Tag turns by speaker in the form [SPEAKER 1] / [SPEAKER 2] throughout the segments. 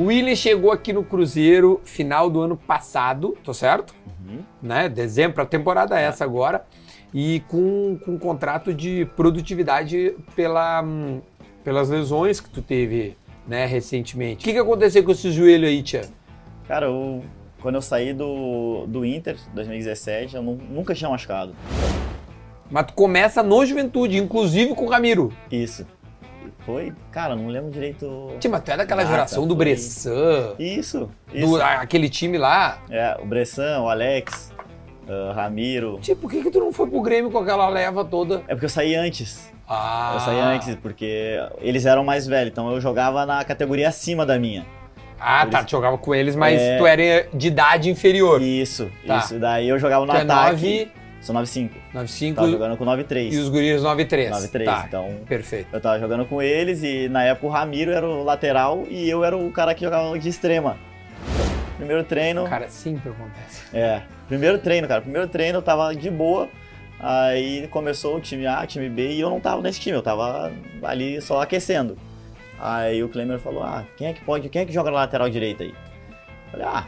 [SPEAKER 1] O Willian chegou aqui no Cruzeiro final do ano passado, tô certo?
[SPEAKER 2] Uhum.
[SPEAKER 1] Né? Dezembro, a temporada é essa agora. E com, com um contrato de produtividade pela, hum, pelas lesões que tu teve né, recentemente. O que, que aconteceu com esse joelho aí, Tia?
[SPEAKER 2] Cara, eu, quando eu saí do, do Inter, 2017, eu nu- nunca tinha machucado.
[SPEAKER 1] Mas tu começa no Juventude, inclusive com o Ramiro.
[SPEAKER 2] Isso. Foi, cara, não lembro direito.
[SPEAKER 1] Tia, mas tu é daquela
[SPEAKER 2] Ah,
[SPEAKER 1] geração
[SPEAKER 2] tá,
[SPEAKER 1] do
[SPEAKER 2] foi.
[SPEAKER 1] Bressan,
[SPEAKER 2] Isso, isso.
[SPEAKER 1] do, a- aquele time lá.
[SPEAKER 2] É, o Bressan, o Alex, ah, Ramiro.
[SPEAKER 1] Tipo, por que, que tu não foi pro Grêmio com aquela leva toda?
[SPEAKER 2] É porque eu saí antes.
[SPEAKER 1] Ah,
[SPEAKER 2] Eu saí é antes, porque eles eram mais velhos, então eu jogava na categoria acima da minha.
[SPEAKER 1] Ah, tá,
[SPEAKER 2] Eles-
[SPEAKER 1] tu jogava com eles, mas
[SPEAKER 2] É.
[SPEAKER 1] tu era de idade inferior.
[SPEAKER 2] Isso,
[SPEAKER 1] Tá.
[SPEAKER 2] isso. Daí eu jogava no
[SPEAKER 1] tu é
[SPEAKER 2] ataque.
[SPEAKER 1] 9,
[SPEAKER 2] Sou 9'5. Tava
[SPEAKER 1] 9,5
[SPEAKER 2] jogando com
[SPEAKER 1] e
[SPEAKER 2] 9'3.
[SPEAKER 1] os guris 9,3.
[SPEAKER 2] 9'3,
[SPEAKER 1] Tá,
[SPEAKER 2] então
[SPEAKER 1] perfeito.
[SPEAKER 2] Eu tava jogando com eles e na época o Ramiro era o lateral e eu era o cara que jogava de extrema. Primeiro treino.
[SPEAKER 1] Cara, sempre acontece.
[SPEAKER 2] É. Primeiro treino, cara. Primeiro treino eu tava de boa. Aí começou o time A, time B e eu não tava nesse time, eu tava ali só aquecendo. Aí o Klemer falou: Ah, quem é que pode, quem é que joga na lateral direita aí? Eu Falei: Ah,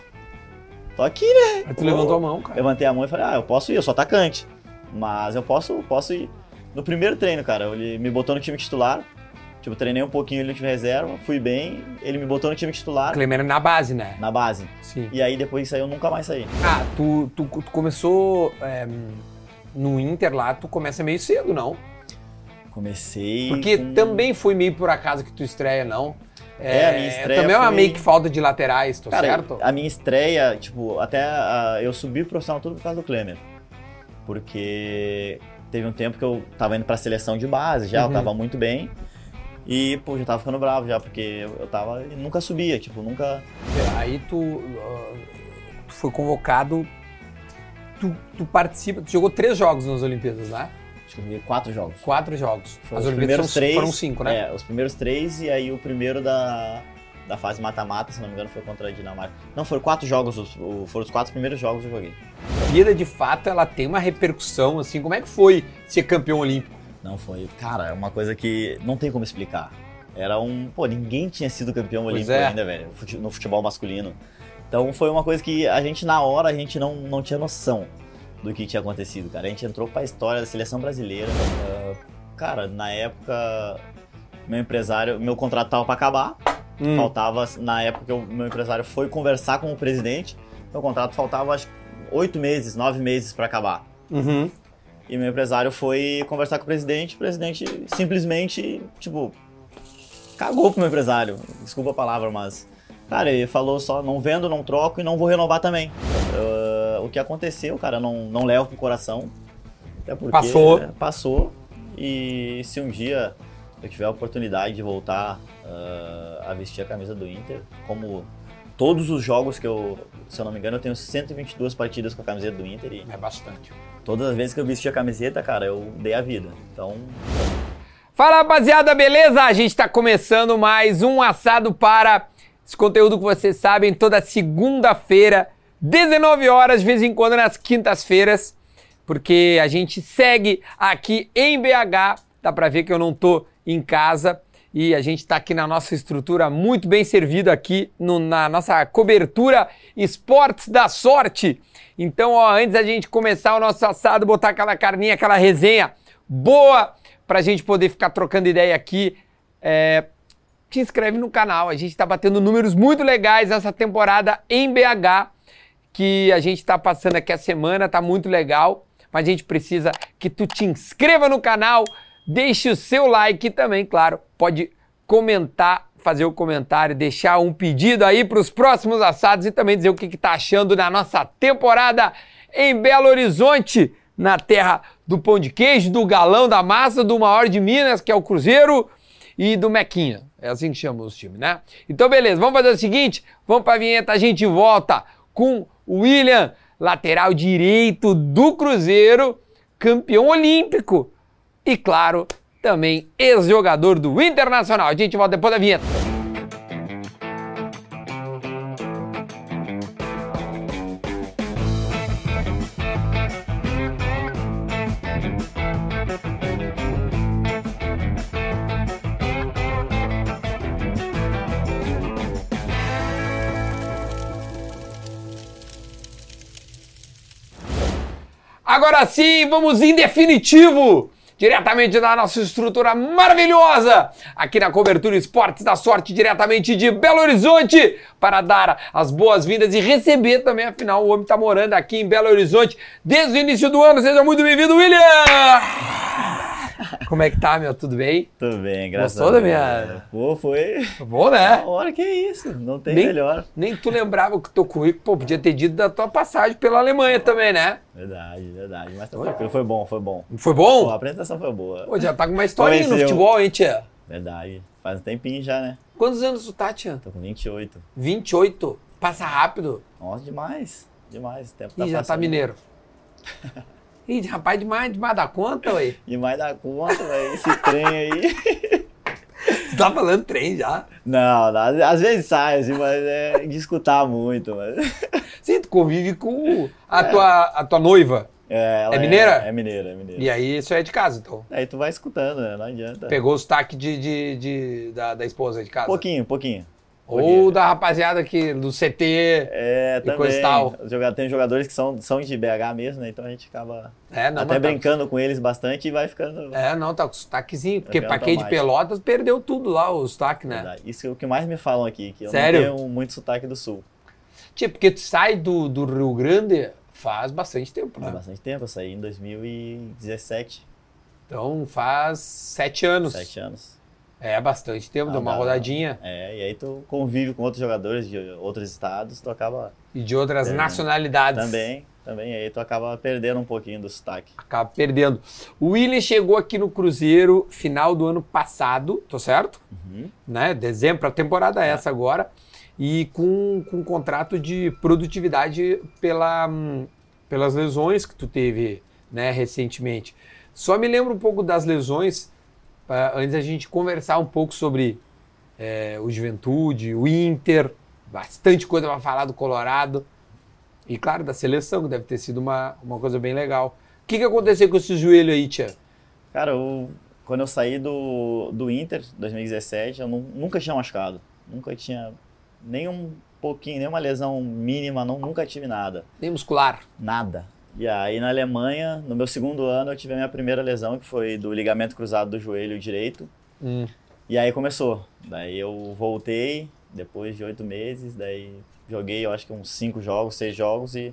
[SPEAKER 2] tô aqui, né?
[SPEAKER 1] Aí tu
[SPEAKER 2] Ô.
[SPEAKER 1] levantou a mão, cara.
[SPEAKER 2] Levantei a mão e falei: Ah, eu posso ir, eu sou atacante. Mas eu posso, posso ir. No primeiro treino, cara, ele me botou no time titular. Tipo, treinei um pouquinho ele no time reserva, fui bem. Ele me botou no time
[SPEAKER 1] O
[SPEAKER 2] titular,
[SPEAKER 1] Clemer na base, né?
[SPEAKER 2] na base.
[SPEAKER 1] Sim.
[SPEAKER 2] E aí depois disso aí eu nunca mais saí.
[SPEAKER 1] Ah, tu, tu, tu começou é, no Inter lá, tu começa meio cedo, não?
[SPEAKER 2] Comecei.
[SPEAKER 1] Porque um
[SPEAKER 2] com-
[SPEAKER 1] também foi meio por acaso que tu estreia, não?
[SPEAKER 2] É, a minha estreia
[SPEAKER 1] Também é uma
[SPEAKER 2] foi-
[SPEAKER 1] meio que falta de laterais, tô
[SPEAKER 2] Cara,
[SPEAKER 1] certo?
[SPEAKER 2] a minha estreia, tipo, até ah, eu subi pro profissional tudo por causa do Klemer. Porque teve um tempo que eu tava indo pra seleção de base já,
[SPEAKER 1] Uhum.
[SPEAKER 2] eu tava muito bem. E, pô, já tava ficando bravo já, porque eu, eu tava. e Nunca subia, tipo, nunca.
[SPEAKER 1] Aí tu, ah, tu foi convocado, tu, tu participa, tu jogou três jogos nas Olimpíadas, né?
[SPEAKER 2] Acho que eu joguei quatro jogos.
[SPEAKER 1] Quatro jogos.
[SPEAKER 2] Foram
[SPEAKER 1] As
[SPEAKER 2] os
[SPEAKER 1] Olimpíadas
[SPEAKER 2] primeiros
[SPEAKER 1] foram,
[SPEAKER 2] três.
[SPEAKER 1] foram cinco, né?
[SPEAKER 2] É, os primeiros três e aí o primeiro da, da fase mata-mata, se não me engano, foi contra a Dinamarca. Não, foram quatro jogos, os- o- foram os quatro primeiros jogos que eu joguei.
[SPEAKER 1] A Olimpíada, de fato, ela tem uma repercussão, assim, como é que foi ser campeão olímpico?
[SPEAKER 2] Não foi. Cara, é uma coisa que não tem como explicar. Era um. Pô, ninguém tinha sido campeão
[SPEAKER 1] Pois
[SPEAKER 2] olímpico
[SPEAKER 1] é.
[SPEAKER 2] ainda, velho, fute- no futebol masculino. Então foi uma coisa que a gente, na hora, a gente não, não tinha noção do que tinha acontecido, cara. A gente entrou pra história da seleção brasileira. Ah, cara, na época, meu empresário, meu contrato tava pra acabar.
[SPEAKER 1] Hum,
[SPEAKER 2] Faltava, na época, o meu empresário foi conversar com o presidente. Meu contrato faltava, acho que, oito meses, nove meses para acabar.
[SPEAKER 1] uhum.
[SPEAKER 2] E meu empresário foi conversar com o presidente. O presidente simplesmente, tipo, cagou pro meu empresário. Desculpa a palavra, mas. Cara, ele falou só: não vendo, não troco e não vou renovar também. Ah, o que aconteceu, cara, não, não levo pro coração. Até porque.
[SPEAKER 1] Passou.
[SPEAKER 2] né, passou. E se um dia eu tiver a oportunidade de voltar ah, a vestir a camisa do Inter, como todos os jogos que eu. Se eu não me engano, eu tenho 122 partidas com a camiseta do Inter e
[SPEAKER 1] É bastante.
[SPEAKER 2] Todas as vezes que eu vesti a camiseta, cara, eu dei a vida. Então,
[SPEAKER 1] Fala rapaziada, beleza? A gente tá começando mais um assado para esse conteúdo que vocês sabem, toda segunda-feira, 19 horas, de vez em quando nas quintas-feiras, porque a gente segue aqui em BH. Dá pra ver que eu não tô em casa e a gente tá aqui na nossa estrutura muito bem servido aqui no- na nossa cobertura Esportes da Sorte. Então, ó, antes da gente começar o nosso assado, botar aquela carninha, aquela resenha boa pra gente poder ficar trocando ideia aqui. É, te inscreve no canal. A gente tá batendo números muito legais nessa temporada em BH, que a gente tá passando aqui a semana, tá muito legal. Mas a gente precisa que tu te inscreva no canal, deixe o seu like e também, claro, pode comentar, fazer o comentário, deixar um pedido aí pros próximos assados e também dizer o que, que tá achando da nossa temporada em Belo Horizonte, na terra do pão de queijo, do galão da massa, do maior de Minas, que é o Cruzeiro e do Mequinha. É assim que chamam os times, né? Então, beleza, vamos fazer o seguinte: vamos pra vinheta, a gente volta com o William, lateral direito do Cruzeiro, campeão olímpico e, claro, também ex-jogador do Internacional. A gente volta depois da vinheta. Agora sim, vamos em definitivo! Diretamente da nossa estrutura maravilhosa, aqui na cobertura Esportes da Sorte, diretamente de Belo Horizonte, para dar as boas-vindas e receber também, afinal, o homem está morando aqui em Belo Horizonte desde o início do ano. Seja muito bem-vindo, William! Como é que tá, meu? Tudo bem?
[SPEAKER 2] Tudo bem, graças
[SPEAKER 1] Gostou
[SPEAKER 2] a Deus.
[SPEAKER 1] da minha-
[SPEAKER 2] Pô, foi.
[SPEAKER 1] Bom, né?
[SPEAKER 2] Da hora que é isso. Não tem
[SPEAKER 1] Nem-
[SPEAKER 2] melhor.
[SPEAKER 1] Nem tu lembrava que o teu currículo, pô, podia ter dito da tua passagem pela Alemanha também, né?
[SPEAKER 2] Verdade, verdade. Mas tá tranquilo, foi bom, foi bom.
[SPEAKER 1] Foi
[SPEAKER 2] Pô, a
[SPEAKER 1] bom?
[SPEAKER 2] apresentação foi boa.
[SPEAKER 1] Pô, já tá com uma historinha no
[SPEAKER 2] Conheceu.
[SPEAKER 1] futebol, hein, Tia?
[SPEAKER 2] Verdade. Faz um tempinho já, né?
[SPEAKER 1] Quantos anos tu tá, Tia?
[SPEAKER 2] Tô com 28.
[SPEAKER 1] 28. Passa rápido.
[SPEAKER 2] Nossa, demais. Demais. O tempo
[SPEAKER 1] Ih, já tá
[SPEAKER 2] passando.
[SPEAKER 1] mineiro. Ih, rapaz, demais, demais da conta, ué.
[SPEAKER 2] Demais da conta, velho. Esse trem aí.
[SPEAKER 1] Tu tá falando trem já.
[SPEAKER 2] Não, não, às- às vezes sai, assim, mas é de escutar muito. Mas...
[SPEAKER 1] Sim, tu convive com a, tua, a tua noiva.
[SPEAKER 2] É, ela
[SPEAKER 1] É mineira?
[SPEAKER 2] É, mineira, é mineira.
[SPEAKER 1] E aí, isso é de casa, então.
[SPEAKER 2] Aí tu vai escutando, né? Não adianta.
[SPEAKER 1] Pegou o sotaque de, de, de- da, da esposa de casa.
[SPEAKER 2] Pouquinho, pouquinho.
[SPEAKER 1] Ou da rapaziada que, do CT.
[SPEAKER 2] É, também.
[SPEAKER 1] coisa e tal.
[SPEAKER 2] Os joga- Tem jogadores que são, são de BH mesmo, né? Então a gente acaba
[SPEAKER 1] É, não,
[SPEAKER 2] até
[SPEAKER 1] mas tá-
[SPEAKER 2] brincando com eles bastante e vai ficando.
[SPEAKER 1] É, não, tá com sotaquezinho. Porque
[SPEAKER 2] Tá
[SPEAKER 1] pra
[SPEAKER 2] bem
[SPEAKER 1] quem é de
[SPEAKER 2] automático.
[SPEAKER 1] Pelotas perdeu tudo lá, o sotaque, né?
[SPEAKER 2] Verdade. Isso é o que mais me falam aqui, que eu
[SPEAKER 1] Sério?
[SPEAKER 2] não tenho muito sotaque do sul.
[SPEAKER 1] Tipo, porque tu sai do, do Rio Grande faz bastante tempo,
[SPEAKER 2] Faz
[SPEAKER 1] né?
[SPEAKER 2] bastante tempo, eu saí em 2017,
[SPEAKER 1] Então faz sete anos.
[SPEAKER 2] sete anos.
[SPEAKER 1] É bastante tempo,
[SPEAKER 2] Ah,
[SPEAKER 1] deu uma
[SPEAKER 2] dá, dá.
[SPEAKER 1] rodadinha.
[SPEAKER 2] É, e aí tu convive com outros jogadores de outros estados, tu acaba
[SPEAKER 1] E de outras
[SPEAKER 2] É.
[SPEAKER 1] nacionalidades.
[SPEAKER 2] também, também, aí tu acaba perdendo um pouquinho do sotaque.
[SPEAKER 1] Acaba perdendo. O William chegou aqui no Cruzeiro final do ano passado, tô certo?
[SPEAKER 2] Uhum.
[SPEAKER 1] Né? Dezembro, a temporada é essa agora. E com, com um contrato de produtividade pela, hum, pelas lesões que tu teve né, recentemente. Só me lembra um pouco das lesões, ah, antes da gente conversar um pouco sobre eh, o Juventude, o Inter, bastante coisa para falar do Colorado. E claro, da seleção, que deve ter sido uma, uma coisa bem legal. O que, que aconteceu com esse joelho aí, Tia?
[SPEAKER 2] Cara, eu, quando eu saí do, do Inter, 2017, eu nu- nunca tinha machucado. Nunca tinha nenhum pouquinho, nenhuma lesão mínima, não, nunca tive nada.
[SPEAKER 1] Nem muscular.
[SPEAKER 2] Nada. E aí na Alemanha, no meu segundo ano, eu tive a minha primeira lesão, que foi do ligamento cruzado do joelho direito.
[SPEAKER 1] Hum.
[SPEAKER 2] E aí começou. Daí eu voltei, depois de oito meses, daí joguei, eu acho que uns cinco jogos, seis jogos, e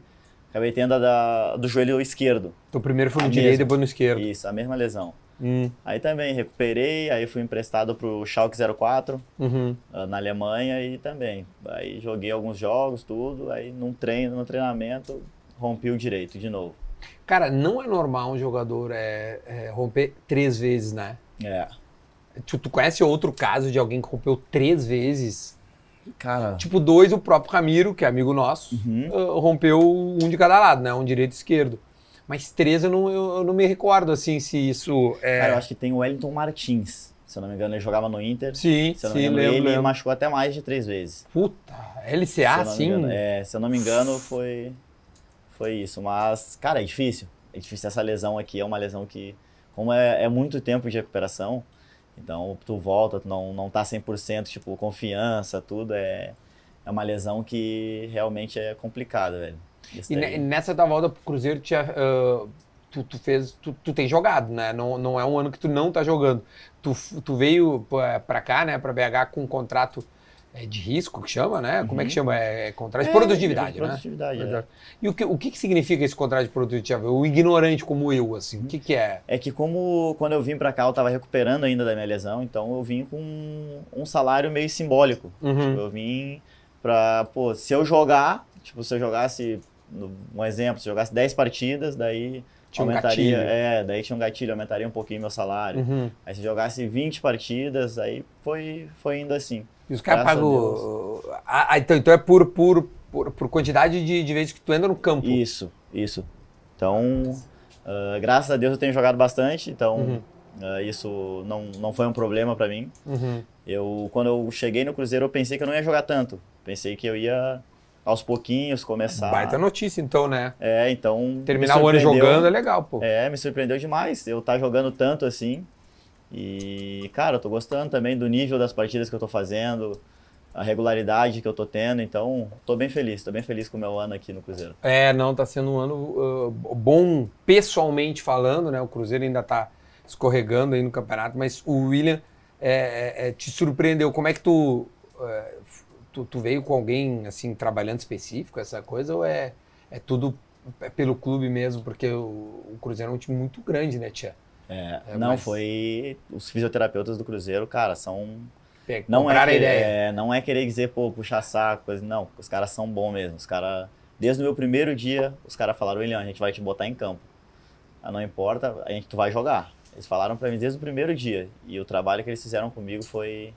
[SPEAKER 2] acabei tendo a da, do joelho esquerdo.
[SPEAKER 1] Então primeiro foi no
[SPEAKER 2] A
[SPEAKER 1] direito,
[SPEAKER 2] mesma.
[SPEAKER 1] depois no esquerdo.
[SPEAKER 2] Isso, a mesma lesão.
[SPEAKER 1] Hum.
[SPEAKER 2] Aí também recuperei, aí fui emprestado pro Schalke 04
[SPEAKER 1] Uhum.
[SPEAKER 2] ah, na Alemanha e também. Aí joguei alguns jogos, tudo, aí num treino, no treinamento, rompi o direito de novo.
[SPEAKER 1] Cara, não é normal um jogador é, é, romper três vezes, né?
[SPEAKER 2] É.
[SPEAKER 1] Tu, tu conhece outro caso de alguém que rompeu três vezes?
[SPEAKER 2] Cara.
[SPEAKER 1] Tipo, dois, o próprio Ramiro, que é amigo nosso,
[SPEAKER 2] Uhum.
[SPEAKER 1] ah, rompeu um de cada lado, né? Um direito e esquerdo. Mas três eu não, eu, eu não me recordo, assim, se isso é...
[SPEAKER 2] Cara, eu acho que tem o Wellington Martins, se eu não me engano, ele jogava no Inter.
[SPEAKER 1] Sim,
[SPEAKER 2] Se eu
[SPEAKER 1] sim,
[SPEAKER 2] não me engano,
[SPEAKER 1] lembro,
[SPEAKER 2] ele
[SPEAKER 1] lembro.
[SPEAKER 2] machucou até mais de três vezes.
[SPEAKER 1] Puta,
[SPEAKER 2] se
[SPEAKER 1] LCA,
[SPEAKER 2] eu não me
[SPEAKER 1] ah, sim?
[SPEAKER 2] engano. É, se eu não me engano, foi, foi isso. Mas, cara, é difícil. É difícil essa lesão aqui. É uma lesão que, como é, é muito tempo de recuperação, então tu volta, tu não, não tá 100%, tipo, confiança, tudo. É, é uma lesão que realmente é complicada, velho. Isso
[SPEAKER 1] E
[SPEAKER 2] daí.
[SPEAKER 1] ne- nessa tua volta pro Cruzeiro, tinha, ah, tu, tu fez, tu, tu tem jogado, né? Não, não é um ano que tu não tá jogando. Tu, f- tu veio pra- pra cá, né, pra BH com um contrato é, de risco, que chama, né? Como é que chama? É, é contrato de
[SPEAKER 2] Uhum. É,
[SPEAKER 1] produtividade, né?
[SPEAKER 2] Produtividade, é.
[SPEAKER 1] Verdade. E o que, o que, que significa esse contrato de produtividade? O ignorante como eu, assim, o que, que é?
[SPEAKER 2] É que como quando eu vim pra cá, eu tava recuperando ainda da minha lesão, então eu vim com um salário meio simbólico.
[SPEAKER 1] Uhum.
[SPEAKER 2] Tipo, eu vim pra, pô, se eu jogar, tipo, se eu jogasse, no- um exemplo, se eu jogasse 10 partidas, daí
[SPEAKER 1] Tinha um
[SPEAKER 2] aumentaria,
[SPEAKER 1] gatilho.
[SPEAKER 2] é, daí tinha um gatilho, aumentaria um pouquinho meu salário.
[SPEAKER 1] Uhum.
[SPEAKER 2] Aí se eu jogasse 20 partidas, aí foi foi indo assim.
[SPEAKER 1] E os caras
[SPEAKER 2] Graças a
[SPEAKER 1] pagam. Ah, ah, então, então é por, por, por, por quantidade de, de vezes que tu entra no campo.
[SPEAKER 2] Isso, isso. Então, ah, graças a Deus eu tenho jogado bastante, então
[SPEAKER 1] Uhum.
[SPEAKER 2] ah, isso não, não foi um problema pra mim.
[SPEAKER 1] Uhum.
[SPEAKER 2] Eu, quando eu cheguei no Cruzeiro, eu pensei que eu não ia jogar tanto. Pensei que eu ia aos pouquinhos começar.
[SPEAKER 1] Baita notícia, então, né?
[SPEAKER 2] É, então. me
[SPEAKER 1] Terminar o ano
[SPEAKER 2] surpreendeu.
[SPEAKER 1] jogando é legal, pô.
[SPEAKER 2] É, me surpreendeu demais eu estar jogando tanto assim. E, cara, eu tô gostando também do nível das partidas que eu tô fazendo. a regularidade que eu tô tendo, então tô bem feliz, tô bem feliz com o meu ano aqui no Cruzeiro.
[SPEAKER 1] É, não, tá sendo um ano uh, bom pessoalmente falando, né? O Cruzeiro ainda tá escorregando aí no campeonato, mas o William é, é, te surpreendeu. Como é que tu, é, tu, tu veio com alguém assim trabalhando específico essa coisa ou é é tudo pelo clube mesmo? Porque o, o Cruzeiro é um time muito grande, né, Tia?
[SPEAKER 2] É,
[SPEAKER 1] É,
[SPEAKER 2] não,
[SPEAKER 1] mas-
[SPEAKER 2] foi. Os fisioterapeutas do Cruzeiro, cara, são.
[SPEAKER 1] Pe-
[SPEAKER 2] Não é,
[SPEAKER 1] compraram a
[SPEAKER 2] querer-
[SPEAKER 1] ideia.
[SPEAKER 2] é, não é querer dizer, pô, puxar saco, coisa. Não, os caras são bons mesmo. Os caras. Desde o meu primeiro dia, os caras falaram, William, a gente vai te botar em campo. Ah, não importa, a gente tu vai jogar. Eles falaram pra mim desde o primeiro dia. E o trabalho que eles fizeram comigo foi.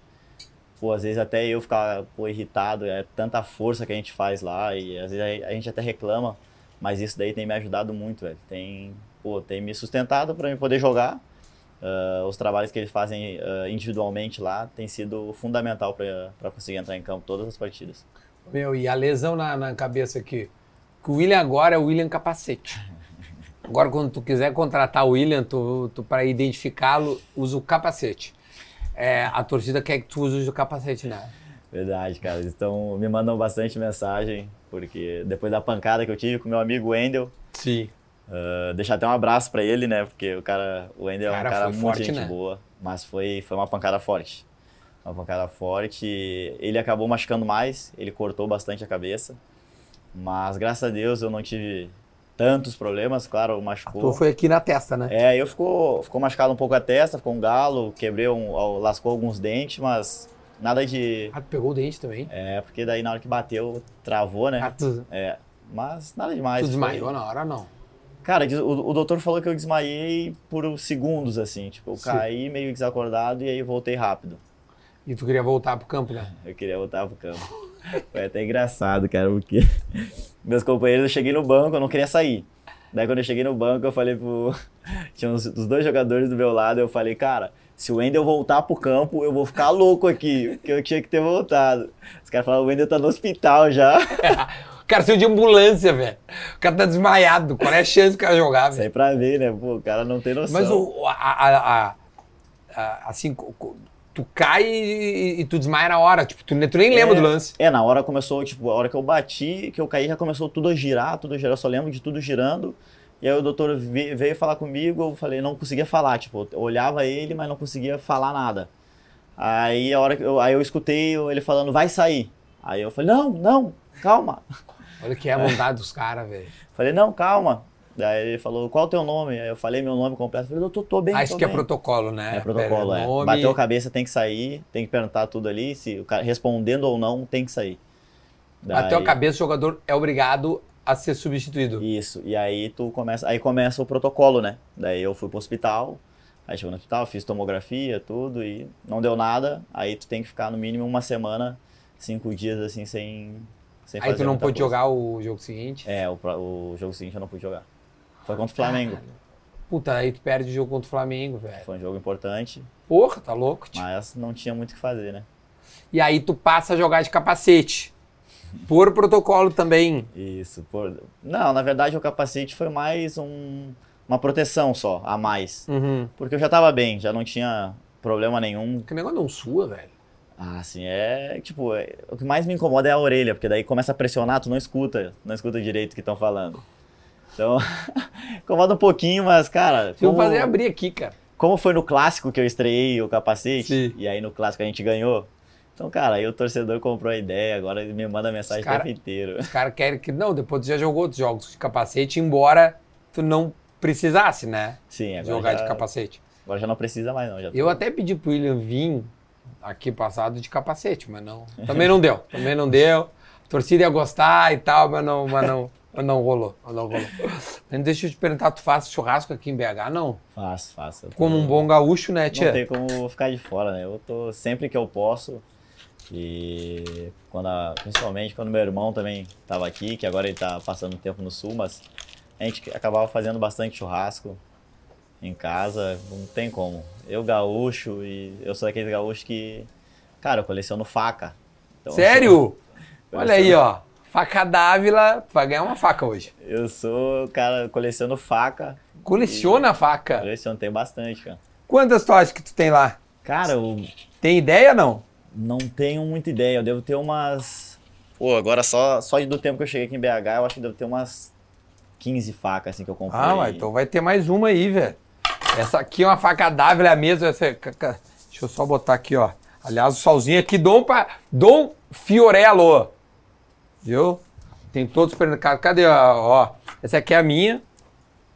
[SPEAKER 2] Pô, às vezes até eu ficava pô, irritado, é tanta força que a gente faz lá, e às vezes a, a gente até reclama, mas isso daí tem me ajudado muito, velho. Tem, pô, tem me sustentado pra eu poder jogar. Ah, os trabalhos que eles fazem ah, individualmente lá tem sido fundamental pra pra conseguir entrar em campo todas as partidas.
[SPEAKER 1] Meu, e a lesão na, na cabeça aqui. Que o William agora é o William capacete. Agora, quando tu quiser contratar o William, tu, tu para identificá-lo, usa o capacete. É, a torcida quer que tu use o capacete, né?
[SPEAKER 2] Verdade, cara. Eles tão, me mandam bastante mensagem, porque depois da pancada que eu tive com meu amigo Wendel,
[SPEAKER 1] Sim.
[SPEAKER 2] Uh, deixar até um abraço pra ele, né? Porque o cara, o Ender é um
[SPEAKER 1] Cara,
[SPEAKER 2] cara
[SPEAKER 1] foi
[SPEAKER 2] muito
[SPEAKER 1] forte,
[SPEAKER 2] gente
[SPEAKER 1] né?
[SPEAKER 2] boa, mas foi, foi uma pancada forte. Uma pancada forte. Ele acabou machucando mais, ele cortou bastante a cabeça. Mas graças a Deus eu não tive tantos problemas, claro, machucou.
[SPEAKER 1] Tu foi aqui na testa, né?
[SPEAKER 2] É, eu ficou, ficou machucado um pouco a testa, ficou um galo, quebrei um, ó, lascou alguns dentes, mas nada de.
[SPEAKER 1] Ah, tu pegou o dente também.
[SPEAKER 2] É, porque daí na hora que bateu, travou, né?
[SPEAKER 1] Ah, tu,
[SPEAKER 2] É. Mas nada demais.
[SPEAKER 1] tu
[SPEAKER 2] foi-
[SPEAKER 1] desmaiou né? na hora, não.
[SPEAKER 2] Cara, diz- o, o doutor falou que eu desmaiei por uns segundos, assim. Tipo, eu
[SPEAKER 1] Sim.
[SPEAKER 2] caí meio desacordado e aí voltei rápido.
[SPEAKER 1] E tu queria voltar pro campo, né?
[SPEAKER 2] Eu queria voltar pro campo. Foi até engraçado, cara, porque meus companheiros, eu cheguei no banco, eu não queria sair. Daí quando eu cheguei no banco, eu falei pro... Tinha uns, os dois jogadores do meu lado, eu falei, cara, se o Wendel voltar pro campo, eu vou ficar louco aqui, porque eu tinha que ter voltado. Os caras falaram, o Wendel tá no hospital já.
[SPEAKER 1] O cara saiu de ambulância, velho. O cara tá desmaiado. Qual é a chance do cara jogar, velho?
[SPEAKER 2] Isso aí pra ver, né? Pô, o cara não tem noção.
[SPEAKER 1] Mas o, a, a- a- a- assim, co- co- tu cai e, e tu desmaia na hora. Tipo, tu, ne- tu nem lembra
[SPEAKER 2] É.
[SPEAKER 1] do lance.
[SPEAKER 2] É, na hora começou, tipo, a hora que eu bati, que eu caí, já começou tudo a girar, tudo a girar, eu só lembro de tudo girando. E aí o doutor ve- veio falar comigo, eu falei, não conseguia falar, tipo, eu olhava ele, mas não conseguia falar nada. Aí a hora que eu, aí eu escutei ele falando, vai sair. Aí eu falei, não, não, calma.
[SPEAKER 1] Olha que é a vontade dos caras, velho.
[SPEAKER 2] Falei, não, calma. Daí ele falou, qual o teu nome? Aí eu falei meu nome completo, falei, doutor, tô bem,
[SPEAKER 1] Ah, isso
[SPEAKER 2] tô
[SPEAKER 1] que é
[SPEAKER 2] bem.
[SPEAKER 1] protocolo, né?
[SPEAKER 2] É protocolo,
[SPEAKER 1] Pera,
[SPEAKER 2] é.
[SPEAKER 1] nome-
[SPEAKER 2] Bateu a cabeça, tem que sair, tem que perguntar tudo ali, se o cara respondendo ou não, tem que sair.
[SPEAKER 1] Bateu a
[SPEAKER 2] Daí-
[SPEAKER 1] cabeça, o jogador é obrigado a ser substituído.
[SPEAKER 2] Isso, e aí tu começa, aí começa o protocolo, né? Daí eu fui pro hospital, aí chegou no hospital, fiz tomografia, tudo, e não deu nada, aí tu tem que ficar no mínimo uma semana, cinco dias assim, sem, sem
[SPEAKER 1] Aí
[SPEAKER 2] fazer
[SPEAKER 1] tu não
[SPEAKER 2] muita
[SPEAKER 1] pôde
[SPEAKER 2] coisa.
[SPEAKER 1] jogar o jogo seguinte.
[SPEAKER 2] É, o, pro- o jogo seguinte eu não pude jogar. Foi contra o Flamengo,
[SPEAKER 1] Puta, aí tu perde o jogo contra o Flamengo, velho.
[SPEAKER 2] foi um jogo importante,
[SPEAKER 1] Porra, tá louco, tio.
[SPEAKER 2] mas não tinha muito o que fazer, né?
[SPEAKER 1] E aí tu passa a jogar de capacete. Por protocolo também.
[SPEAKER 2] Isso, por... Não, na verdade o capacete foi mais um, uma proteção só, a mais.
[SPEAKER 1] Uhum.
[SPEAKER 2] Porque eu já tava bem, já não tinha problema nenhum,
[SPEAKER 1] Que negócio não sua, velho.
[SPEAKER 2] Ah, sim, é tipo, é- o que mais me incomoda é a orelha, porque daí começa a pressionar, tu não escuta, não escuta direito o que estão falando. Então, incomoda um pouquinho, mas, cara,
[SPEAKER 1] Se eu
[SPEAKER 2] como,
[SPEAKER 1] fazer abrir aqui, cara.
[SPEAKER 2] como foi no clássico que eu estreiei o capacete,
[SPEAKER 1] Sim.
[SPEAKER 2] e aí no clássico a gente ganhou. Então, cara, aí o torcedor comprou a ideia, agora ele me manda mensagem o
[SPEAKER 1] Cara-
[SPEAKER 2] tempo inteiro.
[SPEAKER 1] Os caras querem que. Não, depois tu já jogou outros jogos de capacete, embora tu não precisasse, né?
[SPEAKER 2] Sim, agora
[SPEAKER 1] jogar
[SPEAKER 2] já,
[SPEAKER 1] de capacete.
[SPEAKER 2] agora já não precisa mais, não. Já
[SPEAKER 1] Eu até pedi pro William vir aqui passado de capacete, mas não. Também não deu. Também não deu. A torcida ia gostar e tal, mas não, mas não, mas não rolou. mas Não rolou. Mas Deixa eu te perguntar, tu faz churrasco aqui em BH? Não.
[SPEAKER 2] Faço, faço. Eu tô-
[SPEAKER 1] Como um bom gaúcho, né,
[SPEAKER 2] não
[SPEAKER 1] tia?
[SPEAKER 2] tem como ficar de fora, né? Eu tô sempre que eu posso. E quando a- principalmente quando meu irmão também estava aqui, que agora ele tá passando tempo no sul, mas a gente acabava fazendo bastante churrasco em casa, não tem como. Eu gaúcho e eu sou daqueles gaúchos que, cara, eu coleciono faca. Então, eu sou-
[SPEAKER 1] Sério?
[SPEAKER 2] eu
[SPEAKER 1] Olha aí, ó. Faca d'Ávila, tu vai ganhar uma faca hoje.
[SPEAKER 2] Eu sou, cara, coleciono faca.
[SPEAKER 1] Coleciona a faca.
[SPEAKER 2] É. Coleciono tem bastante, cara.
[SPEAKER 1] Quantas tu acha que tu tem lá?
[SPEAKER 2] Cara, eu
[SPEAKER 1] Tem ideia não?
[SPEAKER 2] Não tenho muita ideia, eu devo ter umas. Pô, agora só, só do tempo que eu cheguei aqui em BH, eu acho que devo ter umas 15 facas assim que eu comprei.
[SPEAKER 1] Ah, mas então vai ter mais uma aí, velho. Essa aqui é uma faca dável, é a mesma. Essa... Deixa eu só botar aqui, ó. Aliás, o salzinho aqui, Dom, pa... Dom Fiorello. Viu? Tem todo o supermercado. Cadê? Ó, ó, essa aqui é a minha.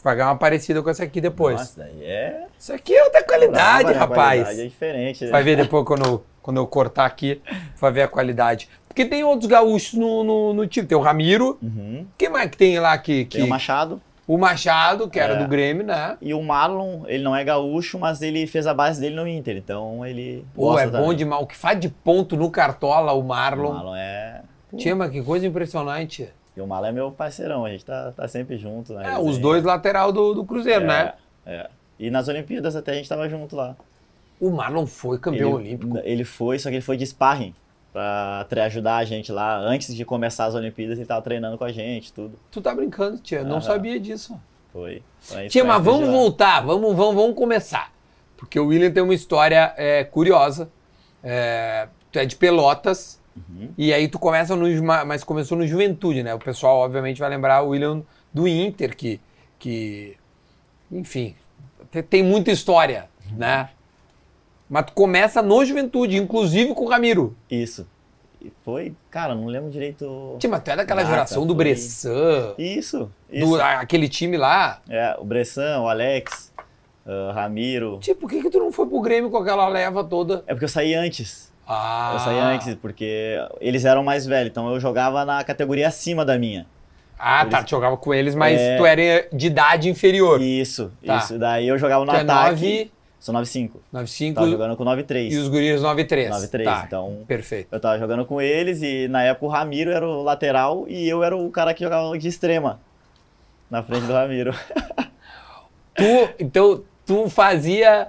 [SPEAKER 1] Vai ganhar uma parecida com essa aqui depois.
[SPEAKER 2] Nossa, daí é.
[SPEAKER 1] Isso aqui é outra qualidade,
[SPEAKER 2] brava, né?
[SPEAKER 1] rapaz.
[SPEAKER 2] Qualidade É diferente. né?
[SPEAKER 1] Vai ver depois quando, eu- quando eu cortar aqui, vai ver a qualidade. Porque tem outros gaúchos no, no, no time. Tem o Ramiro.
[SPEAKER 2] Uhum.
[SPEAKER 1] Quem mais que tem lá que. que...
[SPEAKER 2] Tem o Machado
[SPEAKER 1] O Machado, que era
[SPEAKER 2] É.
[SPEAKER 1] do Grêmio, né?
[SPEAKER 2] e o Marlon, ele não é gaúcho, mas ele fez a base dele no Inter, então ele.
[SPEAKER 1] Pô,
[SPEAKER 2] gosta
[SPEAKER 1] é bom
[SPEAKER 2] também.
[SPEAKER 1] demais. O que faz de ponto no Cartola, o
[SPEAKER 2] O
[SPEAKER 1] Marlon.
[SPEAKER 2] Marlon é.
[SPEAKER 1] Tinha, mas que coisa impressionante.
[SPEAKER 2] E o Marlon é meu parceirão, a gente tá, tá sempre junto. Né?
[SPEAKER 1] É, os dois lateral do, do Cruzeiro, né?
[SPEAKER 2] É. E nas Olimpíadas até a gente tava junto lá.
[SPEAKER 1] O Marlon foi campeão olímpico.
[SPEAKER 2] Ele foi, só que ele foi de sparring pra tre- ajudar a gente lá. Antes de começar as Olimpíadas, ele tava treinando com a gente, tudo.
[SPEAKER 1] Tu tá brincando, tia. Eu Não
[SPEAKER 2] Aham.
[SPEAKER 1] sabia disso.
[SPEAKER 2] Foi. Então, aí
[SPEAKER 1] Tia,
[SPEAKER 2] foi
[SPEAKER 1] mas
[SPEAKER 2] desde
[SPEAKER 1] vamos
[SPEAKER 2] lá.
[SPEAKER 1] voltar. Vamos, vamos, vamos começar. Porque o William tem uma história é, curiosa. É, tu é de Pelotas.
[SPEAKER 2] Uhum.
[SPEAKER 1] E aí tu começa no. Ju- Mas começou no Juventude, né? O pessoal, obviamente, vai lembrar o William do Inter, que. que enfim, te- tem muita história,
[SPEAKER 2] Uhum.
[SPEAKER 1] né? Mas tu começa no Juventude, inclusive com o Ramiro.
[SPEAKER 2] Isso. E foi, cara, não lembro direito.
[SPEAKER 1] Tia, mas tu é daquela
[SPEAKER 2] Nada,
[SPEAKER 1] geração do
[SPEAKER 2] foi-
[SPEAKER 1] Bressan,
[SPEAKER 2] Isso, tá, isso.
[SPEAKER 1] do, a- aquele time lá.
[SPEAKER 2] É, o Bressan, o Alex, ah, Ramiro.
[SPEAKER 1] Tipo, por que, que tu não foi pro Grêmio com aquela leva toda?
[SPEAKER 2] É porque eu saí antes.
[SPEAKER 1] Ah,
[SPEAKER 2] Eu saí é antes, porque eles eram mais velhos, então eu jogava na categoria acima da minha.
[SPEAKER 1] Ah, tá, tu jogava com eles, mas
[SPEAKER 2] É.
[SPEAKER 1] tu era de idade inferior.
[SPEAKER 2] Isso,
[SPEAKER 1] Tá.
[SPEAKER 2] isso. Daí eu jogava no
[SPEAKER 1] Tu é
[SPEAKER 2] ataque.
[SPEAKER 1] 9,
[SPEAKER 2] Sou 9-5. Tava
[SPEAKER 1] 9,5
[SPEAKER 2] Tá jogando com
[SPEAKER 1] e
[SPEAKER 2] 9-3.
[SPEAKER 1] os guris 9,3.
[SPEAKER 2] 9-3,
[SPEAKER 1] Tá,
[SPEAKER 2] então-
[SPEAKER 1] Perfeito.
[SPEAKER 2] Eu tava jogando com eles e na época o Ramiro era o lateral e eu era o cara que jogava de extrema. Na frente do Ramiro.
[SPEAKER 1] Tu, então, tu fazia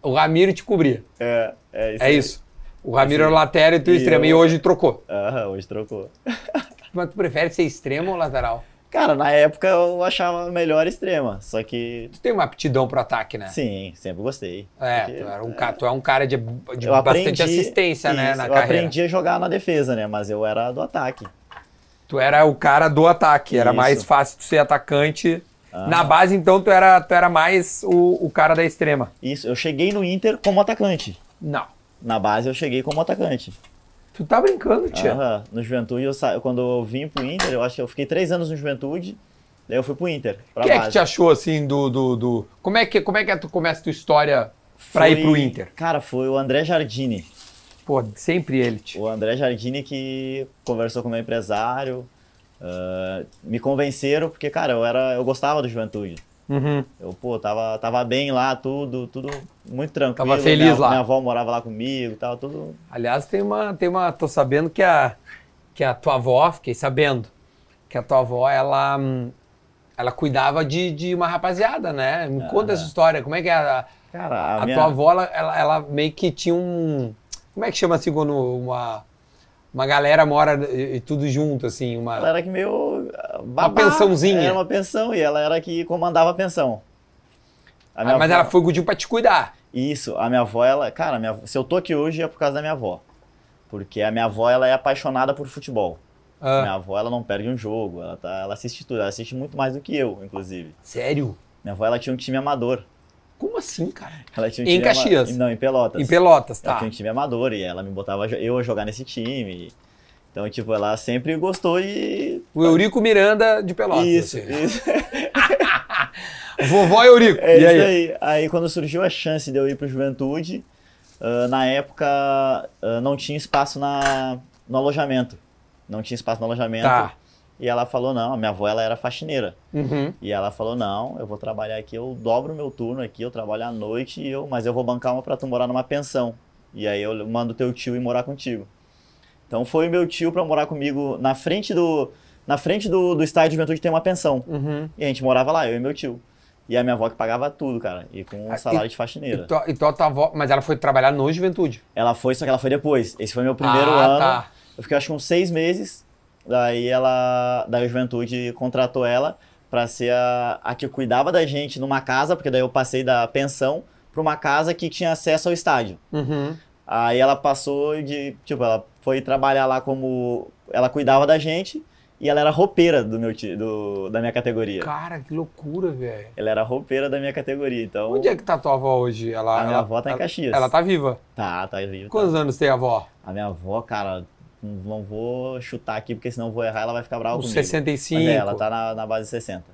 [SPEAKER 1] o Ramiro te cobrir.
[SPEAKER 2] É, é isso.
[SPEAKER 1] É
[SPEAKER 2] aí.
[SPEAKER 1] isso. O Ramiro era o lateral e tu
[SPEAKER 2] E
[SPEAKER 1] extremo.
[SPEAKER 2] eu-
[SPEAKER 1] E hoje trocou.
[SPEAKER 2] Aham, hoje trocou.
[SPEAKER 1] Mas tu prefere ser extremo ou lateral?
[SPEAKER 2] Cara, na época eu achava melhor extrema, só que.
[SPEAKER 1] Tu tem uma aptidão pro ataque, né?
[SPEAKER 2] Sim, sempre gostei.
[SPEAKER 1] É,
[SPEAKER 2] Porque
[SPEAKER 1] tu, era um, ca- tu é um cara de, de
[SPEAKER 2] eu
[SPEAKER 1] bastante
[SPEAKER 2] aprendi-
[SPEAKER 1] assistência, né,
[SPEAKER 2] isso,
[SPEAKER 1] na
[SPEAKER 2] eu
[SPEAKER 1] carreira.
[SPEAKER 2] aprendi a jogar na defesa, né? Mas eu era do ataque.
[SPEAKER 1] Tu era o cara do ataque, era
[SPEAKER 2] Isso. Ah.
[SPEAKER 1] mais fácil tu ser atacante. Na base, então, tu era, tu era mais o, o cara da extrema.
[SPEAKER 2] Isso, eu cheguei no Inter como atacante.
[SPEAKER 1] Não.
[SPEAKER 2] Na base eu cheguei como atacante.
[SPEAKER 1] Tu tá brincando, tia.
[SPEAKER 2] Aham, No Juventude, eu sa... quando eu vim pro Inter, eu acho que eu fiquei três anos no Juventude, daí eu fui pro Inter. Pra
[SPEAKER 1] Quem é que
[SPEAKER 2] base.
[SPEAKER 1] te achou assim do. do, do- Como, é que, como é que tu começa a tua história pra ir
[SPEAKER 2] Foi-
[SPEAKER 1] pro Inter?
[SPEAKER 2] Cara, foi o André Jardine.
[SPEAKER 1] Pô, sempre ele, tia.
[SPEAKER 2] O André Jardine que conversou com o meu empresário, ah, me convenceram, porque, cara, eu, era... eu gostava do Juventude.
[SPEAKER 1] Uhum.
[SPEAKER 2] Eu, pô, tava, tava bem lá, tudo, tudo muito tranquilo.
[SPEAKER 1] Tava feliz
[SPEAKER 2] minha,
[SPEAKER 1] lá.
[SPEAKER 2] Minha avó morava lá comigo e tal, tudo.
[SPEAKER 1] Aliás, tem uma, tem uma. Tô sabendo que a, que a tua avó, fiquei sabendo, que a tua avó, ela. hum, Ela cuidava de, de uma rapaziada, né? Me conta essa história. Como é que é a,
[SPEAKER 2] Cara, a,
[SPEAKER 1] A
[SPEAKER 2] minha...
[SPEAKER 1] tua avó, ela, ela, ela meio que tinha um. Como é que chama assim quando uma, uma galera mora e, e tudo junto, assim?
[SPEAKER 2] Ela
[SPEAKER 1] Uma,
[SPEAKER 2] era que meio. ah, babá.
[SPEAKER 1] pensãozinha.
[SPEAKER 2] Era uma pensão e ela era que comandava a pensão. A
[SPEAKER 1] Ah, mas
[SPEAKER 2] avó-
[SPEAKER 1] ela foi pediu pra te cuidar.
[SPEAKER 2] Isso, a minha avó, ela. Cara, minha... se eu tô aqui hoje é por causa da minha avó. Porque a minha avó, ela é apaixonada por futebol.
[SPEAKER 1] Ah,
[SPEAKER 2] Minha avó, ela não perde um jogo, ela, tá... ela assiste tudo, ela assiste muito mais do que eu, inclusive.
[SPEAKER 1] sério?
[SPEAKER 2] Minha avó, ela tinha um time amador.
[SPEAKER 1] Como assim, cara?
[SPEAKER 2] Ela tinha um
[SPEAKER 1] Em
[SPEAKER 2] time ama-
[SPEAKER 1] Caxias?
[SPEAKER 2] Não, em Pelotas.
[SPEAKER 1] Em Pelotas,
[SPEAKER 2] Ela
[SPEAKER 1] tá.
[SPEAKER 2] tinha um time amador e ela me botava jo- eu a jogar nesse time. Então, tipo, ela sempre gostou e.
[SPEAKER 1] O Eurico Miranda de Pelotas.
[SPEAKER 2] isso,
[SPEAKER 1] assim.
[SPEAKER 2] isso.
[SPEAKER 1] Vovó Eurico.
[SPEAKER 2] É
[SPEAKER 1] e
[SPEAKER 2] isso
[SPEAKER 1] aí?
[SPEAKER 2] aí. Aí, quando surgiu a chance de eu ir pro Juventude, ah, na época ah, não tinha espaço na, no alojamento. Não tinha espaço no alojamento.
[SPEAKER 1] Tá.
[SPEAKER 2] E ela falou: não, a minha avó ela era faxineira.
[SPEAKER 1] Uhum.
[SPEAKER 2] E ela falou: não, eu vou trabalhar aqui, eu dobro meu turno aqui, eu trabalho à noite, e eu, mas eu vou bancar uma pra tu morar numa pensão. E aí eu mando teu tio ir morar contigo. Então foi meu tio pra morar comigo na frente do. Na frente do, do estádio de juventude tem uma pensão.
[SPEAKER 1] Uhum.
[SPEAKER 2] E a gente morava lá, eu e meu tio. E a minha avó que pagava tudo, cara. E com um
[SPEAKER 1] Ah,
[SPEAKER 2] salário
[SPEAKER 1] e-
[SPEAKER 2] de
[SPEAKER 1] E
[SPEAKER 2] faxineira.
[SPEAKER 1] tua- e tua, tua avó, mas ela foi trabalhar no Juventude.
[SPEAKER 2] Ela foi, só que ela foi depois. Esse foi meu primeiro
[SPEAKER 1] Ah,
[SPEAKER 2] ano.
[SPEAKER 1] tá.
[SPEAKER 2] Eu fiquei acho que uns seis meses. Daí ela. Daí a juventude contratou ela pra ser a, a que cuidava da gente numa casa, porque daí eu passei da pensão pra uma casa que tinha acesso ao estádio.
[SPEAKER 1] Uhum.
[SPEAKER 2] Aí ela passou de. Tipo, ela foi trabalhar lá como. Ela cuidava da gente e ela era roupeira do meu ti- do, da minha categoria.
[SPEAKER 1] Cara, que loucura, velho.
[SPEAKER 2] Ela era roupeira da minha categoria, então.
[SPEAKER 1] Onde é que tá tua avó hoje? Ela,
[SPEAKER 2] A minha
[SPEAKER 1] ela-
[SPEAKER 2] avó tá em
[SPEAKER 1] ela-
[SPEAKER 2] Caxias.
[SPEAKER 1] Ela tá viva.
[SPEAKER 2] Tá, tá vivo. tá.
[SPEAKER 1] Quantos anos tem a avó?
[SPEAKER 2] A minha avó, cara, não não vou chutar aqui, porque senão eu vou errar, ela vai ficar brava
[SPEAKER 1] Uns
[SPEAKER 2] Tá comigo.
[SPEAKER 1] 65.
[SPEAKER 2] Mas é, ela tá na, na base de 60.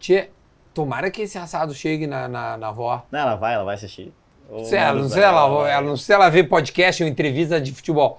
[SPEAKER 1] Tchê, tomara que esse assado chegue na, na, na avó.
[SPEAKER 2] Não, ela vai, ela vai assistir. Ou
[SPEAKER 1] Sei, ela,
[SPEAKER 2] Malu
[SPEAKER 1] não,
[SPEAKER 2] vai,
[SPEAKER 1] sei, ela,
[SPEAKER 2] vai.
[SPEAKER 1] ela não sei se ela vê podcast ou entrevista de futebol.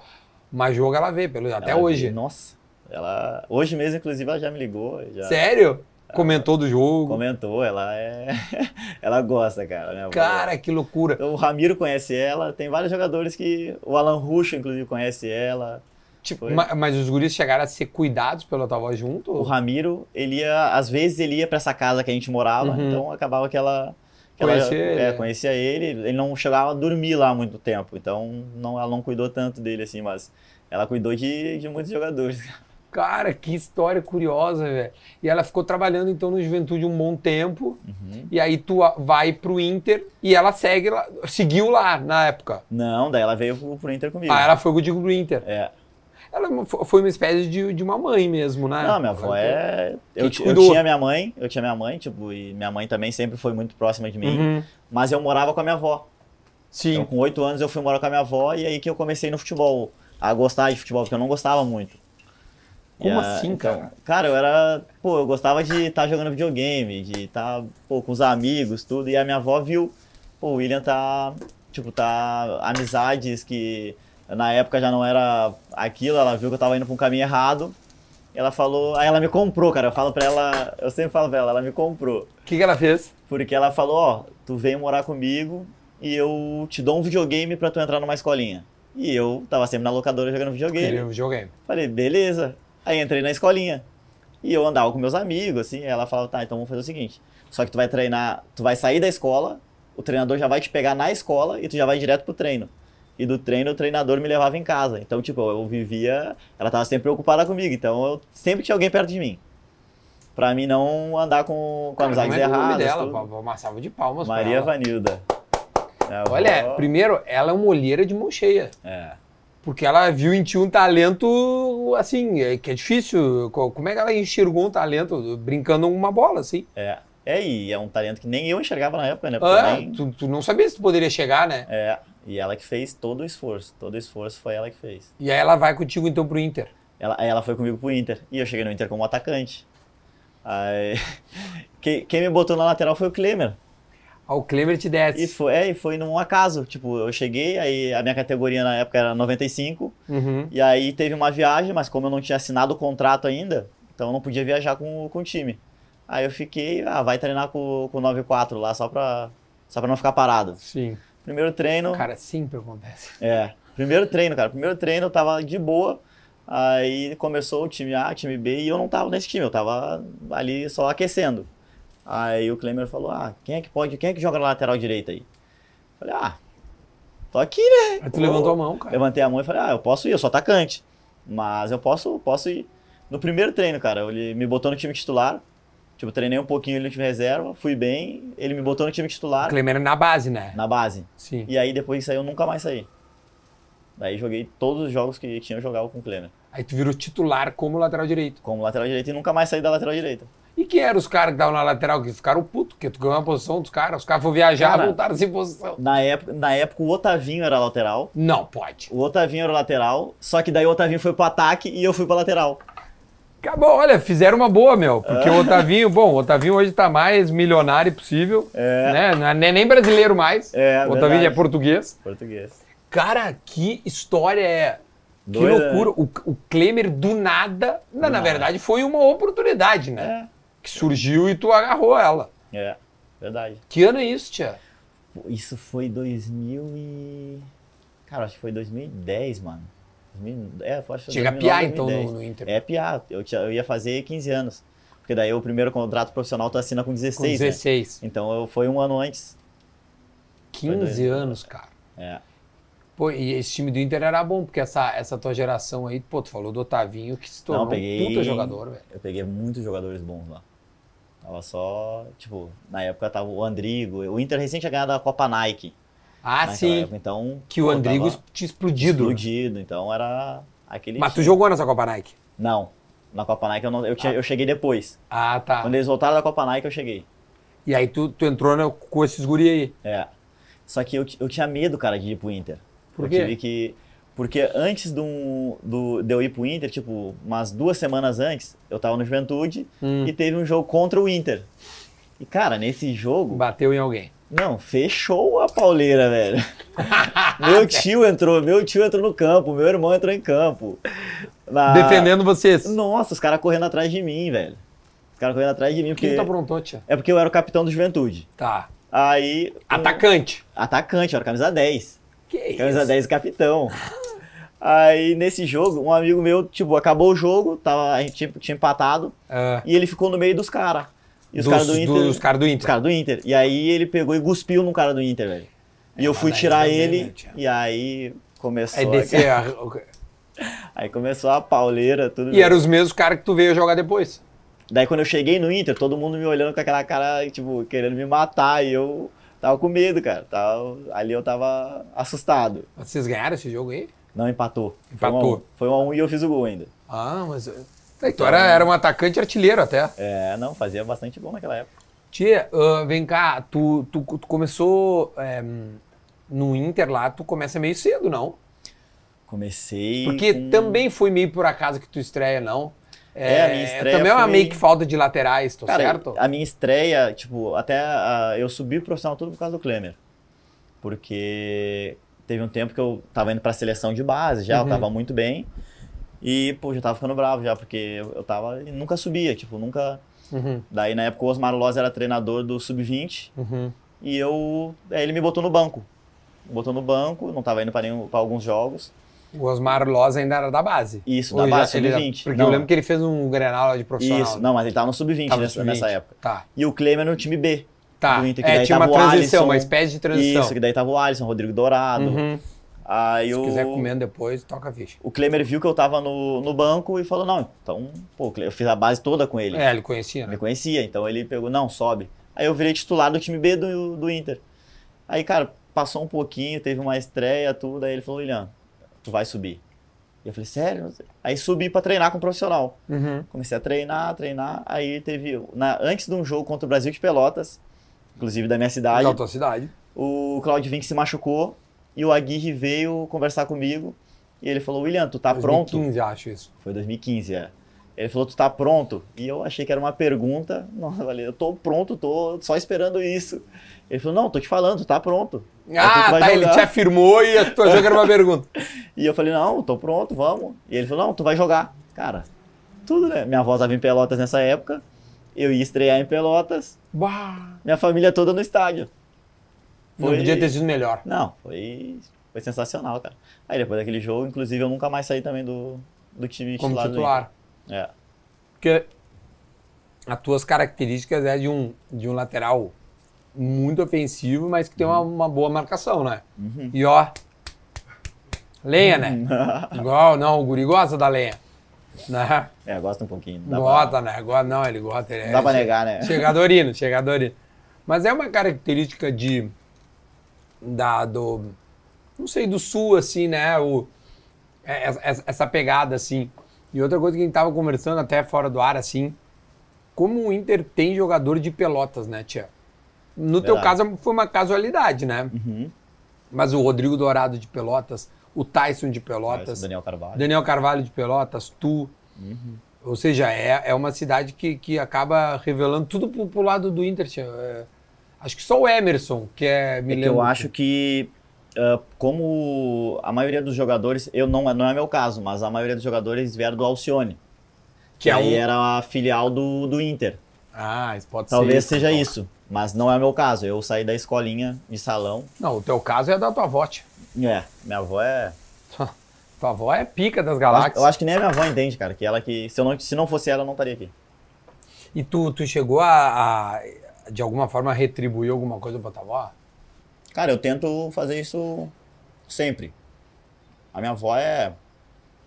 [SPEAKER 1] Mas jogo ela vê, pelo, até
[SPEAKER 2] Ela-
[SPEAKER 1] hoje.
[SPEAKER 2] Nossa, ela. Hoje mesmo, inclusive, ela já me ligou, já
[SPEAKER 1] Sério? Comentou do jogo.
[SPEAKER 2] comentou, ela é. ela gosta, cara. Minha avó.
[SPEAKER 1] Cara, que loucura.
[SPEAKER 2] O Ramiro conhece ela, tem vários jogadores que. O Alan Ruxo, inclusive, conhece ela.
[SPEAKER 1] Tipo,
[SPEAKER 2] Foi.
[SPEAKER 1] ma- mas os guris chegaram a ser cuidados pela tua avó junto?
[SPEAKER 2] O Ramiro, ele ia, às vezes ele ia pra essa casa que a gente morava,
[SPEAKER 1] Uhum.
[SPEAKER 2] então acabava que ela. que
[SPEAKER 1] Conhecia
[SPEAKER 2] ela,
[SPEAKER 1] ele,
[SPEAKER 2] é,
[SPEAKER 1] né?
[SPEAKER 2] conhecia ele, ele não chegava a dormir lá há muito tempo, então não, ela não cuidou tanto dele assim, mas ela cuidou de, de muitos jogadores.
[SPEAKER 1] Cara, que história curiosa, velho. E ela ficou trabalhando então no Juventude um bom tempo.
[SPEAKER 2] Uhum.
[SPEAKER 1] E aí tu a- vai pro Inter e ela segue lá, seguiu lá na época.
[SPEAKER 2] Não, daí ela veio pro, pro Inter comigo.
[SPEAKER 1] Ah, ela foi o que eu digo pro Inter.
[SPEAKER 2] É.
[SPEAKER 1] Ela mo- fo- foi uma espécie de, de uma mãe mesmo, né?
[SPEAKER 2] Não, minha avó é. Eu,
[SPEAKER 1] te
[SPEAKER 2] ti- eu
[SPEAKER 1] cuidou?
[SPEAKER 2] tinha minha mãe, eu tinha minha mãe, tipo, e minha mãe também sempre foi muito próxima de mim,
[SPEAKER 1] Uhum.
[SPEAKER 2] mas eu morava com a minha avó. Então,
[SPEAKER 1] Sim.
[SPEAKER 2] com oito anos eu fui morar com a minha avó e aí que eu comecei no futebol, a gostar de futebol, porque eu não gostava muito.
[SPEAKER 1] Como
[SPEAKER 2] E, ah,
[SPEAKER 1] assim,
[SPEAKER 2] então,
[SPEAKER 1] cara?
[SPEAKER 2] Cara, eu era. Pô, eu gostava de estar jogando videogame, de estar pô, com os amigos, tudo. E a minha avó viu, pô, o William tá. Tipo, tá. Amizades que na época já não era aquilo, ela viu que eu tava indo pra um caminho errado. Ela falou. Aí ela me comprou, cara. Eu falo pra ela. Eu sempre falo pra ela, ela me comprou.
[SPEAKER 1] O que, que ela fez?
[SPEAKER 2] Porque ela falou, ó, tu vem morar comigo e eu te dou um videogame pra tu entrar numa escolinha. E eu tava sempre na locadora jogando videogame.
[SPEAKER 1] Ele videogame.
[SPEAKER 2] Falei, beleza. Aí entrei na escolinha. E eu andava com meus amigos, assim, aí ela falava, tá, então vamos fazer o seguinte. Só que tu vai treinar, tu vai sair da escola, o treinador já vai te pegar na escola e tu já vai direto pro treino. E do treino o treinador me levava em casa. Então, tipo, eu vivia. Ela tava sempre preocupada comigo, então eu sempre tinha alguém perto de mim. Pra mim não andar com, com
[SPEAKER 1] Cara, como
[SPEAKER 2] amizades
[SPEAKER 1] é que é o
[SPEAKER 2] erradas.
[SPEAKER 1] nome dela,
[SPEAKER 2] tudo.
[SPEAKER 1] pá? uma salva de palmas pra
[SPEAKER 2] Maria
[SPEAKER 1] ela.
[SPEAKER 2] Vanilda. É, Minha
[SPEAKER 1] Olha,
[SPEAKER 2] avó-
[SPEAKER 1] primeiro, ela é uma olheira de mão cheia.
[SPEAKER 2] É.
[SPEAKER 1] Porque ela viu em ti um talento, assim, é- que é difícil. Co- Como é que ela enxergou um talento brincando uma bola, assim?
[SPEAKER 2] É. É, e é um talento que nem eu enxergava na época, né? Porque
[SPEAKER 1] Ah,
[SPEAKER 2] nem-
[SPEAKER 1] tu, tu não sabia se tu poderia chegar, né?
[SPEAKER 2] É, e ela que fez todo o esforço. Todo o esforço foi ela que fez.
[SPEAKER 1] E aí ela vai contigo, então, pro Inter.
[SPEAKER 2] Ela, aí ela foi comigo pro Inter. E eu cheguei no Inter como atacante. Aí, quem, quem me botou na lateral foi o Klemer.
[SPEAKER 1] Aí o Klemer te
[SPEAKER 2] E
[SPEAKER 1] desce.
[SPEAKER 2] foi, é, e foi num acaso. Tipo, eu cheguei, aí a minha categoria na época era 95.
[SPEAKER 1] Uhum.
[SPEAKER 2] E aí teve uma viagem, mas como eu não tinha assinado o contrato ainda, então eu não podia viajar com, com o time. Aí eu fiquei, ah, vai treinar com, com o 9-4 lá, só pra, só pra não ficar parado.
[SPEAKER 1] Sim.
[SPEAKER 2] Primeiro treino.
[SPEAKER 1] Cara, sempre acontece.
[SPEAKER 2] É, primeiro treino, cara. Primeiro treino eu tava de boa. Aí começou o time A, time B, e eu não tava nesse time, eu tava ali só aquecendo. Aí o Klemer falou: Ah, quem é que pode, quem é que joga na lateral direita aí? Falei, ah, tô aqui, né?
[SPEAKER 1] Aí tu
[SPEAKER 2] Ô,
[SPEAKER 1] levantou a mão, cara.
[SPEAKER 2] Levantei a mão e falei, ah, eu posso ir, eu sou atacante. Mas eu posso, posso ir. No primeiro treino, cara, ele me botou no time titular. Tipo, treinei um pouquinho ele no time reserva, fui bem, ele me botou no time
[SPEAKER 1] O
[SPEAKER 2] titular,
[SPEAKER 1] Klemer na base, né?
[SPEAKER 2] na base.
[SPEAKER 1] Sim.
[SPEAKER 2] E aí depois disso aí eu nunca mais saí. Daí joguei todos os jogos que tinha eu jogava com o Klemer.
[SPEAKER 1] Aí tu virou titular como lateral direito.
[SPEAKER 2] Como lateral direito e nunca mais saí da lateral direita.
[SPEAKER 1] E quem eram os caras que estavam na lateral que ficaram putos, porque tu ganhou a posição dos caras, os caras foram viajar,
[SPEAKER 2] Cara.
[SPEAKER 1] voltaram sem posição.
[SPEAKER 2] Na época, na época o Otavinho era lateral.
[SPEAKER 1] Não pode.
[SPEAKER 2] O Otavinho era lateral, só que daí o Otavinho foi pro ataque e eu fui pra lateral.
[SPEAKER 1] Acabou, olha, fizeram uma boa, meu. Porque
[SPEAKER 2] É.
[SPEAKER 1] o Otavinho, bom, o Otavinho hoje tá mais milionário possível.
[SPEAKER 2] É.
[SPEAKER 1] Né? Não é nem- nem brasileiro mais.
[SPEAKER 2] É,
[SPEAKER 1] o Otavinho
[SPEAKER 2] verdade.
[SPEAKER 1] é português.
[SPEAKER 2] Português.
[SPEAKER 1] Cara, que história é.
[SPEAKER 2] Doida, né?
[SPEAKER 1] que loucura. O, o Klemer do nada, na, na
[SPEAKER 2] nada.
[SPEAKER 1] verdade, foi uma oportunidade, né?
[SPEAKER 2] É.
[SPEAKER 1] Que surgiu e tu agarrou ela.
[SPEAKER 2] É, verdade.
[SPEAKER 1] Que ano é isso, tia?
[SPEAKER 2] Pô, Isso foi 2000 e... Cara, acho que foi 2010, mano. 2000 É, foi, acho que foi
[SPEAKER 1] Chega a
[SPEAKER 2] 2009,
[SPEAKER 1] piar, então,
[SPEAKER 2] 2010.
[SPEAKER 1] no, no Inter.
[SPEAKER 2] É piá, eu, tinha- eu ia fazer 15 anos. Porque daí o primeiro contrato profissional tu assina com 16,
[SPEAKER 1] Com
[SPEAKER 2] né?
[SPEAKER 1] 16.
[SPEAKER 2] Então eu foi um ano antes.
[SPEAKER 1] 15
[SPEAKER 2] doido.
[SPEAKER 1] anos, cara.
[SPEAKER 2] É.
[SPEAKER 1] Pô, e esse time do Inter era bom, porque essa, essa tua geração aí, pô, tu falou do Otavinho, que se tornou
[SPEAKER 2] Não, peguei-
[SPEAKER 1] um puta jogador, velho.
[SPEAKER 2] Eu peguei muitos jogadores bons lá. Tava só, tipo, na época tava o Andrigo, o Inter recente tinha ganhado a Copa Nike.
[SPEAKER 1] Ah,
[SPEAKER 2] naquela
[SPEAKER 1] sim.
[SPEAKER 2] época. Então,
[SPEAKER 1] Que o
[SPEAKER 2] pô,
[SPEAKER 1] Andrigo
[SPEAKER 2] tava
[SPEAKER 1] tinha explodido. né?
[SPEAKER 2] explodido. Então era aquele.
[SPEAKER 1] Mas tu
[SPEAKER 2] time.
[SPEAKER 1] jogou nessa Copa Nike?
[SPEAKER 2] Não. Na Copa Nike eu, não, eu, tinha- eu cheguei depois.
[SPEAKER 1] Ah, tá.
[SPEAKER 2] Quando eles voltaram da Copa Nike eu cheguei.
[SPEAKER 1] E aí tu, tu entrou na- com esses guri aí.
[SPEAKER 2] É. Só que eu, ti- eu tinha medo, cara, de ir pro Inter.
[SPEAKER 1] Por
[SPEAKER 2] eu
[SPEAKER 1] quê?
[SPEAKER 2] tive que. Porque antes de, um, do, de eu ir pro Inter, tipo, umas duas semanas antes, eu tava no Juventude
[SPEAKER 1] Hum.
[SPEAKER 2] e teve um jogo contra o Inter. E, cara, nesse jogo.
[SPEAKER 1] Bateu em alguém.
[SPEAKER 2] Não, fechou a pauleira, velho. meu tio entrou, meu tio entrou no campo, meu irmão entrou em campo. Na-
[SPEAKER 1] Defendendo vocês.
[SPEAKER 2] Nossa, os caras correndo atrás de mim, velho. Os caras correndo atrás de mim,
[SPEAKER 1] Quem tá
[SPEAKER 2] porque.
[SPEAKER 1] tu aprontou, tia?
[SPEAKER 2] É porque eu era o capitão do Juventude.
[SPEAKER 1] Tá.
[SPEAKER 2] Aí. um-
[SPEAKER 1] Atacante.
[SPEAKER 2] Atacante, eu era camisa 10.
[SPEAKER 1] Que isso?
[SPEAKER 2] Camisa 10 capitão. Aí nesse jogo, um amigo meu, tipo, acabou o jogo, tava, a gente tinha- tinha empatado,
[SPEAKER 1] Ah,
[SPEAKER 2] e ele ficou no meio dos caras. E os caras do Inter.
[SPEAKER 1] Dos caras do
[SPEAKER 2] Os
[SPEAKER 1] Inter.
[SPEAKER 2] caras do Inter. E aí ele pegou e cuspiu num cara do Inter, velho. E eu
[SPEAKER 1] É, mas
[SPEAKER 2] fui
[SPEAKER 1] daí
[SPEAKER 2] tirar
[SPEAKER 1] também,
[SPEAKER 2] ele,
[SPEAKER 1] né, tia?
[SPEAKER 2] e aí começou.
[SPEAKER 1] Aí
[SPEAKER 2] a-
[SPEAKER 1] descer a...
[SPEAKER 2] aí começou a pauleira, tudo.
[SPEAKER 1] E eram os mesmos caras que tu veio jogar depois.
[SPEAKER 2] Daí quando eu cheguei no Inter, todo mundo me olhando com aquela cara, tipo, querendo me matar, e eu tava com medo, cara. Tava, ali eu tava assustado.
[SPEAKER 1] Vocês ganharam esse jogo aí?
[SPEAKER 2] Não empatou.
[SPEAKER 1] Empatou.
[SPEAKER 2] Foi um a um, foi um, a um e eu fiz o gol ainda.
[SPEAKER 1] Ah, mas... Tu
[SPEAKER 2] Então,
[SPEAKER 1] era, era um atacante artilheiro até.
[SPEAKER 2] É, não, fazia bastante gol naquela época.
[SPEAKER 1] Tia, ah, vem cá, tu, tu, tu começou é, no Inter lá, tu começa meio cedo, não?
[SPEAKER 2] Comecei.
[SPEAKER 1] Porque
[SPEAKER 2] com-
[SPEAKER 1] também foi meio por acaso que tu estreia, não?
[SPEAKER 2] É, a minha estreia
[SPEAKER 1] Também é uma
[SPEAKER 2] foi-
[SPEAKER 1] meio que falta de laterais, tô
[SPEAKER 2] Cara,
[SPEAKER 1] certo?
[SPEAKER 2] a minha estreia, tipo, até ah, eu subi pro profissional tudo por causa do Klemer. Porque teve um tempo que eu tava indo pra seleção de base já,
[SPEAKER 1] Uhum.
[SPEAKER 2] eu tava muito bem. E, pô, já tava ficando bravo já, porque eu, eu tava. e Nunca subia, tipo, nunca.
[SPEAKER 1] Uhum,
[SPEAKER 2] Daí na época o Osmar Loz era treinador do Sub-20
[SPEAKER 1] uhum.
[SPEAKER 2] e eu. Aí ele me botou no banco. Me botou no banco, não tava indo pra, nenhum, pra alguns jogos.
[SPEAKER 1] O Osmar Loz ainda era da base.
[SPEAKER 2] Isso,
[SPEAKER 1] Ou
[SPEAKER 2] da
[SPEAKER 1] já-
[SPEAKER 2] base,
[SPEAKER 1] ele já-
[SPEAKER 2] Sub-20.
[SPEAKER 1] Porque
[SPEAKER 2] Não.
[SPEAKER 1] eu lembro que ele fez um Grenal lá de profissional. né?
[SPEAKER 2] Isso, não, mas ele tava no Sub-20
[SPEAKER 1] Tava no
[SPEAKER 2] nessa,
[SPEAKER 1] Sub-20.
[SPEAKER 2] nessa época.
[SPEAKER 1] Tá,
[SPEAKER 2] E o Klemer no time B.
[SPEAKER 1] tá.
[SPEAKER 2] Do Inter, que
[SPEAKER 1] é,
[SPEAKER 2] daí
[SPEAKER 1] tinha uma
[SPEAKER 2] tava o
[SPEAKER 1] transição,
[SPEAKER 2] Alisson.
[SPEAKER 1] uma espécie de transição.
[SPEAKER 2] Isso, que daí tava o Alisson, Rodrigo Dourado.
[SPEAKER 1] Uhum.
[SPEAKER 2] Aí
[SPEAKER 1] Se
[SPEAKER 2] o,
[SPEAKER 1] quiser comendo depois, toca a ficha.
[SPEAKER 2] o Klemer viu que eu tava no, no banco e falou: Não, então, pô, eu fiz a base toda com ele.
[SPEAKER 1] É, ele conhecia, né?
[SPEAKER 2] Me conhecia, então ele pegou: Não, sobe. Aí eu virei titular do time B do, do Inter. Aí, cara, passou um pouquinho, teve uma estreia, tudo. Aí ele falou: William, tu vai subir. E eu falei: Sério? Não sei." Aí subi pra treinar com o profissional.
[SPEAKER 1] Uhum.
[SPEAKER 2] Comecei a treinar, treinar. Aí teve, na, antes de um jogo contra o Brasil de Pelotas, inclusive da minha cidade.
[SPEAKER 1] Da tua cidade.
[SPEAKER 2] o Claudio Vinck se machucou e o Aguirre veio conversar comigo e ele falou: William, tu tá pronto?
[SPEAKER 1] 2015, acho isso.
[SPEAKER 2] Foi 2015, é. Ele falou: Tu tá pronto? E eu achei que era uma pergunta. Não, eu falei: Eu tô pronto, tô só esperando isso. Ele falou: Não, tô te falando, tu tá pronto. Aí tu
[SPEAKER 1] Ah,
[SPEAKER 2] vai
[SPEAKER 1] tá, ele
[SPEAKER 2] jogar.
[SPEAKER 1] te afirmou e a tua jogo era uma pergunta.
[SPEAKER 2] E eu falei: Não, tô pronto, vamos. E ele falou: Não, tu vai jogar. Cara, tudo, né? Minha avó tava em Pelotas nessa época, eu ia estrear em Pelotas,
[SPEAKER 1] Bah,
[SPEAKER 2] minha família toda no estádio.
[SPEAKER 1] Não
[SPEAKER 2] Foi-
[SPEAKER 1] podia ter sido melhor.
[SPEAKER 2] Não, foi, foi sensacional, cara. Aí depois daquele jogo, inclusive, eu nunca mais saí também do, do time
[SPEAKER 1] Como
[SPEAKER 2] titular. do
[SPEAKER 1] titular.
[SPEAKER 2] Inter. É.
[SPEAKER 1] Porque as tuas características é de um, de um lateral muito ofensivo, mas que tem uma, uma boa marcação, né?
[SPEAKER 2] Uhum.
[SPEAKER 1] E ó, lenha, né?
[SPEAKER 2] Uhum.
[SPEAKER 1] Igual, não, o guri gosta da lenha. Né?
[SPEAKER 2] É, gosta um pouquinho. Dá
[SPEAKER 1] Gosta,
[SPEAKER 2] pra,
[SPEAKER 1] né? Gosta, não, ele gosta. Ele
[SPEAKER 2] não
[SPEAKER 1] é-
[SPEAKER 2] dá pra negar, né?
[SPEAKER 1] Chegadorino, chegadorino. Mas é uma característica de. Da, do. Não sei, do sul, assim, né? O, é- é- essa, essa pegada, assim. E outra coisa que a gente tava conversando até fora do ar, assim. Como o Inter tem jogador de pelotas, né, Tia? No teu
[SPEAKER 2] Verdade.
[SPEAKER 1] caso foi uma casualidade, né?
[SPEAKER 2] Uhum.
[SPEAKER 1] Mas o Rodrigo Dourado de Pelotas, o Tyson de
[SPEAKER 2] Mas
[SPEAKER 1] Pelotas,
[SPEAKER 2] o Daniel Carvalho.
[SPEAKER 1] Daniel Carvalho de Pelotas, tu.
[SPEAKER 2] Uhum.
[SPEAKER 1] Ou seja, é, é uma cidade que, que acaba revelando tudo pro, pro lado do Inter. tia. É, acho que só o Emerson, que é. Me
[SPEAKER 2] É que
[SPEAKER 1] lembro
[SPEAKER 2] eu acho que, ah, como a maioria dos jogadores, eu não, não é meu caso, mas a maioria dos jogadores vieram do Alcione,
[SPEAKER 1] que é
[SPEAKER 2] aí
[SPEAKER 1] um...
[SPEAKER 2] era a filial do, do Inter.
[SPEAKER 1] Ah, isso pode
[SPEAKER 2] Talvez
[SPEAKER 1] ser.
[SPEAKER 2] seja isso, mas não é meu caso. Eu saí da escolinha de salão.
[SPEAKER 1] Não, o teu caso é da tua avó. tia.
[SPEAKER 2] É, minha avó é.
[SPEAKER 1] Tua, tua avó é pica das
[SPEAKER 2] Eu acho,
[SPEAKER 1] galáxias.
[SPEAKER 2] eu acho que nem a minha avó entende, cara, que ela que. Se, eu não, se não fosse ela, eu não estaria aqui.
[SPEAKER 1] E tu, tu chegou a, a, de alguma forma, retribuir alguma coisa pra tua avó?
[SPEAKER 2] Cara, eu tento fazer isso sempre. A minha avó é.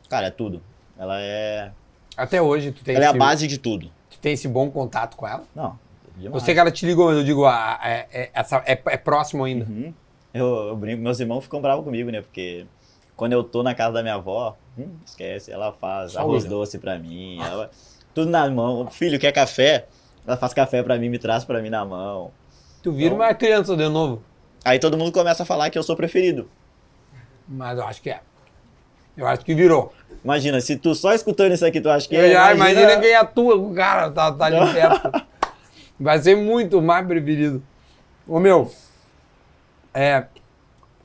[SPEAKER 2] Cara, é tudo. Ela é.
[SPEAKER 1] Até hoje, tu tem,
[SPEAKER 2] Ela é a
[SPEAKER 1] esse,
[SPEAKER 2] base de tudo.
[SPEAKER 1] tu tem esse bom contato com ela?
[SPEAKER 2] Não.
[SPEAKER 1] Eu
[SPEAKER 2] demais.
[SPEAKER 1] sei que ela te ligou, mas eu digo, a- a- é- é- essa, é, é próximo ainda.
[SPEAKER 2] Uhum. Eu, eu brinco, meus irmãos ficam bravos comigo, né? Porque quando eu tô na casa da minha avó, hum, esquece, ela faz
[SPEAKER 1] Saúde.
[SPEAKER 2] arroz doce pra mim, ela- tudo na mão. Filho, quer café? Ela faz café pra mim, me traz pra mim na mão.
[SPEAKER 1] Tu vira uma criança de novo.
[SPEAKER 2] Aí todo mundo começa a falar que eu sou preferido.
[SPEAKER 1] Mas eu acho que é. Eu acho que virou.
[SPEAKER 2] Imagina, se tu só escutando isso aqui, tu acha que é
[SPEAKER 1] Eu já
[SPEAKER 2] imagina-
[SPEAKER 1] imagina quem atua com o cara, tá, tá ali
[SPEAKER 2] Não.
[SPEAKER 1] perto. Vai ser muito mais preferido. Ô meu, é,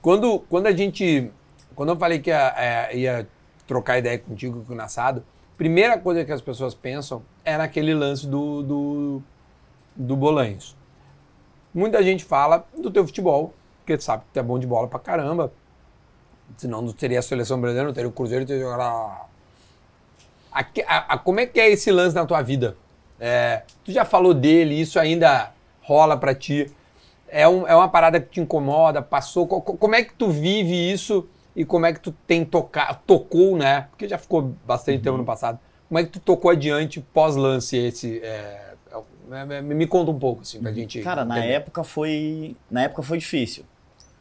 [SPEAKER 1] quando, quando a gente. Quando eu falei que ia, é, ia trocar ideia contigo com o Nassado, primeira coisa que as pessoas pensam é naquele lance do, do, do Bolanhos. Muita gente fala do teu futebol, porque sabe que tu é bom de bola pra caramba. Senão não teria a seleção brasileira, não teria o Cruzeiro, teria jogado. A que- a- a- como é que é esse lance na tua vida? É, tu já falou dele, isso ainda rola pra ti? É, um- é uma parada que te incomoda, passou? Co- co- como é que tu vive isso e como é que tu tem tocar, tocou, né? Porque já ficou bastante
[SPEAKER 2] Uhum.
[SPEAKER 1] tempo no passado. Como é que tu tocou adiante pós-lance esse? é, é, é, me conta um pouco, assim, pra gente.
[SPEAKER 2] Uhum. Cara, na
[SPEAKER 1] entender.
[SPEAKER 2] época foi. Na época foi difícil.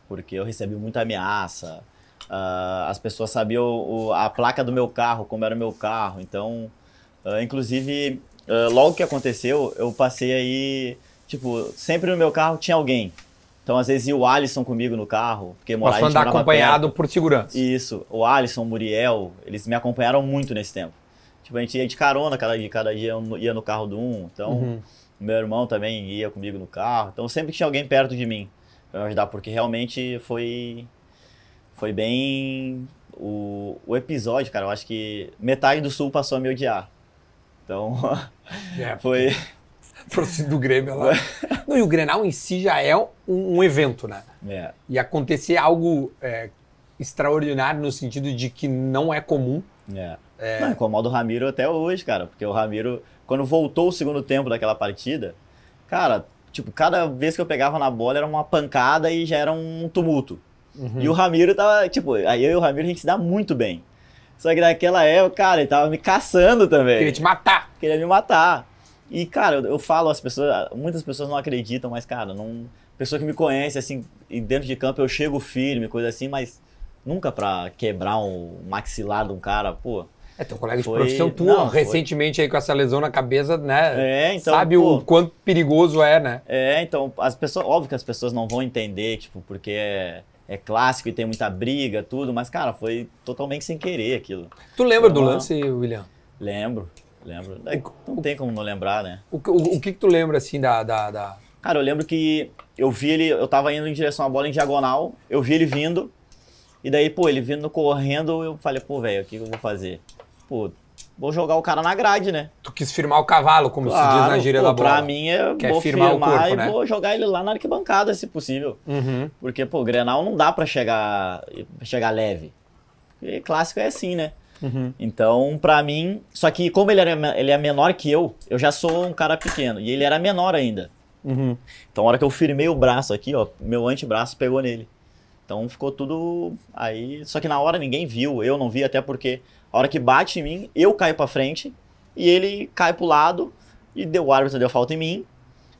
[SPEAKER 2] Porque eu recebi muita ameaça. ah, as pessoas sabiam o- a placa do meu carro, como era o meu carro. Então, ah, inclusive, ah, logo que aconteceu, eu passei aí. Tipo, sempre no meu carro tinha alguém. Então, às vezes, ia o Alisson comigo no carro, porque morar a
[SPEAKER 1] Passou a
[SPEAKER 2] gente
[SPEAKER 1] andar
[SPEAKER 2] morava perto.
[SPEAKER 1] acompanhado por segurança.
[SPEAKER 2] Isso, o Alisson, o Muriel, eles me acompanharam muito nesse tempo. Tipo, a gente ia de carona, cada, cada dia eu no- ia no carro do um, então
[SPEAKER 1] Uhum.
[SPEAKER 2] meu irmão também ia comigo no carro, então sempre tinha alguém perto de mim pra me ajudar, porque realmente foi foi bem o, o episódio, cara, eu acho que metade do sul passou a me odiar. Então,
[SPEAKER 1] É,
[SPEAKER 2] foi
[SPEAKER 1] torcida do Grêmio lá. Não, e o Grenal em si já é um, um evento, né?
[SPEAKER 2] é,
[SPEAKER 1] E acontecer algo é, extraordinário no sentido de que não é comum.
[SPEAKER 2] É. Não, incomoda o Ramiro até hoje, cara. Porque o Ramiro, quando voltou o segundo tempo daquela partida, cara, tipo, cada vez que eu pegava na bola era uma pancada e já era um tumulto.
[SPEAKER 1] Hum.
[SPEAKER 2] E o Ramiro tava, tipo, aí eu e o Ramiro a gente se dá muito bem. Só que naquela época, cara, ele tava me caçando também
[SPEAKER 1] Queria te matar.
[SPEAKER 2] queria me matar. E, cara, eu, eu falo, as pessoas, muitas pessoas não acreditam, mas, cara, não. Pessoa que me conhece, assim, e dentro de campo eu chego firme, coisa assim, mas nunca pra quebrar um maxilar de um cara, pô.
[SPEAKER 1] É teu colega
[SPEAKER 2] Foi-
[SPEAKER 1] de profissão, tu
[SPEAKER 2] não, foi-
[SPEAKER 1] recentemente aí com essa lesão na cabeça, né?
[SPEAKER 2] É, então.
[SPEAKER 1] Sabe
[SPEAKER 2] pô,
[SPEAKER 1] o quanto perigoso é, né?
[SPEAKER 2] É, então, as pessoas, óbvio que as pessoas não vão entender, tipo, porque é, é clássico e tem muita briga, tudo, mas, cara, foi totalmente sem querer aquilo.
[SPEAKER 1] Tu lembra do
[SPEAKER 2] Vamos lá.
[SPEAKER 1] lance, William?
[SPEAKER 2] Lembro, lembro. É, Não tem como não lembrar, né?
[SPEAKER 1] O, que- o- o que, que tu lembra, assim, da. da, da-
[SPEAKER 2] Cara, eu lembro que eu vi ele, eu tava indo em direção à bola em diagonal, eu vi ele vindo, e daí, pô, ele vindo correndo, eu falei, pô, velho, o que que eu vou fazer? Pô, vou jogar o cara na grade, né?
[SPEAKER 1] Tu quis firmar o cavalo, como se diz na
[SPEAKER 2] Claro,
[SPEAKER 1] gíria
[SPEAKER 2] pô,
[SPEAKER 1] da bola.
[SPEAKER 2] Pra mim, eu
[SPEAKER 1] Quer
[SPEAKER 2] vou
[SPEAKER 1] firmar
[SPEAKER 2] firmar,
[SPEAKER 1] o corpo,
[SPEAKER 2] e
[SPEAKER 1] né?
[SPEAKER 2] vou jogar ele lá na arquibancada, se possível.
[SPEAKER 1] Uhum.
[SPEAKER 2] Porque, pô, Grenal não dá pra chegar, chegar leve. Porque clássico é assim, né?
[SPEAKER 1] Uhum.
[SPEAKER 2] Então, pra mim, só que como ele, era, me- ele é menor que eu, eu já sou um cara pequeno, e ele era menor ainda.
[SPEAKER 1] Uhum.
[SPEAKER 2] Então, a hora que eu firmei o braço aqui, ó, meu antebraço pegou nele. Então, ficou tudo aí. Só que na hora ninguém viu, eu não vi, até porque a hora que bate em mim, eu caio pra frente e ele cai pro lado e deu o árbitro deu falta em mim.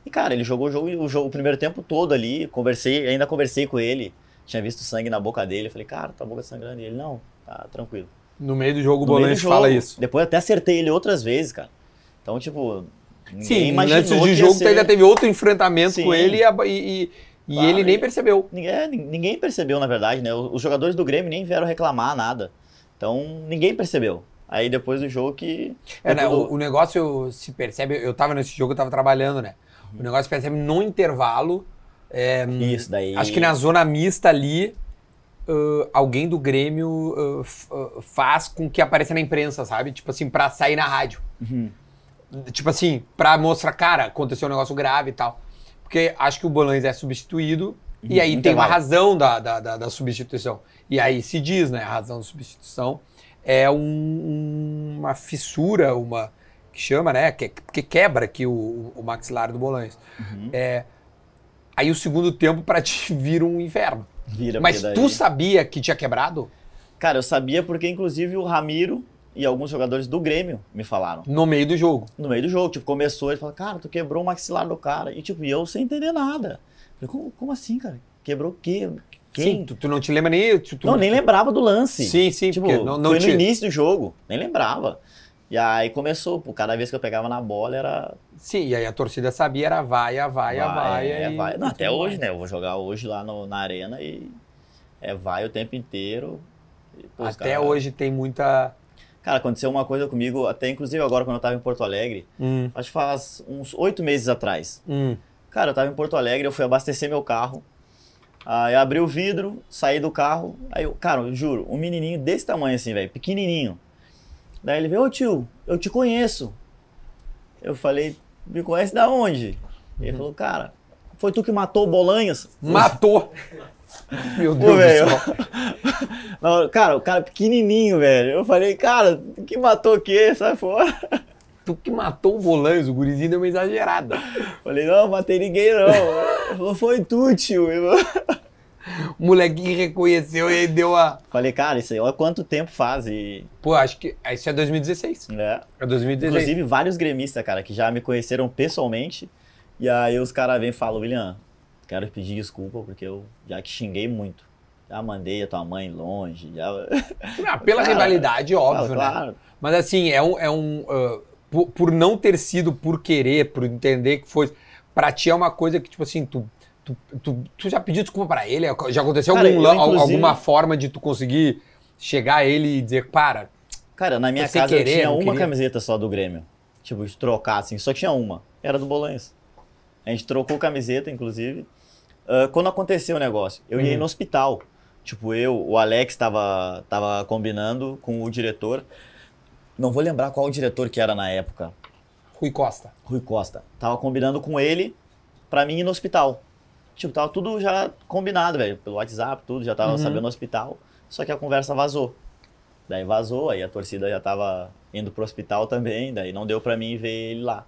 [SPEAKER 2] E, cara, ele jogou o jogo, o jogo- o primeiro tempo todo ali. Conversei, ainda conversei com ele. Tinha visto sangue na boca dele. Falei, cara, tua boca sangrando. E ele, não, tá tranquilo.
[SPEAKER 1] No meio do jogo, o
[SPEAKER 2] No meio do
[SPEAKER 1] Bolanhos
[SPEAKER 2] jogo,
[SPEAKER 1] fala isso.
[SPEAKER 2] Depois até acertei ele outras vezes, cara. Então, tipo. ninguém
[SPEAKER 1] Sim,
[SPEAKER 2] imaginou
[SPEAKER 1] antes
[SPEAKER 2] que
[SPEAKER 1] de
[SPEAKER 2] ia
[SPEAKER 1] jogo, tu
[SPEAKER 2] ser-
[SPEAKER 1] ainda teve outro enfrentamento
[SPEAKER 2] Sim.
[SPEAKER 1] com ele e, a- e- e- e
[SPEAKER 2] Claro,
[SPEAKER 1] ele nem
[SPEAKER 2] e-
[SPEAKER 1] percebeu.
[SPEAKER 2] Ninguém, é, nin- ninguém percebeu, na verdade, né? Os os jogadores do Grêmio nem vieram reclamar nada. Então, ninguém percebeu. Aí depois do jogo que.
[SPEAKER 1] É, né,
[SPEAKER 2] depois
[SPEAKER 1] o, o negócio se percebe, eu tava nesse jogo, eu tava trabalhando, né? O negócio se percebe no intervalo, é,
[SPEAKER 2] do- Isso, daí.
[SPEAKER 1] acho que na zona mista ali, ãh, alguém do Grêmio ãh, f- ãh, faz com que apareça na imprensa, sabe? Tipo assim, pra sair na rádio.
[SPEAKER 2] Uhum.
[SPEAKER 1] Tipo assim, pra mostrar, cara, aconteceu um negócio grave e tal. Porque acho que o Bolanes é substituído e aí tem uma
[SPEAKER 2] intervalo.
[SPEAKER 1] razão da, da, da- da substituição. E aí se diz, né? A razão da substituição é um- uma fissura, uma. que chama, né? Que, que quebra aqui o, o maxilar do Bolanes.
[SPEAKER 2] Uhum.
[SPEAKER 1] Aí o segundo tempo pra te vira um inferno.
[SPEAKER 2] Vira,
[SPEAKER 1] Mas
[SPEAKER 2] porque
[SPEAKER 1] tu
[SPEAKER 2] daí-
[SPEAKER 1] sabia que tinha quebrado?
[SPEAKER 2] Cara, eu sabia porque, inclusive, o Ramiro e alguns jogadores do Grêmio me falaram.
[SPEAKER 1] No meio do jogo.
[SPEAKER 2] No meio do jogo, tipo, começou, ele falou, cara, tu quebrou o maxilar do cara. E, tipo, e eu sem entender nada. Eu falei, como, como assim, cara? Quebrou o quê?
[SPEAKER 1] Sim, tu, tu não te lembra nem. Tu, tu-
[SPEAKER 2] Não, nem lembrava do lance.
[SPEAKER 1] Sim, sim,
[SPEAKER 2] tipo,
[SPEAKER 1] porque não, não
[SPEAKER 2] foi
[SPEAKER 1] te...
[SPEAKER 2] no início do jogo, nem lembrava. E aí começou, pô, cada vez que eu pegava na bola era.
[SPEAKER 1] Sim, e aí a torcida sabia, era vai, a vai, a vai.
[SPEAKER 2] é
[SPEAKER 1] e-
[SPEAKER 2] vai. Não, até hoje, né? Eu vou jogar hoje lá no- na arena e é vai o tempo inteiro. E, pô, os
[SPEAKER 1] Até
[SPEAKER 2] cara-
[SPEAKER 1] hoje tem muita.
[SPEAKER 2] Cara, aconteceu uma coisa comigo, até inclusive agora quando eu tava em Porto Alegre,
[SPEAKER 1] Hum,
[SPEAKER 2] acho que faz uns oito meses atrás.
[SPEAKER 1] hum.
[SPEAKER 2] Cara, eu tava em Porto Alegre, eu fui abastecer meu carro. Aí eu abri o vidro, saí do carro. Aí eu, cara, eu juro, um menininho desse tamanho assim, velho, pequenininho. Daí ele veio, ô tio, eu te conheço. Eu falei, me conhece da onde?
[SPEAKER 1] Uhum.
[SPEAKER 2] Ele falou, cara, foi tu que matou o Bolanhas?
[SPEAKER 1] Hum. Matou! Meu
[SPEAKER 2] Pô,
[SPEAKER 1] Deus
[SPEAKER 2] velho.
[SPEAKER 1] do céu.
[SPEAKER 2] Não, cara, o cara pequenininho, velho. Eu falei, cara, que matou o quê? Sai fora.
[SPEAKER 1] Tu que matou o Bolanhos, o gurizinho deu uma exagerada.
[SPEAKER 2] Falei, não, matei ninguém não. Ele falou, foi tu, tio. Ele falou-
[SPEAKER 1] O molequinho reconheceu e aí deu a.
[SPEAKER 2] Falei, cara, isso aí, olha quanto tempo faz. E,
[SPEAKER 1] Pô, acho que. Isso é 2016.
[SPEAKER 2] né?
[SPEAKER 1] É 2016.
[SPEAKER 2] Inclusive, vários gremistas, cara, que já me conheceram pessoalmente. E aí os caras vêm e falam, William, quero te pedir desculpa porque eu já te xinguei muito. Já mandei a tua mãe longe. Já...
[SPEAKER 1] Ah, pela
[SPEAKER 2] Cara,
[SPEAKER 1] rivalidade, óbvio, né?
[SPEAKER 2] claro.
[SPEAKER 1] Mas assim, é um. É um ah, por, por não ter sido por querer, por entender que foi. Pra ti é uma coisa que, tipo assim, tu. Tu, tu- tu já pediu desculpa pra ele? Já aconteceu
[SPEAKER 2] Cara,
[SPEAKER 1] algum
[SPEAKER 2] eu,
[SPEAKER 1] lan-
[SPEAKER 2] inclusive-
[SPEAKER 1] alguma forma de tu conseguir chegar a ele e dizer, para?
[SPEAKER 2] Cara, na minha
[SPEAKER 1] Sem
[SPEAKER 2] casa
[SPEAKER 1] querer,
[SPEAKER 2] eu tinha
[SPEAKER 1] não
[SPEAKER 2] uma
[SPEAKER 1] queria.
[SPEAKER 2] camiseta só do Grêmio. Tipo, de trocar, assim, só tinha uma. Era do Bolanhos. A gente trocou camiseta, inclusive. Ah, quando aconteceu o negócio, eu ia
[SPEAKER 1] Uhum.
[SPEAKER 2] no hospital. Tipo, eu, o Alex tava, tava combinando com o diretor. Não vou lembrar qual o diretor que era na época.
[SPEAKER 1] Rui Costa.
[SPEAKER 2] Rui Costa. Tava combinando com ele pra mim ir no hospital. Tipo, tava tudo já combinado, velho. Pelo WhatsApp, tudo, já tava
[SPEAKER 1] Uhum.
[SPEAKER 2] sabendo no hospital. Só que a conversa vazou. Daí vazou, aí a torcida já tava indo pro hospital também, daí não deu pra mim ver ele lá.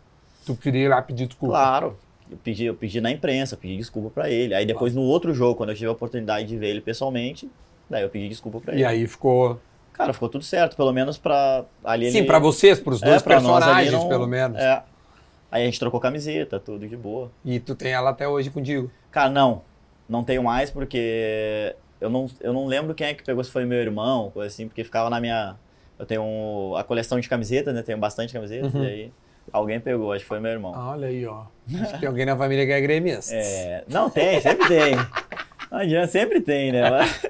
[SPEAKER 1] Tu queria ir lá pedir desculpa.
[SPEAKER 2] Claro. Eu pedi, eu pedi na imprensa, eu pedi desculpa pra ele. Aí depois no outro jogo, quando eu tive a oportunidade de ver ele pessoalmente, daí eu pedi desculpa pra ele.
[SPEAKER 1] E aí ficou.
[SPEAKER 2] Cara, ficou tudo certo, pelo menos pra ali
[SPEAKER 1] Sim,
[SPEAKER 2] ele-
[SPEAKER 1] pra vocês, pros
[SPEAKER 2] É,
[SPEAKER 1] dois
[SPEAKER 2] pra nós ali
[SPEAKER 1] personagens,
[SPEAKER 2] não-
[SPEAKER 1] pelo menos.
[SPEAKER 2] É. Aí a gente trocou camiseta, tudo de boa.
[SPEAKER 1] E tu tem ela até hoje contigo.
[SPEAKER 2] Cara, não. Não tenho mais porque eu não, eu não lembro quem é que pegou, se foi meu irmão, coisa assim, porque ficava na minha. Eu tenho a coleção de camisetas, né? Tenho bastante camisetas,
[SPEAKER 1] Uhum. Ah.
[SPEAKER 2] e aí alguém pegou, acho que foi meu irmão.
[SPEAKER 1] Olha aí, ó. Acho que tem alguém na família que é gremista.
[SPEAKER 2] É, não, tem, sempre tem. Não adianta, sempre tem, né?
[SPEAKER 1] É
[SPEAKER 2] Mas-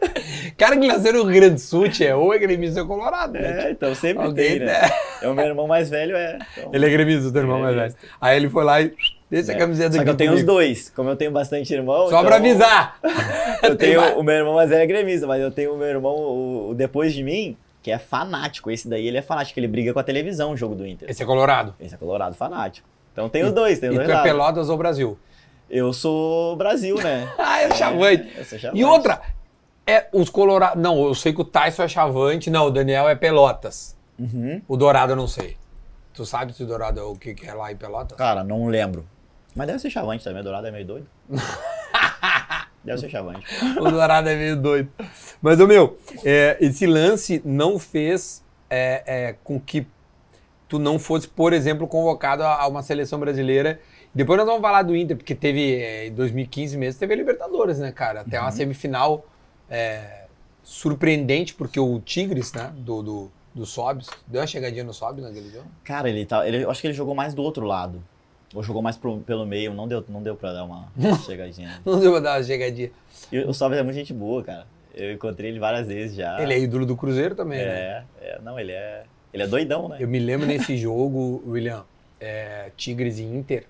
[SPEAKER 1] Cara que nasceu no Rio Grande do Sul, tchê, ou é gremista ou é colorado, né?
[SPEAKER 2] é, então sempre
[SPEAKER 1] Alguém,
[SPEAKER 2] tem,
[SPEAKER 1] né?
[SPEAKER 2] né? É o meu irmão mais velho, é. então-
[SPEAKER 1] Ele é gremista, teu irmão
[SPEAKER 2] Ele é
[SPEAKER 1] mais velho. Aí ele foi lá e deixa
[SPEAKER 2] É.
[SPEAKER 1] a camiseta
[SPEAKER 2] Só que
[SPEAKER 1] aqui
[SPEAKER 2] eu tenho os
[SPEAKER 1] comigo.
[SPEAKER 2] dois, como eu tenho bastante
[SPEAKER 1] Só
[SPEAKER 2] irmão. então-
[SPEAKER 1] pra avisar.
[SPEAKER 2] Eu
[SPEAKER 1] Tem
[SPEAKER 2] tenho
[SPEAKER 1] mais.
[SPEAKER 2] o meu irmão mais velho é gremista, mas eu tenho o meu irmão, o, o depois de mim, que é fanático. Esse daí ele é fanático, ele briga com a televisão o jogo do Inter.
[SPEAKER 1] Esse é colorado.
[SPEAKER 2] Esse é colorado fanático. Então tem os dois, tem
[SPEAKER 1] E
[SPEAKER 2] os dois
[SPEAKER 1] tu é
[SPEAKER 2] lados.
[SPEAKER 1] Pelotas ou Brasil.
[SPEAKER 2] Eu sou Brasil, né?
[SPEAKER 1] Ah, eu chavante.
[SPEAKER 2] Eu sou chavante.
[SPEAKER 1] E outra, é os colorados... Não, eu sei que o Tyson é chavante. Não, o Daniel é Pelotas.
[SPEAKER 2] Uhum.
[SPEAKER 1] O Dourado eu não sei. Tu sabe se o Dourado é o que que é lá em Pelotas?
[SPEAKER 2] Cara, não lembro. Mas deve ser chavante também, Dourado é meio doido. deve ser chavante.
[SPEAKER 1] O Dourado é meio doido. Mas, ô meu, é, esse lance não fez é, é, com que tu não fosse, por exemplo, convocado a, a uma seleção brasileira. Depois nós vamos falar do Inter, porque teve, é, em 2015 mesmo, teve a Libertadores, né, cara? Até uma semifinal é, surpreendente, porque o Tigres, né, do, do, do Sobs, deu uma chegadinha no Sobs naquele jogo.
[SPEAKER 2] Cara, ele tá. Ele, eu acho que ele jogou mais do outro lado. Ou jogou mais pro- pelo meio, não deu, não deu pra dar uma chegadinha.
[SPEAKER 1] Não deu pra dar uma chegadinha.
[SPEAKER 2] E o Sobres é muito gente boa, cara. Eu encontrei ele várias vezes já.
[SPEAKER 1] Ele é ídolo do Cruzeiro também, né?
[SPEAKER 2] Ah. É, é, não, ele é. Ele é doidão, né?
[SPEAKER 1] Eu me lembro nesse jogo, William, é, Tigres e Inter,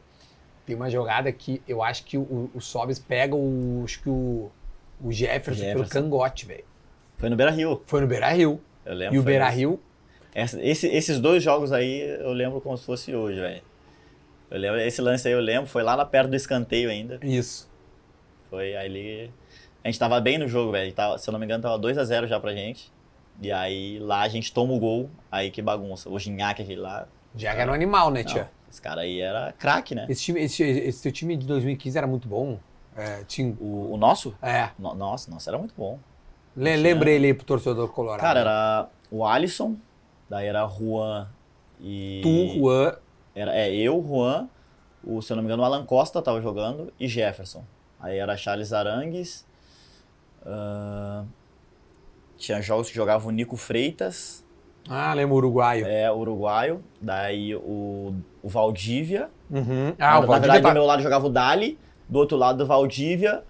[SPEAKER 1] tem uma jogada que eu acho que o, o Sobis pega o, acho que o, o Jefferson, pelo
[SPEAKER 2] Jefferson.
[SPEAKER 1] cangote, velho.
[SPEAKER 2] Foi no Beira Rio,
[SPEAKER 1] Foi no Beira-Rio.
[SPEAKER 2] eu lembro.
[SPEAKER 1] E o
[SPEAKER 2] foi isso.
[SPEAKER 1] Beira-Rio,
[SPEAKER 2] Essa- esse- esses dois jogos aí eu lembro como se fosse hoje, velho. Eu lembro, esse lance aí eu lembro, foi lá na perto do escanteio ainda.
[SPEAKER 1] isso.
[SPEAKER 2] Foi ali. A gente tava bem no jogo, velho. Tava- Se eu não me engano, tava 2x0 já pra gente. E aí lá a gente toma o gol, aí que bagunça. O Ginhaque aquele lá.
[SPEAKER 1] Já que era um animal, né,
[SPEAKER 2] Não,
[SPEAKER 1] tia?
[SPEAKER 2] esse cara aí era craque, né?
[SPEAKER 1] Esse, time, esse, esse teu time de 2015 era muito bom. É, tinha,
[SPEAKER 2] O, o nosso?
[SPEAKER 1] é
[SPEAKER 2] No- nossa, nossa, era muito bom.
[SPEAKER 1] le- lembrei ele aí pro torcedor colorado.
[SPEAKER 2] Cara, era o Alisson, daí era Juan e.
[SPEAKER 1] Tu, Juan,
[SPEAKER 2] Era, é, eu, Juan, o, se eu não me engano, o Alan Costa tava jogando e Jefferson. Aí era Charles Arangues, Ah, tinha jogos que jogava o Nico Freitas,
[SPEAKER 1] Ah, lembro uruguaio.
[SPEAKER 2] é uruguaio. Daí o, o Valdívia.
[SPEAKER 1] Uhum.
[SPEAKER 2] na,
[SPEAKER 1] Ah, o
[SPEAKER 2] na
[SPEAKER 1] Valdir
[SPEAKER 2] verdade,
[SPEAKER 1] tá-
[SPEAKER 2] do meu lado jogava o Dali, do outro lado o Valdívia,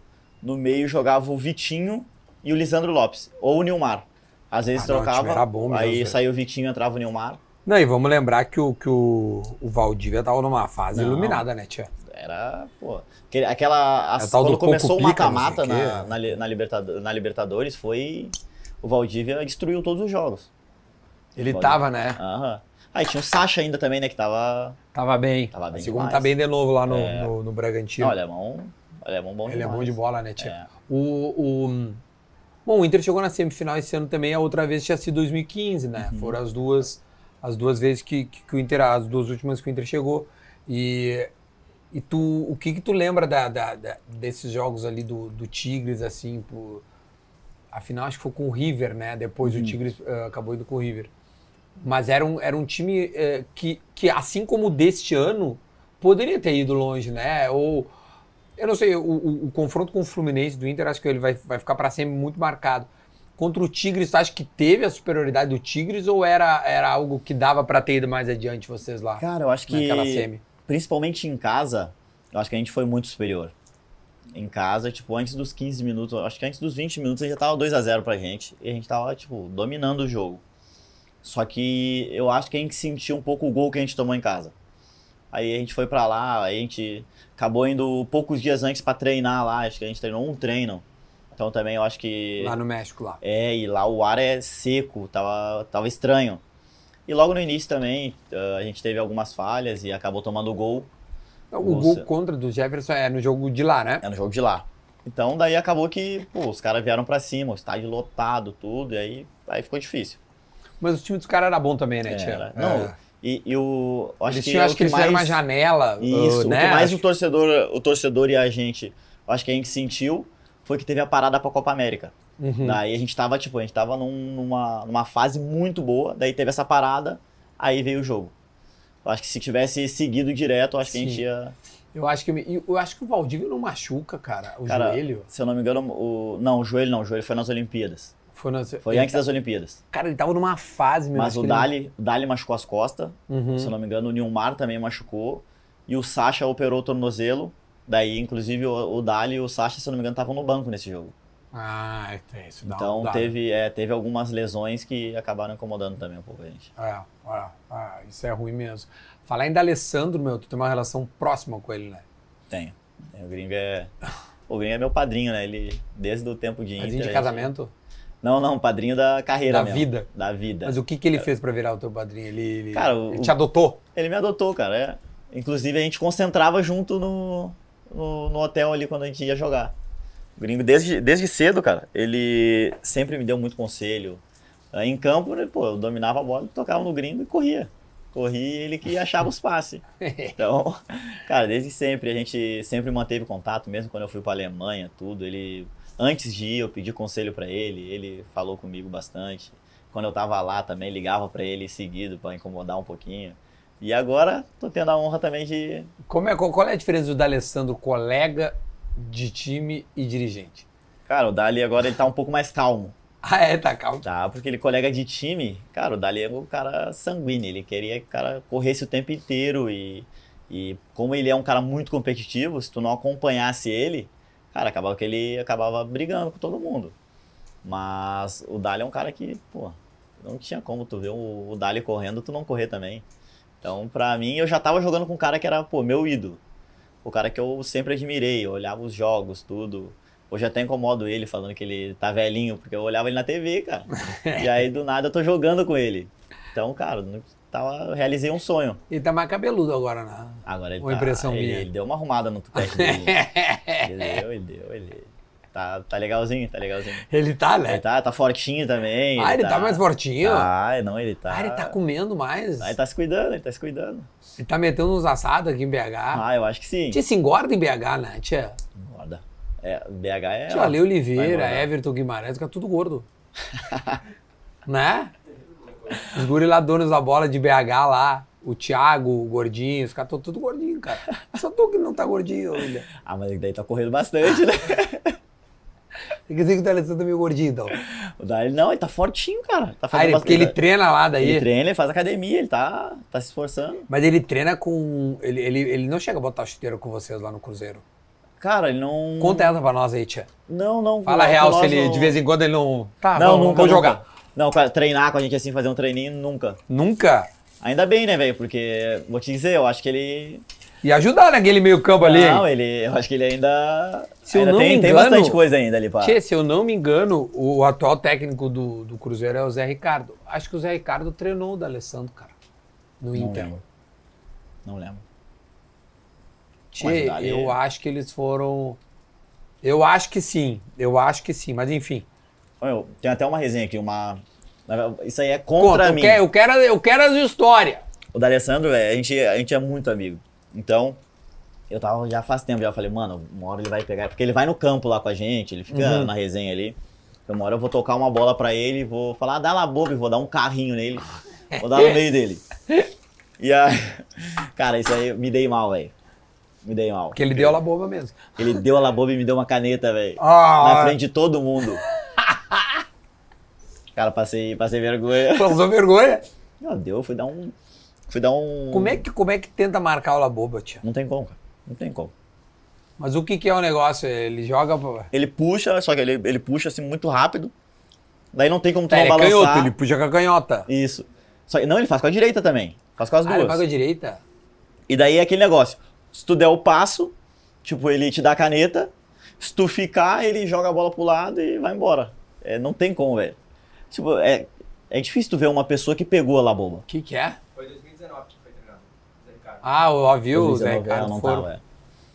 [SPEAKER 2] no meio jogava o Vitinho e o Lisandro Lopes, ou o Nilmar. Às vezes
[SPEAKER 1] Ah, não, o time
[SPEAKER 2] trocava,
[SPEAKER 1] era bom mesmo,
[SPEAKER 2] aí
[SPEAKER 1] velho.
[SPEAKER 2] saiu o Vitinho, entrava o Nilmar.
[SPEAKER 1] Não, e vamos lembrar que o, que o, o Valdívia tava numa fase
[SPEAKER 2] Não.
[SPEAKER 1] iluminada, né, tia?
[SPEAKER 2] Era, pô. aquele- Aquela.
[SPEAKER 1] É
[SPEAKER 2] As,
[SPEAKER 1] o tal do
[SPEAKER 2] quando começou o
[SPEAKER 1] Coco Pica,
[SPEAKER 2] mata-mata
[SPEAKER 1] não sei o quê.
[SPEAKER 2] na, na, Li- na Libertado- na Libertadores, foi. O Valdívia destruiu todos os jogos.
[SPEAKER 1] Ele
[SPEAKER 2] Valdívia.
[SPEAKER 1] tava, né?
[SPEAKER 2] Aham. Aí tinha o Sacha ainda também, né? Que tava.
[SPEAKER 1] Tava bem.
[SPEAKER 2] Tava bem
[SPEAKER 1] Segundo
[SPEAKER 2] demais.
[SPEAKER 1] tá bem de novo lá no, no, no Bragantino.
[SPEAKER 2] Não, o alemão. O alemão bom
[SPEAKER 1] Ele é bom de bola, né, tia?
[SPEAKER 2] É.
[SPEAKER 1] O, o... Bom, o Inter chegou na semifinal esse ano também, a outra vez tinha sido 2015,
[SPEAKER 2] Uhum.
[SPEAKER 1] né? Foram as duas, as duas vezes que, que, que o Inter, as duas últimas que o Inter chegou. E, e tu, o que que tu lembra da, da- da- desses jogos ali do, do Tigres, assim, pro... afinal acho que foi com o River, né? Depois
[SPEAKER 2] Uhum.
[SPEAKER 1] o Tigres eh, acabou indo com o River. Mas era um, era um time eh, que, que, assim como o deste ano, poderia ter ido longe, né? Ou, eu não sei, o, o- o confronto com o Fluminense do Inter, acho que ele vai, vai ficar para sempre muito marcado. Contra o Tigres, tu acha que teve a superioridade do Tigres ou era, era algo que dava para ter ido mais adiante vocês lá
[SPEAKER 2] Cara, eu acho que.
[SPEAKER 1] naquela semi?
[SPEAKER 2] principalmente em casa, eu acho que a gente foi muito superior. Em casa, tipo, antes dos 15 minutos, eu acho que antes dos 20 minutos, a gente já tava 2 a 0 pra gente. E a gente tava, tipo, dominando o jogo. Só que eu acho que a gente sentiu um pouco o gol que a gente tomou em casa. Aí a gente foi pra lá, a gente acabou indo poucos dias antes pra treinar lá. Acho que a gente treinou um treino. Então também eu acho que.
[SPEAKER 1] Lá no México, lá.
[SPEAKER 2] É, e lá o ar é seco, tava, tava estranho. E logo no início também, ah, a gente teve algumas falhas e acabou tomando o gol.
[SPEAKER 1] Então, O
[SPEAKER 2] Nossa.
[SPEAKER 1] gol contra do Jefferson é no jogo de lá, né?
[SPEAKER 2] É no jogo de lá. Então daí acabou que, pô, os caras vieram pra cima, o estádio lotado, tudo, e aí, aí ficou difícil.
[SPEAKER 1] Mas o time dos caras era bom também, né,
[SPEAKER 2] É,
[SPEAKER 1] Tia?
[SPEAKER 2] era. Não,
[SPEAKER 1] É.
[SPEAKER 2] E, e o. eu Acho
[SPEAKER 1] Eles
[SPEAKER 2] que
[SPEAKER 1] tinham,
[SPEAKER 2] é
[SPEAKER 1] acho
[SPEAKER 2] o
[SPEAKER 1] que eles fizeram uma
[SPEAKER 2] mais-
[SPEAKER 1] janela.
[SPEAKER 2] Isso,
[SPEAKER 1] uh,
[SPEAKER 2] o
[SPEAKER 1] né?
[SPEAKER 2] que mais
[SPEAKER 1] Acho
[SPEAKER 2] o torcedor, o torcedor e a gente, eu acho que a gente sentiu foi que teve a parada pra Copa América.
[SPEAKER 1] que- Uhum.
[SPEAKER 2] Daí a gente tava, tipo, a gente tava num- numa, numa fase muito boa, daí teve essa parada, aí veio o jogo. Eu acho que se tivesse seguido direto, eu acho que a
[SPEAKER 1] Sim.
[SPEAKER 2] gente ia.
[SPEAKER 1] Eu, acho que, eu- eu acho que o Valdívio não machuca, cara. O
[SPEAKER 2] Cara,
[SPEAKER 1] joelho.
[SPEAKER 2] Se eu não me engano, o. Não, o joelho não, o joelho foi nas Olimpíadas.
[SPEAKER 1] Foi, nas-
[SPEAKER 2] Foi
[SPEAKER 1] ele tá
[SPEAKER 2] antes das Olimpíadas.
[SPEAKER 1] Cara, ele tava numa fase, meu.
[SPEAKER 2] Mas
[SPEAKER 1] acho
[SPEAKER 2] o
[SPEAKER 1] que ele não-
[SPEAKER 2] Dali, o Dali machucou as costas,
[SPEAKER 1] Uhum.
[SPEAKER 2] se eu não me engano, o Nilmar também machucou. E o Sacha operou o tornozelo. Daí, inclusive, o, o Dali e o Sacha, se eu não me engano, estavam no banco nesse jogo.
[SPEAKER 1] Ah, tem isso. Dá,
[SPEAKER 2] então
[SPEAKER 1] dá.
[SPEAKER 2] teve, é, teve algumas lesões que acabaram incomodando também um pouco a gente.
[SPEAKER 1] É, olha, ah, isso é ruim mesmo. Falar em D'Alessandro, meu, tu tem uma relação próxima com ele, né?
[SPEAKER 2] Tenho. O Gringo é. O Gringo é meu padrinho, né? Ele, desde o tempo de
[SPEAKER 1] Padrinho
[SPEAKER 2] Inter,
[SPEAKER 1] de
[SPEAKER 2] ele-
[SPEAKER 1] casamento?
[SPEAKER 2] Não, não, padrinho da carreira
[SPEAKER 1] Da
[SPEAKER 2] mesmo.
[SPEAKER 1] vida.
[SPEAKER 2] Da vida.
[SPEAKER 1] Mas o que, que ele fez pra virar o teu padrinho? Ele, ele-
[SPEAKER 2] Cara, o-
[SPEAKER 1] ele te adotou?
[SPEAKER 2] Ele me adotou, cara. é. Inclusive, a gente concentrava junto no, no, no hotel ali quando a gente ia jogar. O gringo, desde, desde cedo, cara, ele sempre me deu muito conselho. Aí, Em campo, né, pô, eu dominava a bola, tocava no gringo e corria. Corria ele que achava os passes. Então, cara, desde sempre, a gente sempre manteve contato, mesmo quando eu fui pra Alemanha, tudo. Ele, antes de ir, eu pedi conselho pra ele, ele falou comigo bastante. Quando eu tava lá também, ligava pra ele seguido pra incomodar um pouquinho. E agora tô tendo a honra também de.
[SPEAKER 1] Como é, qual, qual é a diferença do D'Alessandro, colega de time e dirigente?
[SPEAKER 2] Cara, o Dali agora ele tá um pouco mais calmo,
[SPEAKER 1] Ah, é, tá calmo.
[SPEAKER 2] tá? Porque ele é colega de time, cara, o Dali é um cara sanguíneo, ele queria que o cara corresse o tempo inteiro e, e como ele é um cara muito competitivo, se tu não acompanhasse ele, cara, acabava que ele acabava brigando com todo mundo. Mas o Dali é um cara que, pô, não tinha como tu ver o, o Dali correndo, tu não correr também. Então, pra mim, eu já tava jogando com um cara que era, pô, meu ídolo. O cara que eu sempre admirei, eu olhava os jogos, tudo. Hoje até incomodo ele falando que ele tá velhinho, porque eu olhava ele na TV, cara. e aí, do nada, eu tô jogando com ele. Então, cara, não- tava, realizei um sonho.
[SPEAKER 1] Ele tá mais cabeludo agora, né?
[SPEAKER 2] Agora ele
[SPEAKER 1] Uma
[SPEAKER 2] tá-
[SPEAKER 1] impressão
[SPEAKER 2] ele,
[SPEAKER 1] minha.
[SPEAKER 2] ele deu uma arrumada no teste dele. ele deu, ele deu, ele... Tá, tá legalzinho, tá legalzinho.
[SPEAKER 1] Ele tá, né?
[SPEAKER 2] Ele tá, tá fortinho também.
[SPEAKER 1] ah, ele tá, mais fortinho?
[SPEAKER 2] Ah, não, ele tá...
[SPEAKER 1] Ah, ele tá comendo mais.
[SPEAKER 2] Ah, ele tá se cuidando, ele tá se cuidando.
[SPEAKER 1] Ele tá metendo uns assados aqui em BH.
[SPEAKER 2] Ah, eu acho que sim.
[SPEAKER 1] Tia, se engorda em BH, né, tia?
[SPEAKER 2] Engorda. É, BH é...
[SPEAKER 1] Tio Ale Oliveira,
[SPEAKER 2] engordar.
[SPEAKER 1] Everton Guimarães, fica tudo gordo. né? Os guri lá, donos da bola de BH lá, o Thiago, o Gordinho, os caras tão tudo gordinho, cara. Só tu que não tá gordinho, William.
[SPEAKER 2] Ah, mas daí tá correndo bastante, né?
[SPEAKER 3] Tem que dizer que o D'Alessandro é meio gordinho, então.
[SPEAKER 2] O Dali, não, ele tá fortinho, cara. Tá
[SPEAKER 1] Ah,
[SPEAKER 2] fazendo
[SPEAKER 1] ele, porque
[SPEAKER 2] bastante-
[SPEAKER 1] ele treina lá daí.
[SPEAKER 2] Ele treina, ele faz academia, ele tá, tá se esforçando.
[SPEAKER 1] Mas ele treina com. Ele, ele, ele não chega a botar chuteiro com vocês lá no Cruzeiro.
[SPEAKER 2] Cara, ele não.
[SPEAKER 1] Conta essa pra nós aí, tia.
[SPEAKER 2] Não, Hum. não.
[SPEAKER 1] Fala a
[SPEAKER 2] nós-
[SPEAKER 1] real se
[SPEAKER 2] nós
[SPEAKER 1] ele
[SPEAKER 2] não-
[SPEAKER 1] de vez em quando ele não. Tá,
[SPEAKER 2] Não,
[SPEAKER 1] vamos,
[SPEAKER 2] nunca.
[SPEAKER 1] vamos
[SPEAKER 2] nunca.
[SPEAKER 1] jogar.
[SPEAKER 2] Não, cara, treinar com a gente assim, fazer um treininho, nunca.
[SPEAKER 1] Nunca.
[SPEAKER 2] Ainda bem, né, velho? Porque, vou te dizer, eu acho que ele.
[SPEAKER 1] E ajudar naquele meio campo ali.
[SPEAKER 2] Não, ele. Eu acho que ele ainda.
[SPEAKER 1] Se eu
[SPEAKER 2] ainda
[SPEAKER 1] não
[SPEAKER 2] tem,
[SPEAKER 1] me
[SPEAKER 2] tem
[SPEAKER 1] engano-
[SPEAKER 2] bastante coisa ainda ali, pá.
[SPEAKER 1] Tchê, se eu não me engano, o atual técnico do, do Cruzeiro é o Zé Ricardo. Acho que o Zé Ricardo treinou o D'Alessandro, cara. No
[SPEAKER 2] Não
[SPEAKER 1] Inter.
[SPEAKER 2] lembro. Não lembro. Mas
[SPEAKER 1] Tchê,
[SPEAKER 2] dali- é-
[SPEAKER 1] eu acho que eles foram. Eu acho que sim. Eu acho que sim. Mas enfim.
[SPEAKER 2] Meu, tem até uma resenha aqui, uma. Isso aí é
[SPEAKER 1] Conta,
[SPEAKER 2] contra
[SPEAKER 1] eu
[SPEAKER 2] mim.
[SPEAKER 1] quero, eu quero, eu quero as histórias.
[SPEAKER 2] O D'Alessandro, velho, a gente, a gente é muito amigo. Então, eu tava já faz tempo, já falei, mano, uma hora ele vai pegar. Porque ele vai no campo lá com a gente, ele fica
[SPEAKER 1] Uhum.
[SPEAKER 2] na resenha ali. Então, uma hora eu vou tocar uma bola pra ele, vou falar, dá lá bobo, e vou dar um carrinho nele. Vou dar no meio dele. E aí, cara, isso aí eu me dei mal, velho. Me dei mal.
[SPEAKER 1] Porque ele deu a boba mesmo.
[SPEAKER 2] Ele deu a laboba e me deu uma caneta, velho.
[SPEAKER 1] Ah.
[SPEAKER 2] na frente de todo mundo. Cara, passei, passei vergonha.
[SPEAKER 1] Passou vergonha.
[SPEAKER 2] Meu Deus, fui dar um. Fui dar um.
[SPEAKER 1] Como é que, como é que tenta marcar o Laboba, tia?
[SPEAKER 2] Não tem como, cara. Não tem como.
[SPEAKER 1] Mas o que, que é o negócio? Ele joga. pra-
[SPEAKER 2] Ele puxa, só que ele, ele puxa assim muito rápido. Daí não tem como tu
[SPEAKER 1] Tá,
[SPEAKER 2] não
[SPEAKER 1] ele é
[SPEAKER 2] balançar.
[SPEAKER 1] canhoto, ele puxa com a canhota.
[SPEAKER 2] Isso. Só que- não, ele faz com a direita também. Faz com as
[SPEAKER 1] Ah, ele
[SPEAKER 2] duas.
[SPEAKER 1] vai com a direita?
[SPEAKER 2] E daí é aquele negócio. Se tu der o passo, tipo, ele te dá a caneta. Se tu ficar, ele joga a bola pro lado e vai embora. É, não tem como, velho. Tipo, é, é difícil tu ver uma pessoa que pegou a laboba.
[SPEAKER 1] O que, que é?
[SPEAKER 4] Foi 2019 que foi treinado. Zé Ricardo.
[SPEAKER 1] Ah, o Avil, o
[SPEAKER 2] Eles
[SPEAKER 1] Zé
[SPEAKER 2] não- ela
[SPEAKER 1] Ricardo
[SPEAKER 2] não
[SPEAKER 1] foram.
[SPEAKER 2] tava, é.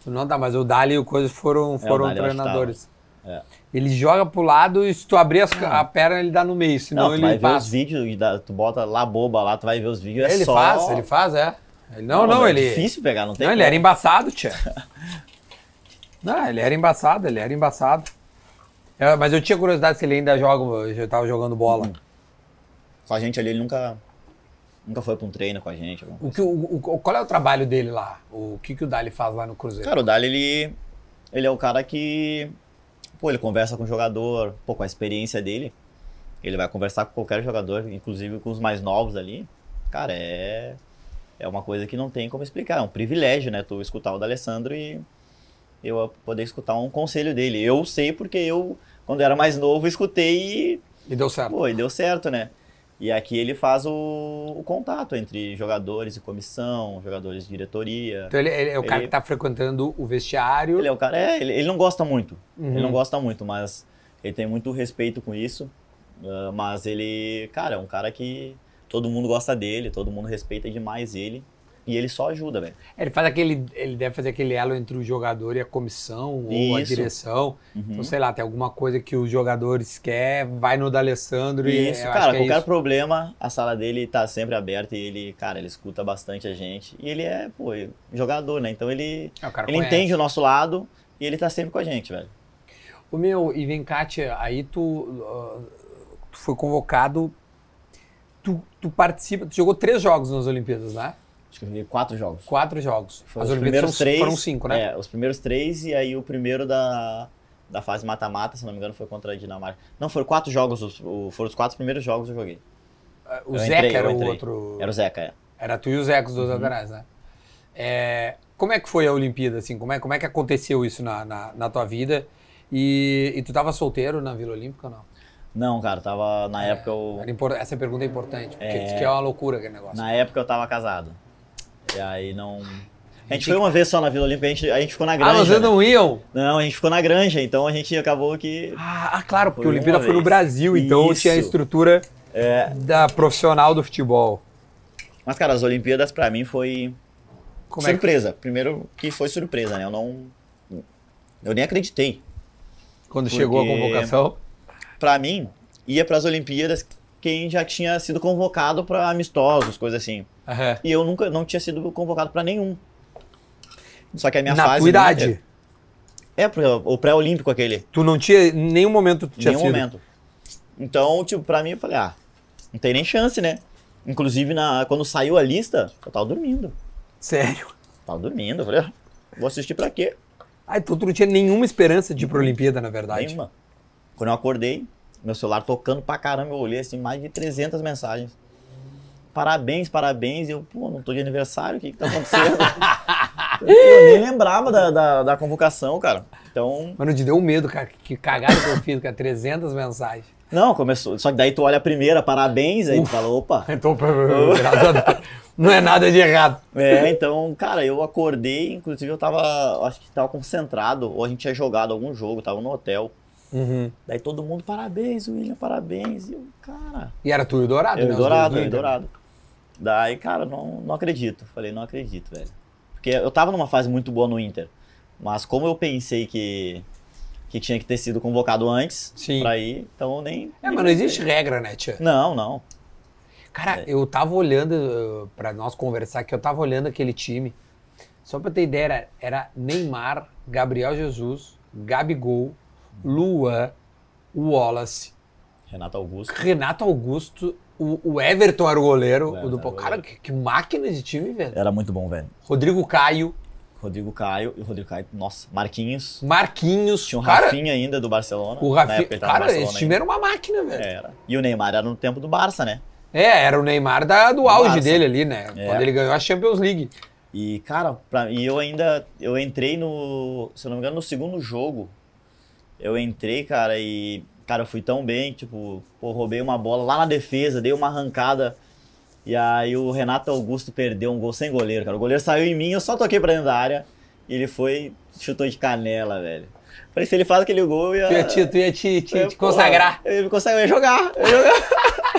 [SPEAKER 1] Tu não tá, mas o Dali e o Coisa foram, foram
[SPEAKER 2] Dali eu acho que
[SPEAKER 1] treinadores.
[SPEAKER 2] tava. É. Ah.
[SPEAKER 1] Ele joga pro lado e se tu abrir as- a perna, ele dá no meio, senão
[SPEAKER 2] Não, tu vai
[SPEAKER 1] ele
[SPEAKER 2] ver os
[SPEAKER 1] passa.
[SPEAKER 2] vídeos, e dá- tu bota laboba lá, tu vai ver os vídeos, é
[SPEAKER 1] ele
[SPEAKER 2] só...
[SPEAKER 1] faz, ele faz, é. Ele, não,
[SPEAKER 2] Não,
[SPEAKER 1] não,
[SPEAKER 2] é
[SPEAKER 1] ele.
[SPEAKER 2] difícil pegar, não tem
[SPEAKER 1] Não, ele é
[SPEAKER 2] como.
[SPEAKER 1] era embaçado, tia. Não, ele era embaçado, ele era embaçado. É, mas eu tinha curiosidade se ele ainda joga, eu tava jogando bola.
[SPEAKER 2] Com a gente ali, ele nunca, nunca foi pra um treino com a gente. alguma
[SPEAKER 1] O que, o, o- qual é o trabalho dele lá? O que, que o Dali faz lá no Cruzeiro?
[SPEAKER 2] Cara, o Dali, ele, ele é o cara que. Pô, ele conversa com o jogador, pô, com a experiência dele. Ele vai conversar com qualquer jogador, inclusive com os mais novos ali. Cara, é. É uma coisa que não tem como explicar. É um privilégio, né? Tu escutar o D'Alessandro e eu poder escutar um conselho dele. Eu sei porque eu, quando era mais novo, escutei e
[SPEAKER 1] E deu certo.
[SPEAKER 2] Pô, e deu certo, né? E aqui ele faz o, o contato entre jogadores e comissão, jogadores de diretoria.
[SPEAKER 1] Então ele, ele é o cara
[SPEAKER 2] ele-
[SPEAKER 1] que tá frequentando o vestiário.
[SPEAKER 2] Ele é o cara, é, ele, ele não gosta muito.
[SPEAKER 1] Uhum.
[SPEAKER 2] Ele não gosta muito, mas ele tem muito respeito com isso. Ah, mas ele, cara, é um cara que todo mundo gosta dele, todo mundo respeita demais ele. E ele só ajuda, velho.
[SPEAKER 1] Ele faz aquele. Ele deve fazer aquele elo entre o jogador e a comissão, ou a
[SPEAKER 2] Isso.
[SPEAKER 1] direção.
[SPEAKER 2] Uhum.
[SPEAKER 1] Então, sei lá, tem alguma coisa que os jogadores querem, vai no D'Alessandro e
[SPEAKER 2] Isso,
[SPEAKER 1] eu acho
[SPEAKER 2] cara,
[SPEAKER 1] que é
[SPEAKER 2] qualquer
[SPEAKER 1] isso.
[SPEAKER 2] problema, a sala dele tá sempre aberta e ele, cara, ele escuta bastante a gente. E ele é, pô, jogador, né? Então ele,
[SPEAKER 1] É, o cara
[SPEAKER 2] ele
[SPEAKER 1] conhece.
[SPEAKER 2] entende o nosso lado e ele tá sempre com a gente, velho.
[SPEAKER 1] O meu, e vem cá, tia, aí tu, ah, tu foi convocado, tu, tu participa, tu jogou três jogos nas Olimpíadas, né?
[SPEAKER 2] Acho que eu joguei quatro jogos.
[SPEAKER 1] Quatro jogos.
[SPEAKER 2] Foi
[SPEAKER 1] As
[SPEAKER 2] os
[SPEAKER 1] Olimpíadas
[SPEAKER 2] primeiros
[SPEAKER 1] foram,
[SPEAKER 2] três.
[SPEAKER 1] foram cinco, né?
[SPEAKER 2] É, os primeiros três e aí o primeiro da, da fase mata-mata, se não me engano, foi contra a Dinamarca. Não, foram quatro jogos, os, o- foram os quatro primeiros jogos que eu joguei.
[SPEAKER 1] o
[SPEAKER 2] É, eu
[SPEAKER 1] Zeca
[SPEAKER 2] entrei, eu
[SPEAKER 1] era o
[SPEAKER 2] entrei.
[SPEAKER 1] outro.
[SPEAKER 2] Era o Uhum. Zeca, é.
[SPEAKER 1] Era tu e o Zeca, os dois laterais, né? É, como é que foi a Olimpíada, assim? Como é, como é que aconteceu isso na, na, na tua vida? E, e tu tava solteiro na Vila Olímpica ou não?
[SPEAKER 2] Não, cara, tava.
[SPEAKER 1] É,
[SPEAKER 2] Na época eu.
[SPEAKER 1] Era impor- Essa pergunta é importante, porque
[SPEAKER 2] É.
[SPEAKER 1] diz que é uma loucura aquele negócio.
[SPEAKER 2] Na época eu tava casado. E aí não. A gente foi uma vez só na Vila Olímpica, a gente, a gente ficou na
[SPEAKER 1] Ah,
[SPEAKER 2] granja.
[SPEAKER 1] vocês
[SPEAKER 2] né?
[SPEAKER 1] não iam?
[SPEAKER 2] Não, a gente ficou na granja, então a gente acabou que.
[SPEAKER 1] Ah, ah, claro, porque
[SPEAKER 2] Foi
[SPEAKER 1] a Olimpíada
[SPEAKER 2] uma
[SPEAKER 1] foi no
[SPEAKER 2] vez.
[SPEAKER 1] Brasil, então
[SPEAKER 2] Isso.
[SPEAKER 1] tinha a estrutura
[SPEAKER 2] É.
[SPEAKER 1] da profissional do futebol.
[SPEAKER 2] Mas, cara, as Olimpíadas pra mim foi.
[SPEAKER 1] Como é
[SPEAKER 2] surpresa. Primeiro que foi surpresa, né? Eu não. Eu nem acreditei.
[SPEAKER 1] é que quando chegou a
[SPEAKER 2] Porque-
[SPEAKER 1] convocação?
[SPEAKER 2] Pra mim, ia pras Olimpíadas quem já tinha sido convocado pra amistosos, coisa assim.
[SPEAKER 1] Aham.
[SPEAKER 2] E eu nunca não tinha sido convocado pra nenhum. Só que a minha
[SPEAKER 1] Na
[SPEAKER 2] fase.
[SPEAKER 1] tua idade,
[SPEAKER 2] É, é pro- o pré-olímpico aquele.
[SPEAKER 1] tu não tinha em nenhum momento tu
[SPEAKER 2] Em
[SPEAKER 1] tinha
[SPEAKER 2] nenhum
[SPEAKER 1] sido.
[SPEAKER 2] momento. Então, tipo, pra mim eu falei, ah, não tem nem chance, né? Inclusive, na, quando saiu a lista, eu tava dormindo.
[SPEAKER 1] Sério.
[SPEAKER 2] Tava dormindo. Eu falei, ah, vou assistir pra quê?
[SPEAKER 1] Ah, então tu não tinha nenhuma esperança de ir pra Olimpíada, na verdade.
[SPEAKER 2] Nenhuma. Quando eu acordei, meu celular tocando pra caramba, eu olhei assim, mais de 300 mensagens. Parabéns, parabéns. E eu, pô, não tô de aniversário, o que que tá acontecendo? eu, pô, nem lembrava da, da, da convocação, cara. Então,
[SPEAKER 1] Mano, te deu um medo, cara. Que cagada que eu fiz, cara. 300 mensagens.
[SPEAKER 2] não, começou. Só que daí tu olha a primeira, parabéns, aí tu fala, opa.
[SPEAKER 1] Então, graças a Deus, não é nada de errado.
[SPEAKER 2] É, então, cara, eu acordei, inclusive eu tava, acho que tava concentrado, ou a gente tinha jogado algum jogo, tava no hotel.
[SPEAKER 1] Uhum.
[SPEAKER 2] Daí todo mundo, parabéns, William, parabéns. E eu, cara,
[SPEAKER 1] E era tu e o Dourado,
[SPEAKER 2] eu
[SPEAKER 1] né?
[SPEAKER 2] e
[SPEAKER 1] Os
[SPEAKER 2] É dourado,
[SPEAKER 1] dois
[SPEAKER 2] eu e
[SPEAKER 1] líderes.
[SPEAKER 2] dourado. Daí, cara, não, não acredito. Falei, não acredito, velho. Porque eu tava numa fase muito boa no Inter, mas como eu pensei que, que tinha que ter sido convocado antes
[SPEAKER 1] Sim.
[SPEAKER 2] pra ir, então eu nem.
[SPEAKER 1] É, mas não existe regra, né, tia?
[SPEAKER 2] Não, não.
[SPEAKER 1] Cara,
[SPEAKER 2] É.
[SPEAKER 1] eu tava olhando, uh, pra nós conversar aqui, eu tava olhando aquele time. Só pra ter ideia, era, era Neymar, Gabriel Jesus, Gabigol, Luan, Wallace,
[SPEAKER 2] Renato Augusto.
[SPEAKER 1] Renato Augusto, o, o Everton era o goleiro.
[SPEAKER 2] Everton
[SPEAKER 1] o do...
[SPEAKER 2] era o
[SPEAKER 1] Cara,
[SPEAKER 2] goleiro. É.
[SPEAKER 1] que, que máquina de time, velho.
[SPEAKER 2] Era muito bom, velho.
[SPEAKER 1] Rodrigo Caio,
[SPEAKER 2] Rodrigo Caio, e o Rodrigo Caio, nossa, Marquinhos.
[SPEAKER 1] Marquinhos.
[SPEAKER 2] Tinha o
[SPEAKER 1] cara,
[SPEAKER 2] Rafinha ainda do Barcelona.
[SPEAKER 1] o
[SPEAKER 2] na época
[SPEAKER 1] Rafinha.
[SPEAKER 2] ele tava no
[SPEAKER 1] Cara,
[SPEAKER 2] Barcelona
[SPEAKER 1] esse time é- era uma máquina,
[SPEAKER 2] ainda. É.
[SPEAKER 1] velho.
[SPEAKER 2] Era. E o Neymar era no tempo do Barça, né?
[SPEAKER 1] É. era o Neymar da- do auge
[SPEAKER 2] Barça.
[SPEAKER 1] dele ali, né?
[SPEAKER 2] É.
[SPEAKER 1] Quando ele ganhou a Champions League.
[SPEAKER 2] E, cara, pra, e eu ainda. Eu entrei no. Se eu não me engano, no segundo jogo. Eu entrei, cara, e. Cara, eu fui tão bem, tipo, pô, roubei uma bola lá na defesa, dei uma arrancada. E aí o Renato Augusto perdeu um gol sem goleiro, cara. O goleiro saiu em mim, eu só toquei pra dentro da área. E ele foi. chutou de canela, velho. Falei, se ele faz aquele gol, eu ia.
[SPEAKER 1] Tu ia te, tu ia te, te-
[SPEAKER 2] eu-
[SPEAKER 1] te
[SPEAKER 2] pô,
[SPEAKER 1] consagrar.
[SPEAKER 2] Eu ia me consagrar, eu ia jogar. Eu ia jogar.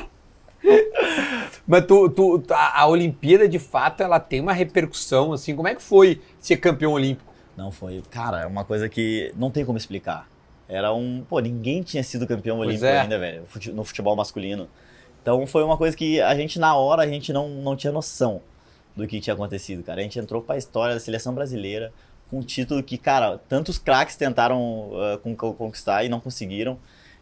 [SPEAKER 1] Mas tu, tu- tu- a, a Olimpíada, de fato, ela tem uma repercussão, assim. Como é que foi ser campeão olímpico?
[SPEAKER 2] Não foi. Cara, é uma coisa que não tem como explicar. Era um. Pô, ninguém tinha sido campeão
[SPEAKER 1] Pois
[SPEAKER 2] olímpico
[SPEAKER 1] é.
[SPEAKER 2] ainda, velho, fute- no futebol masculino. Então foi uma coisa que a gente, na hora, a gente não, não tinha noção do que tinha acontecido, cara. A gente entrou pra história da seleção brasileira com um título que, cara, tantos craques tentaram ah, con- con- conquistar e não conseguiram.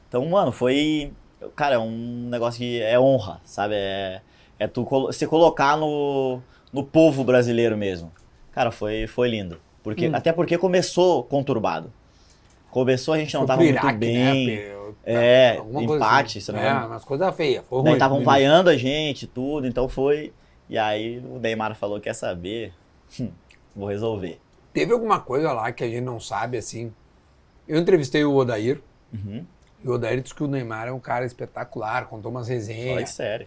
[SPEAKER 2] Então, mano, foi. Cara, é um negócio que é honra, sabe? É, é tu colo- se colocar no, no povo brasileiro mesmo. Cara, foi, foi lindo. Porque,
[SPEAKER 1] Hum.
[SPEAKER 2] Até porque começou conturbado. Começou, a gente não
[SPEAKER 1] Foi pro
[SPEAKER 2] Então, tava muito
[SPEAKER 1] Iraque,
[SPEAKER 2] bem.
[SPEAKER 1] Pe-
[SPEAKER 2] É,
[SPEAKER 1] alguma coisa
[SPEAKER 2] empate,
[SPEAKER 1] assim.
[SPEAKER 2] se não me
[SPEAKER 1] É,
[SPEAKER 2] engano. um
[SPEAKER 1] umas coisas feias. Foi ruim.
[SPEAKER 2] Daí estavam
[SPEAKER 1] Foi
[SPEAKER 2] vaiando a gente, tudo, então foi. E aí o Neymar falou: quer saber? Hum, Vou resolver.
[SPEAKER 1] Teve alguma coisa lá que a gente não sabe, assim. Eu entrevistei o Odair,
[SPEAKER 2] Uhum.
[SPEAKER 1] e o Odair disse que o Neymar é um cara espetacular, contou umas
[SPEAKER 2] Fala de
[SPEAKER 1] resenhas,
[SPEAKER 2] sério.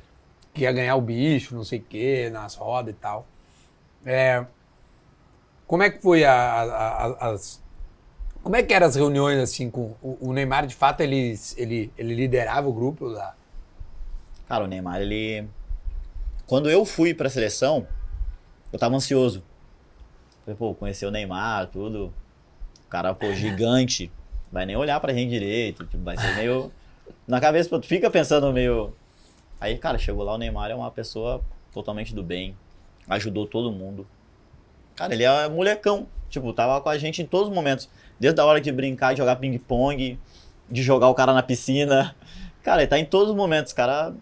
[SPEAKER 1] que ia ganhar o bicho, não sei o quê, nas rodas e tal. É, como é que foi a, a- a- as... Como é que eram as reuniões, assim, com... O, o Neymar, de fato, ele, ele, ele liderava o grupo da...
[SPEAKER 2] Cara, o Neymar, ele. Quando eu fui pra seleção, eu tava ansioso. Falei, pô, conhecer o Neymar, tudo. O cara, pô, gigante. Vai nem olhar pra gente direito. Tipo, vai ser meio. Na cabeça, pô, tu fica pensando meio. Aí, cara, chegou lá, o Neymar é uma pessoa totalmente do bem. Ajudou todo mundo. Cara, ele é molecão. Tipo, tava com a gente em todos os momentos. Desde a hora de brincar, de jogar ping-pong, de jogar o cara na piscina. Cara, ele tá em todos os momentos. Cara,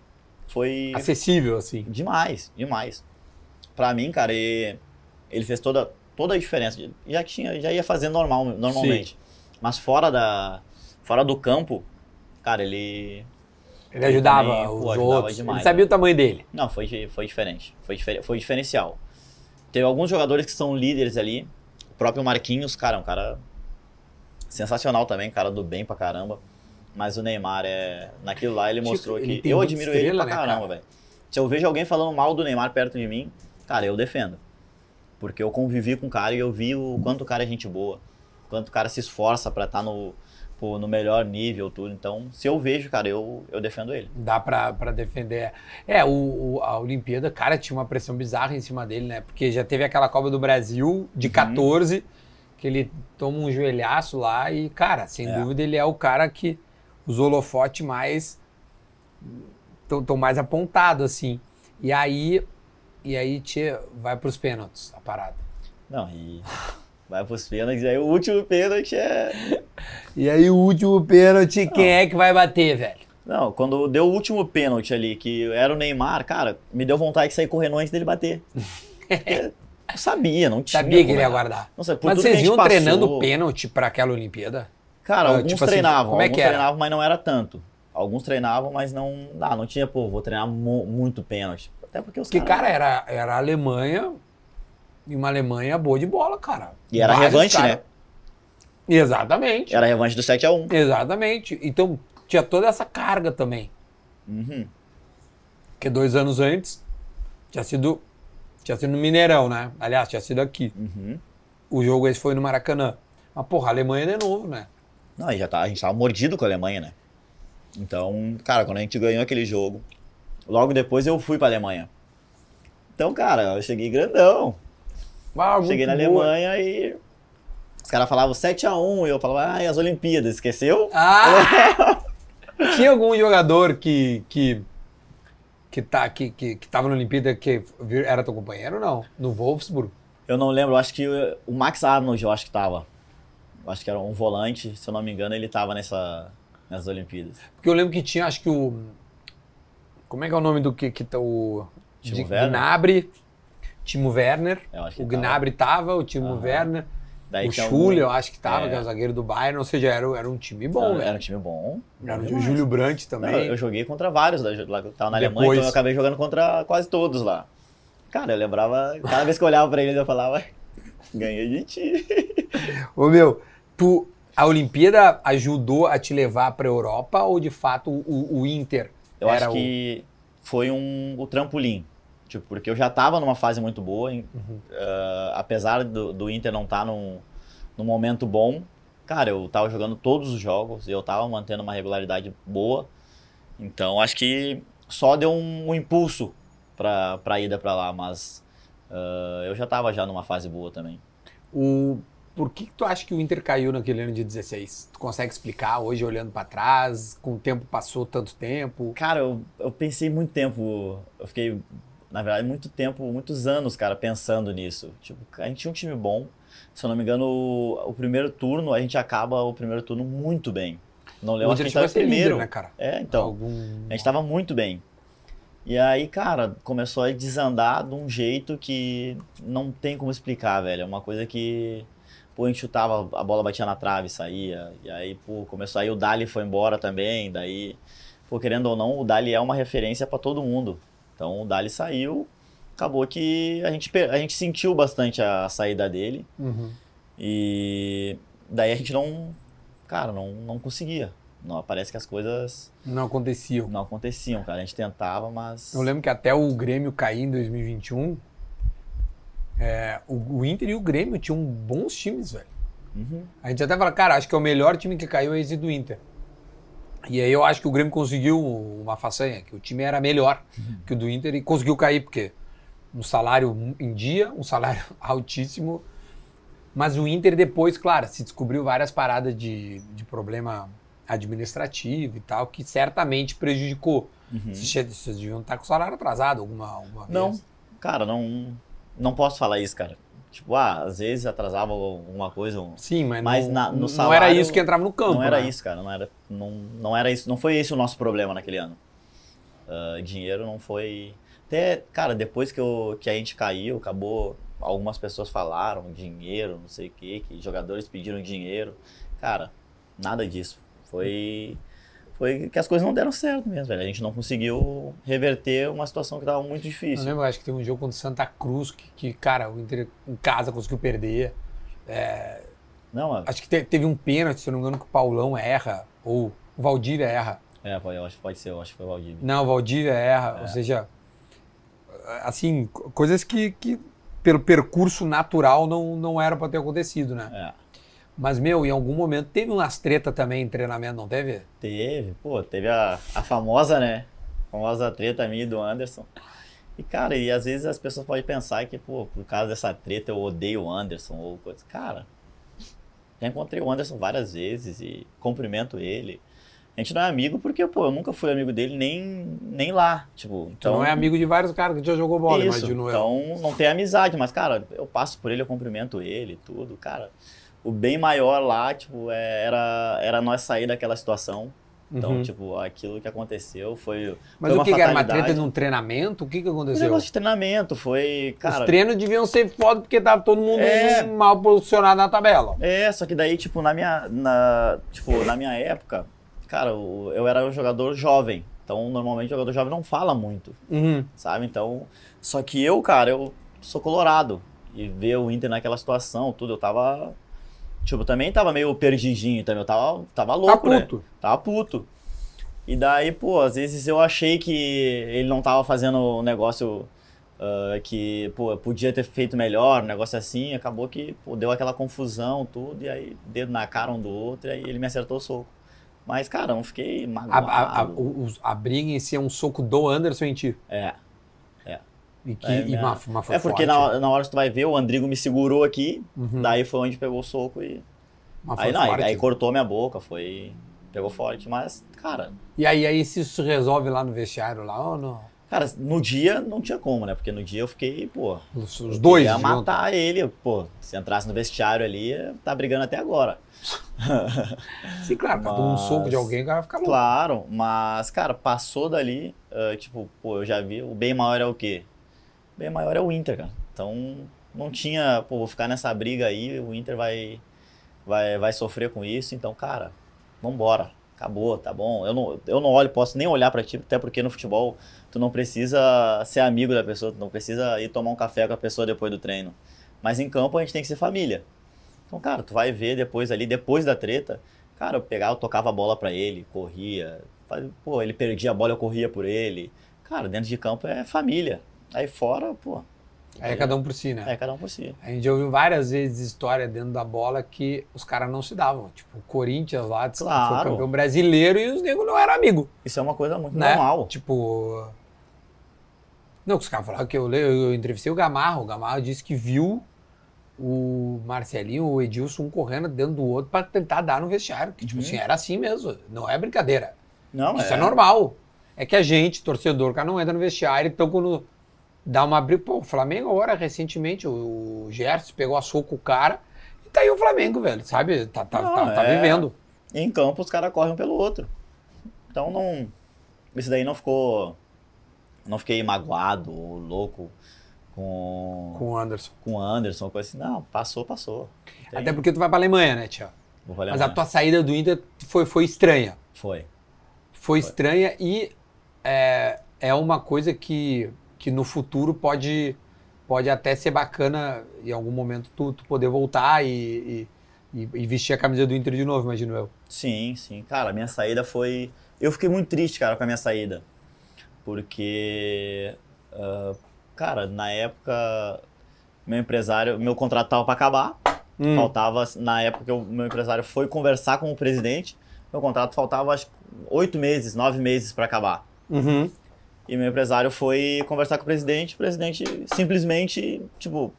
[SPEAKER 2] foi.
[SPEAKER 1] Acessível, assim.
[SPEAKER 2] Demais, demais. Pra mim, cara, ele, ele fez toda, toda a diferença. Já tinha, já ia fazer normal, normalmente. Mas fora da, fora do campo, cara, ele
[SPEAKER 1] Ele
[SPEAKER 2] Ele
[SPEAKER 1] ajudava
[SPEAKER 2] também, pô,
[SPEAKER 1] os
[SPEAKER 2] ajudava
[SPEAKER 1] outros.
[SPEAKER 2] demais, né?
[SPEAKER 1] ele sabia o tamanho dele.
[SPEAKER 2] não foi, di- foi diferente, foi, difer- foi diferencial. Teve alguns jogadores que são líderes ali. O próprio Marquinhos, cara, é um cara sensacional também, cara do bem pra caramba. Mas o Neymar é naquilo lá ele
[SPEAKER 1] Tipo,
[SPEAKER 2] mostrou
[SPEAKER 1] ele
[SPEAKER 2] que
[SPEAKER 1] tem
[SPEAKER 2] eu
[SPEAKER 1] muita
[SPEAKER 2] admiro ele
[SPEAKER 1] estrela,
[SPEAKER 2] pra
[SPEAKER 1] né, cara?
[SPEAKER 2] caramba, velho. Se eu vejo alguém falando mal do Neymar perto de mim, cara, eu defendo. Porque eu convivi com o cara e eu vi o quanto o cara é gente boa, o quanto o cara se esforça pra estar no, pô, no melhor nível, tudo. Então, se eu vejo, cara, eu, eu defendo ele.
[SPEAKER 1] Dá pra, pra defender. É, o, o- a Olimpíada, cara, tinha uma pressão bizarra em cima dele, né? Porque já teve aquela Copa do Brasil de 14, que ele toma um joelhaço lá e, cara, sem
[SPEAKER 2] É.
[SPEAKER 1] dúvida ele é o cara que os holofotes mais. estão mais apontados, assim. E aí. E aí, tchê, vai pros pênaltis a parada.
[SPEAKER 2] Não, e vai pros pênaltis, aí o último pênalti é.
[SPEAKER 1] E aí, o último pênalti, quem é que vai bater, velho?
[SPEAKER 2] Não, quando deu o último pênalti ali, que era o Neymar, cara, me deu vontade de sair correndo antes dele bater. Porque eu sabia, não tinha.
[SPEAKER 1] Sabia que
[SPEAKER 2] como
[SPEAKER 1] ele ia
[SPEAKER 2] errar.
[SPEAKER 1] guardar.
[SPEAKER 2] Não sei, por
[SPEAKER 1] Mas
[SPEAKER 2] tudo que a
[SPEAKER 1] vocês
[SPEAKER 2] gente
[SPEAKER 1] iam
[SPEAKER 2] passou,
[SPEAKER 1] treinando pênalti pra aquela Olimpíada?
[SPEAKER 2] Cara,
[SPEAKER 1] Ah,
[SPEAKER 2] alguns
[SPEAKER 1] tipo assim,
[SPEAKER 2] treinavam,
[SPEAKER 1] como é
[SPEAKER 2] alguns
[SPEAKER 1] que era?
[SPEAKER 2] treinavam, mas não era tanto. Alguns treinavam, mas não, ah, não tinha, pô, vou treinar mu- muito pênalti. Até porque os
[SPEAKER 1] Porque,
[SPEAKER 2] caras-
[SPEAKER 1] cara, era, era a Alemanha e uma Alemanha boa de bola, cara.
[SPEAKER 2] E era
[SPEAKER 1] Vários
[SPEAKER 2] revanche,
[SPEAKER 1] caras-
[SPEAKER 2] né?
[SPEAKER 1] Exatamente.
[SPEAKER 2] Era revanche do 7 a 1
[SPEAKER 1] Exatamente. Então tinha toda essa carga também.
[SPEAKER 2] Uhum.
[SPEAKER 1] Porque dois anos antes tinha sido, tinha sido no Mineirão, né? Aliás, tinha sido aqui.
[SPEAKER 2] Uhum.
[SPEAKER 1] O jogo esse foi no Maracanã. Mas, porra, a Alemanha de novo, né?
[SPEAKER 2] Não, e já tá, a gente tava mordido com a Alemanha, né? Então, cara, quando a gente ganhou aquele jogo, logo depois eu fui pra Alemanha. Então, cara, eu cheguei grandão.
[SPEAKER 1] Ah, muito
[SPEAKER 2] cheguei na
[SPEAKER 1] boa.
[SPEAKER 2] Alemanha e os caras falavam 7 a 1 e eu falava, ai, as Olimpíadas, esqueceu?
[SPEAKER 1] Ah! tinha algum jogador que. que que, tá, que, que, que tava na Olimpíada que vir- era teu companheiro ou não? No Wolfsburg?
[SPEAKER 2] Eu não lembro, eu acho que o Max Arnold, eu acho que tava. Eu acho que era um volante, se eu não me engano, ele tava nessa, nessas Olimpíadas.
[SPEAKER 1] Porque eu lembro que tinha, acho que o. Como é que é o nome do que, que tá o.
[SPEAKER 2] Timo
[SPEAKER 1] de-
[SPEAKER 2] Werner?
[SPEAKER 1] Gnabry, Timo Werner.
[SPEAKER 2] Eu acho que
[SPEAKER 1] O
[SPEAKER 2] tava.
[SPEAKER 1] Gnabry tava, o Timo
[SPEAKER 2] Aham.
[SPEAKER 1] Werner,
[SPEAKER 2] Daí é um
[SPEAKER 1] o
[SPEAKER 2] tinha
[SPEAKER 1] Schulli, eu acho que tava,
[SPEAKER 2] É.
[SPEAKER 1] que é o zagueiro do Bayern, ou seja, era, era um time bom,
[SPEAKER 2] era, era
[SPEAKER 1] velho.
[SPEAKER 2] um time bom.
[SPEAKER 1] Era o Júlio Brandt também.
[SPEAKER 2] Não, eu joguei contra vários da- lá que eu tava na Alemanha,
[SPEAKER 1] Depois-
[SPEAKER 2] então eu acabei jogando contra quase todos lá. Cara, eu lembrava, cada vez que eu olhava pra ele, eu falava, ganhei de ti.
[SPEAKER 1] Ô meu, tu, a Olimpíada ajudou a te levar pra Europa ou de fato o, o Inter
[SPEAKER 2] Eu
[SPEAKER 1] era
[SPEAKER 2] acho que foi um, o trampolim. Tipo, porque eu já tava numa fase muito boa, em- ah, apesar do, do Inter não estar tá num, num momento bom. Cara, eu tava jogando todos os jogos, eu tava mantendo uma regularidade boa. Então, acho que só deu um, um impulso pra, pra ida pra lá, mas ah, eu já tava já numa fase boa também.
[SPEAKER 1] o, o por que, que tu acha que o Inter caiu naquele ano de 16? Tu consegue explicar hoje olhando pra trás, com o tempo passou tanto tempo?
[SPEAKER 2] Cara, eu, eu pensei muito tempo, eu fiquei, na verdade, muito tempo, muitos anos, cara, pensando nisso. Tipo, a gente tinha um time bom, se eu não me engano, o, o primeiro turno, a gente acaba o primeiro turno muito bem. Não
[SPEAKER 1] o
[SPEAKER 2] lembro, acho que
[SPEAKER 1] Inter chegou a
[SPEAKER 2] a gente tava em
[SPEAKER 1] ser
[SPEAKER 2] primeiro.
[SPEAKER 1] líder, né, cara?
[SPEAKER 2] É, então.
[SPEAKER 1] Algum...
[SPEAKER 2] A gente tava muito bem. E aí, cara, começou a desandar de um jeito que não tem como explicar, velho. É uma coisa que, pô, a gente chutava, a bola batia na trave, saía. E aí, pô, começou aí o Dali foi embora também, daí, pô, querendo ou não, o Dali é uma referência pra todo mundo. Então, o Dali saiu, acabou que a gente, per- a gente sentiu bastante a saída dele.
[SPEAKER 1] Uhum.
[SPEAKER 2] E daí a gente não, cara, não, não conseguia. Não, parece que as coisas
[SPEAKER 1] Não aconteceu.
[SPEAKER 2] não aconteciam, cara. A gente tentava, mas.
[SPEAKER 1] Eu lembro que até o Grêmio cair em 2021, é, o, o Inter e o Grêmio tinham bons times, velho.
[SPEAKER 2] Uhum.
[SPEAKER 1] A gente até fala, cara, acho que é o melhor time que caiu é esse do Inter. E aí eu acho que o Grêmio conseguiu uma façanha, que o time era melhor
[SPEAKER 2] Uhum.
[SPEAKER 1] que o do Inter e conseguiu cair, porque um salário em dia, um salário altíssimo. Mas o Inter depois, claro, se descobriu várias paradas de, de problema administrativo e tal, que certamente prejudicou.
[SPEAKER 2] Uhum.
[SPEAKER 1] Vocês che- Vocês deviam estar com o salário atrasado alguma, alguma
[SPEAKER 2] Não,
[SPEAKER 1] vez.
[SPEAKER 2] cara, não, não posso falar isso, cara. Tipo, ah, às vezes atrasava alguma coisa. um-
[SPEAKER 1] Sim, mas,
[SPEAKER 2] Mas
[SPEAKER 1] não,
[SPEAKER 2] na- no
[SPEAKER 1] não
[SPEAKER 2] salário,
[SPEAKER 1] era isso que entrava no campo.
[SPEAKER 2] não era
[SPEAKER 1] né?
[SPEAKER 2] isso, cara. Não era, não, não era isso. Não foi esse o nosso problema naquele ano. Ah, dinheiro não foi. Até, cara, depois que, eu, que a gente caiu, acabou. Algumas pessoas falaram dinheiro, não sei o quê, que jogadores pediram dinheiro. Cara, nada disso. Foi. Foi que as coisas não deram certo mesmo, velho. A gente não conseguiu reverter uma situação que tava muito
[SPEAKER 1] Eu
[SPEAKER 2] difícil.
[SPEAKER 1] lembro, acho que teve um jogo contra o Santa Cruz que, que, cara, o Inter em casa conseguiu perder.
[SPEAKER 2] Não,
[SPEAKER 1] Acho que te- teve um pênalti, se eu não me engano, que o Paulão erra, ou o Valdívia erra.
[SPEAKER 2] É, pode, eu acho, pode ser, eu acho que foi o Valdívia.
[SPEAKER 1] Não, o Valdívia erra,
[SPEAKER 2] É.
[SPEAKER 1] ou seja, assim, co- coisas que, que pelo percurso natural não, não era pra ter acontecido, né?
[SPEAKER 2] É.
[SPEAKER 1] Mas, meu, em algum momento teve umas treta também em treinamento, não teve?
[SPEAKER 2] Teve, pô, teve a, a famosa, né? A famosa treta minha e do Anderson. E, cara, e às vezes as pessoas podem pensar que, pô, por causa dessa treta eu odeio o Anderson ou coisa. Cara, já encontrei o Anderson várias vezes e cumprimento ele. A gente não é amigo porque, pô, eu nunca fui amigo dele nem, nem lá. Tipo,
[SPEAKER 1] Tu não é amigo de vários caras que já jogou bola,
[SPEAKER 2] isso.
[SPEAKER 1] imagino eu.
[SPEAKER 2] Então não tem amizade, mas, cara, eu passo por ele, eu cumprimento ele, tudo, cara. O bem maior lá, tipo, é- era, era nós sair daquela situação. Então,
[SPEAKER 1] Uhum.
[SPEAKER 2] tipo, aquilo que aconteceu foi.
[SPEAKER 1] Mas
[SPEAKER 2] foi
[SPEAKER 1] o
[SPEAKER 2] uma
[SPEAKER 1] que, que era uma
[SPEAKER 2] fatalidade.
[SPEAKER 1] treta num treinamento? O que, que
[SPEAKER 2] Foi um
[SPEAKER 1] aconteceu?
[SPEAKER 2] negócio de treinamento, foi. Cara,
[SPEAKER 1] Os treinos deviam ser foda porque tava todo mundo
[SPEAKER 2] É.
[SPEAKER 1] mal posicionado na tabela.
[SPEAKER 2] É, só que daí, tipo, na minha, na, tipo, na minha época, cara, o- eu era um jogador jovem. Então, normalmente, jogador jovem não fala muito, sabe? Então, só que eu, cara, eu sou colorado. E ver o Inter naquela situação, tudo, eu tava. Tipo, eu também tava meio perdidinho, também. Eu tava, tava
[SPEAKER 1] Tá
[SPEAKER 2] louco, né?
[SPEAKER 1] puto.
[SPEAKER 2] Tava puto. E daí, pô, às vezes eu achei que ele não tava fazendo um negócio ah, que, pô, eu podia ter feito melhor, um negócio assim. Acabou que, pô, deu aquela confusão, tudo, e aí, dedo na cara um do outro, e aí ele me acertou o soco. Mas, cara, eu não fiquei
[SPEAKER 1] A,
[SPEAKER 2] magoado.
[SPEAKER 1] a, a, o- os- a briga em si é um soco do Anderson em ti.
[SPEAKER 2] É.
[SPEAKER 1] E, que,
[SPEAKER 2] É,
[SPEAKER 1] e
[SPEAKER 2] né?
[SPEAKER 1] uma, uma foi
[SPEAKER 2] É porque
[SPEAKER 1] forte.
[SPEAKER 2] na, hora- na hora que tu vai ver, o Andrigo me segurou aqui,
[SPEAKER 1] Uhum.
[SPEAKER 2] daí foi onde pegou o soco e.
[SPEAKER 1] Uma Ah, foi
[SPEAKER 2] Aí, não, aí-
[SPEAKER 1] forte.
[SPEAKER 2] aí cortou minha boca, foi. Pegou forte, mas, cara,
[SPEAKER 1] E aí, aí se isso resolve lá no vestiário lá ou não?
[SPEAKER 2] cara, no dia não tinha como, né? Porque no dia eu fiquei, pô.
[SPEAKER 1] Os, os dois.
[SPEAKER 2] ia
[SPEAKER 1] juntos.
[SPEAKER 2] matar ele, pô. Se entrasse no vestiário ali, tá brigando até agora.
[SPEAKER 1] Sim, claro, cada um um
[SPEAKER 2] Mas-
[SPEAKER 1] soco de alguém, o cara fica louco.
[SPEAKER 2] Claro, mas, cara, passou dali, ah, tipo, pô, eu já vi, o bem maior é o quê? O bem maior é o Inter, cara. Então, não tinha, pô, vou ficar nessa briga aí, o Inter vai, vai, vai sofrer com isso, então, cara, vambora. Acabou, tá bom. Eu não, eu não olho, posso nem olhar pra ti, até porque no futebol tu não precisa ser amigo da pessoa, tu não precisa ir tomar um café com a pessoa depois do treino. Mas em campo a gente tem que ser família. Então, cara, tu vai ver depois ali, depois da treta, cara, eu pegava, eu tocava a bola pra ele, corria. Faz- Pô, ele perdia a bola, eu corria por ele. Cara, dentro de campo é família. Aí fora, pô,
[SPEAKER 1] Aí é cada um por si, né?
[SPEAKER 2] é cada um por si.
[SPEAKER 1] A gente ouviu várias vezes história dentro da bola que os caras não se davam. Tipo, o Corinthians lá disse que foi
[SPEAKER 2] Claro.
[SPEAKER 1] campeão brasileiro e os negros não eram amigos.
[SPEAKER 2] Isso é uma coisa muito
[SPEAKER 1] Né?
[SPEAKER 2] normal.
[SPEAKER 1] Tipo. Não, que os caras falaram que eu, leio, eu entrevistei o Gamarro. O Gamarro disse que viu o Marcelinho, o Edilson, um correndo dentro do outro pra tentar dar no vestiário. Que, tipo
[SPEAKER 2] Uhum. Ah,
[SPEAKER 1] assim, era assim mesmo. Não é brincadeira.
[SPEAKER 2] Não,
[SPEAKER 1] Isso é. normal. É que a gente, torcedor, o cara não entra no vestiário, então quando dá uma briga. Pô, o Flamengo agora, recentemente, o Gerson pegou a soco com o cara. E tá aí o Flamengo, velho, sabe? Tá, tá,
[SPEAKER 2] Não,
[SPEAKER 1] tá, tá
[SPEAKER 2] é.
[SPEAKER 1] vivendo.
[SPEAKER 2] Em campo os caras correm um pelo outro. Então não. Isso daí não ficou. Não fiquei magoado ou louco com,
[SPEAKER 1] Com o Anderson.
[SPEAKER 2] com o Anderson, coisa assim. Não, passou, passou. Não tem-
[SPEAKER 1] Até porque tu vai pra Alemanha, né, Tia?
[SPEAKER 2] Vou falar
[SPEAKER 1] Mas a
[SPEAKER 2] amanhã.
[SPEAKER 1] tua saída do Inter foi, foi estranha.
[SPEAKER 2] Foi.
[SPEAKER 1] Foi, estranha e é, é uma coisa que, que no futuro pode, pode até ser bacana em algum momento tu, tu poder voltar e, e, e- e vestir a camisa do Inter de novo, imagino eu.
[SPEAKER 2] Sim, sim. Cara, a minha saída foi. Eu fiquei muito triste, cara, com a minha saída. Porque. ah, cara, na época. Meu empresário. Meu contrato tava pra acabar.
[SPEAKER 1] Hum.
[SPEAKER 2] Faltava. Na época que o meu empresário foi conversar com o presidente, meu contrato faltava acho que oito meses, nove meses pra acabar.
[SPEAKER 1] Uhum.
[SPEAKER 2] E meu empresário foi conversar com o presidente, o presidente simplesmente, tipo,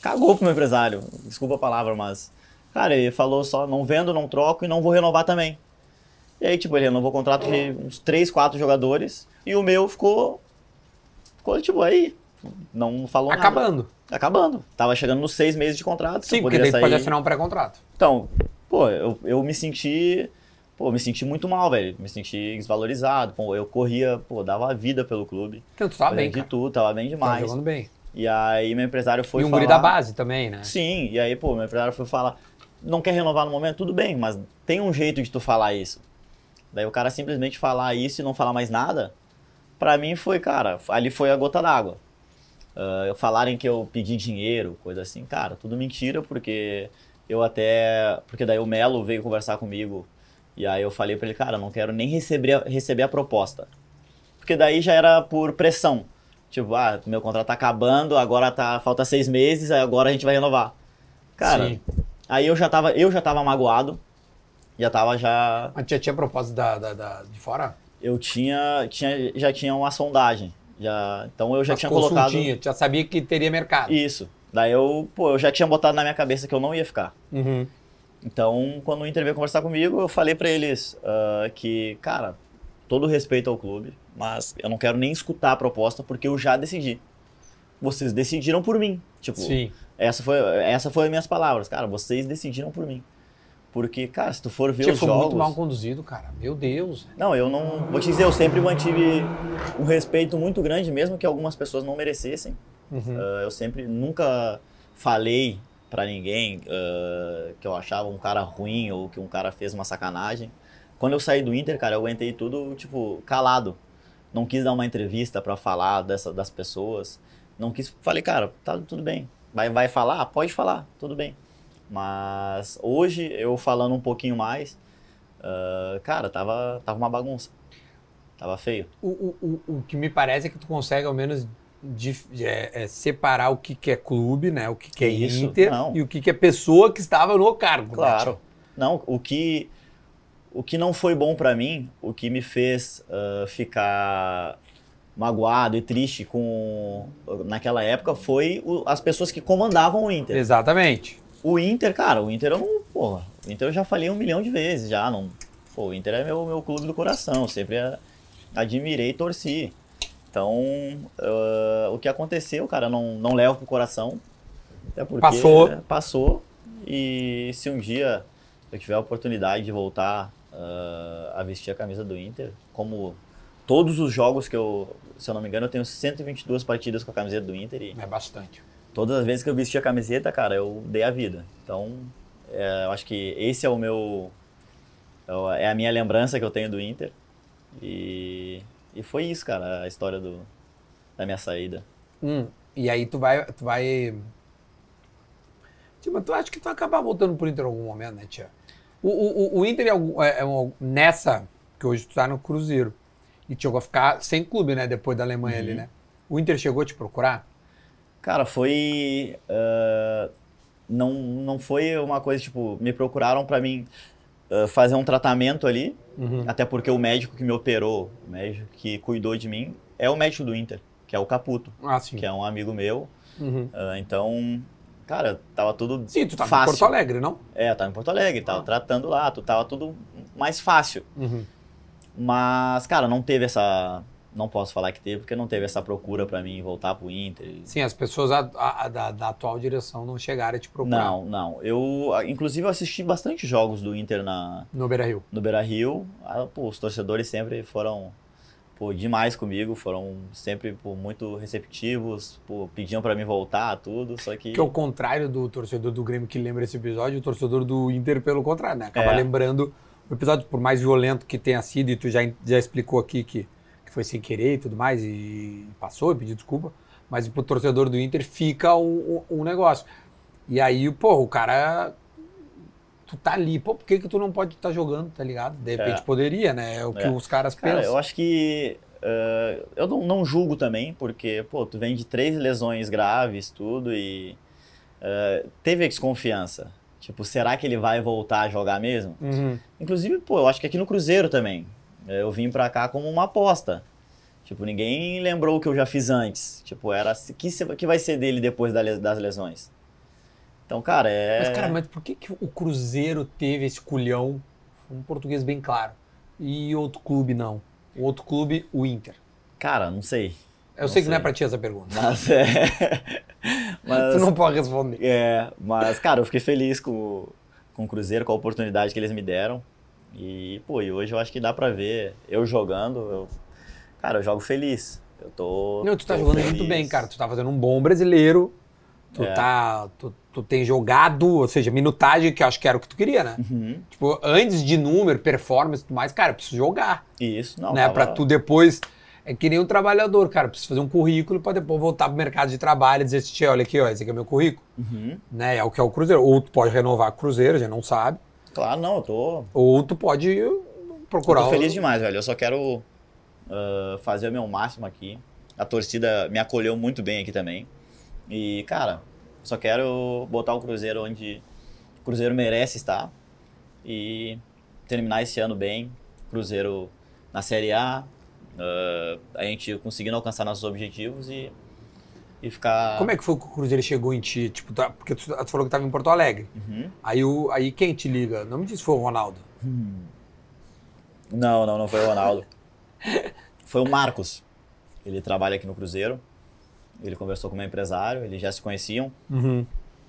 [SPEAKER 2] cagou pro meu empresário. Desculpa a palavra, mas. Cara, ele falou só, não vendo, não troco e não vou renovar também. E aí, tipo, ele renovou o contrato de uns 3, 4 jogadores e o meu ficou. Ficou, tipo, aí. Não falou nada.
[SPEAKER 1] Acabando.
[SPEAKER 2] Acabando. Tava chegando nos seis meses de contrato.
[SPEAKER 1] Sim,
[SPEAKER 2] eu
[SPEAKER 1] porque
[SPEAKER 2] poderia
[SPEAKER 1] daí tu pode
[SPEAKER 2] sair.
[SPEAKER 1] assinar um pré-contrato.
[SPEAKER 2] Então, pô, eu, eu me senti. Pô, me senti muito mal, velho. Me senti desvalorizado. Pô, eu corria, pô, dava a vida pelo clube.
[SPEAKER 1] Então tu tá
[SPEAKER 2] Fazia
[SPEAKER 1] bem,
[SPEAKER 2] de
[SPEAKER 1] cara.
[SPEAKER 2] tudo, tava bem
[SPEAKER 1] Tá
[SPEAKER 2] demais.
[SPEAKER 1] jogando bem.
[SPEAKER 2] e aí meu empresário foi
[SPEAKER 1] e um
[SPEAKER 2] falar.
[SPEAKER 1] guri da base também, né?
[SPEAKER 2] Sim, e aí, pô, meu empresário foi falar. Não quer renovar no momento? Tudo bem, mas tem um jeito de tu falar isso. Daí o cara simplesmente falar isso e não falar mais nada, pra mim foi, cara, ali foi a gota d'água. Ah, falarem que eu pedi dinheiro, coisa assim, cara, tudo mentira, porque eu até. Porque daí o Melo veio conversar comigo. E aí eu falei pra ele, cara, eu não quero nem receber a, receber a proposta. Porque daí já era por pressão. Tipo, ah, meu contrato tá acabando, agora tá, falta seis meses, aí agora a gente vai renovar. Cara,
[SPEAKER 1] Sim.
[SPEAKER 2] aí eu já tava, eu já tava magoado. Já tava já
[SPEAKER 1] Mas tinha, tinha propósito da, da- da- de fora?
[SPEAKER 2] eu tinha, tinha já tinha uma sondagem. Já, então eu já
[SPEAKER 1] Mas
[SPEAKER 2] tinha colocado
[SPEAKER 1] consultinha, tu Já sabia que teria mercado.
[SPEAKER 2] isso. Daí eu, pô, eu já tinha botado na minha cabeça que eu não ia ficar.
[SPEAKER 1] Uhum.
[SPEAKER 2] Tipo, Então, quando o Inter veio conversar comigo, eu falei pra eles ah, que, cara, todo respeito ao clube, mas eu não quero nem escutar a proposta porque eu já decidi. Vocês decidiram por mim. Tipo,
[SPEAKER 1] Sim.
[SPEAKER 2] essa foi, essa foi as minhas palavras, cara. Vocês decidiram por mim. Porque, cara, se tu for ver
[SPEAKER 1] Tipo,
[SPEAKER 2] os
[SPEAKER 1] foi
[SPEAKER 2] jogos.
[SPEAKER 1] muito mal conduzido, cara. Meu Deus.
[SPEAKER 2] Não, eu não. Vou te dizer, eu sempre mantive um respeito muito grande, mesmo que algumas pessoas não merecessem.
[SPEAKER 1] Uhum.
[SPEAKER 2] Ah, eu sempre nunca falei pra ninguém ah, que eu achava um cara ruim ou que um cara fez uma sacanagem. Quando eu saí do Inter, cara, eu aguentei tudo, tipo, calado. Não quis dar uma entrevista pra falar dessa, das pessoas. Não quis. Falei, cara, tá tudo bem. Vai, vai falar? Ah, Pode falar, tudo bem. Mas hoje, eu falando um pouquinho mais, ah, cara, tava, tava uma bagunça. Tava feio.
[SPEAKER 1] O, o, o, o que me parece é que tu consegue ao menos dif- é, é, separar o que, que é clube, né? O que, que é
[SPEAKER 2] Isso,
[SPEAKER 1] Inter
[SPEAKER 2] não.
[SPEAKER 1] e o que, que é pessoa que estava no cargo. né?
[SPEAKER 2] Claro. Não, o que o que não foi bom pra mim, o que me fez ah, ficar magoado e triste com naquela época foi o- as pessoas que comandavam o Inter.
[SPEAKER 1] Exatamente.
[SPEAKER 2] O Inter, cara, o Inter eu não, porra, o Inter eu já falei um milhão de vezes já, não. Pô, o Inter é meu meu clube do coração, eu sempre a- admirei e torci. Então, ah, o que aconteceu, cara, eu não não levo pro coração. Até porque
[SPEAKER 1] Passou.
[SPEAKER 2] né, passou. E se um dia eu tiver a oportunidade de voltar ah, a vestir a camisa do Inter, como todos os jogos que eu, se eu não me engano, eu tenho 122 partidas com a camiseta do Inter e
[SPEAKER 1] É bastante.
[SPEAKER 2] todas as vezes que eu vesti a camiseta, cara, eu dei a vida. Então, é, eu acho que esse é o meu. é o- É a minha lembrança que eu tenho do Inter. E, e foi isso, cara, a história do, da minha saída.
[SPEAKER 1] Hum, e aí tu vai. Tu vai. Tia, mas tu acha que tu vai acabar voltando pro Inter em algum momento, né, tia? O, o, o- o Inter é, algum- é- é um- nessa, que hoje tu tá no Cruzeiro. E chegou a ficar sem clube, né? Depois da Alemanha
[SPEAKER 2] Uhum.
[SPEAKER 1] ali, né? O Inter chegou a te procurar?
[SPEAKER 2] Cara, foi. ah, não, não foi uma coisa tipo. Me procuraram pra mim ah, fazer um tratamento ali. Até porque o médico que me operou, o médico que cuidou de mim, é o médico do Inter, que é o Caputo,
[SPEAKER 1] Ah, sim.
[SPEAKER 2] que é um amigo meu.
[SPEAKER 1] Uhum.
[SPEAKER 2] Ah, então, cara, tava tudo
[SPEAKER 1] Sim, tu tá em
[SPEAKER 2] fácil.
[SPEAKER 1] Porto Alegre, não?
[SPEAKER 2] É, eu tava em Porto Alegre,
[SPEAKER 1] Ah.
[SPEAKER 2] tava tratando lá, tu tava tudo mais fácil. Mas, cara, não teve essa. Não posso falar que teve, porque não teve essa procura pra mim voltar pro Inter.
[SPEAKER 1] Sim, as pessoas a- a- a- da, da atual direção não chegaram a te procurar
[SPEAKER 2] Não, não. Eu, ah, inclusive, eu assisti bastante jogos do Inter na,
[SPEAKER 1] no Beira Rio.
[SPEAKER 2] no Beira Rio. Ah, os torcedores sempre foram pô, demais comigo, foram sempre pô, muito receptivos, pô, pediam pra mim voltar, tudo. Só que.
[SPEAKER 1] Que é o contrário do torcedor do Grêmio que lembra esse episódio, o torcedor do Inter, pelo contrário, né? Acaba
[SPEAKER 2] É.
[SPEAKER 1] lembrando o episódio, por mais violento que tenha sido, e tu já, já explicou aqui que, que foi sem querer e tudo mais, e passou e pediu desculpa, mas pro torcedor do Inter fica um, um- um negócio. E aí, pô, o cara. Tu tá ali, pô, por que, que tu não pode estar jogando, tá ligado? De repente
[SPEAKER 2] É.
[SPEAKER 1] poderia, né? É o que
[SPEAKER 2] É.
[SPEAKER 1] os caras
[SPEAKER 2] Cara,
[SPEAKER 1] pensam.
[SPEAKER 2] eu acho que. eh, eu não, não julgo também, porque, pô, tu vem de três lesões graves, tudo, e. eh, teve a desconfiança. Tipo, será que ele vai voltar a jogar mesmo?
[SPEAKER 1] Uhum.
[SPEAKER 2] Inclusive, pô, eu acho que aqui no Cruzeiro também. Eh, Eu vim pra cá como uma aposta. Tipo, ninguém lembrou o que eu já fiz antes. Tipo, era. se- Que, se- que vai ser dele depois da le- das lesões? Então, cara, é.
[SPEAKER 1] Mas, cara, mas por que, que o Cruzeiro teve esse culhão, um português bem claro, e outro clube não? O outro clube, o Inter.
[SPEAKER 2] Cara, não sei.
[SPEAKER 1] Eu
[SPEAKER 2] Não
[SPEAKER 1] sei que não é
[SPEAKER 2] sei.
[SPEAKER 1] pra ti essa pergunta.
[SPEAKER 2] Mas é.
[SPEAKER 1] Tu não pode responder.
[SPEAKER 2] É, mas, cara, eu fiquei feliz com, o- com o Cruzeiro, com a oportunidade que eles me deram. E, pô, e hoje eu acho que dá pra ver eu jogando. eu- cara, eu jogo feliz. Eu tô.
[SPEAKER 1] Não, tu tá
[SPEAKER 2] tô
[SPEAKER 1] jogando
[SPEAKER 2] feliz.
[SPEAKER 1] muito bem, cara. Tu tá fazendo um bom brasileiro. Tu
[SPEAKER 2] É.
[SPEAKER 1] tá. Tu, tu tem jogado, ou seja, minutagem, que eu acho que era o que tu queria, né?
[SPEAKER 2] Uhum.
[SPEAKER 1] Tipo, antes de número, performance e tudo mais, cara, eu preciso jogar.
[SPEAKER 2] Isso, não.
[SPEAKER 1] né?
[SPEAKER 2] tava-
[SPEAKER 1] Pra tu depois. É que nem um trabalhador, cara. Preciso fazer um currículo pra depois voltar pro mercado de trabalho e dizer assim, "Tchê, olha aqui, ó, esse aqui é meu currículo.
[SPEAKER 2] Uhum.
[SPEAKER 1] né? É o que é o Cruzeiro. Ou tu pode renovar com o Cruzeiro, já não sabe.
[SPEAKER 2] Claro, não, eu tô.
[SPEAKER 1] Ou tu pode
[SPEAKER 2] Eu
[SPEAKER 1] procurar.
[SPEAKER 2] tô
[SPEAKER 1] o-
[SPEAKER 2] feliz demais, velho. Eu só quero ah, fazer o meu máximo aqui. A torcida me acolheu muito bem aqui também. E, cara, só quero botar o Cruzeiro onde o Cruzeiro merece estar. E terminar esse ano bem. Cruzeiro na Série A. ah, a gente conseguindo alcançar nossos objetivos e, e ficar.
[SPEAKER 1] Como é que foi que o Cruzeiro chegou em ti? Tipo, tá- porque tu, tu falou que tava em Porto Alegre.
[SPEAKER 2] Uhum.
[SPEAKER 1] Aí, o, aí quem te liga? Não me disse se foi o Ronaldo.
[SPEAKER 2] Não, não, não foi o Ronaldo. foi o Marcos. Ele trabalha aqui no Cruzeiro. Ele conversou com o meu empresário, eles já se conheciam.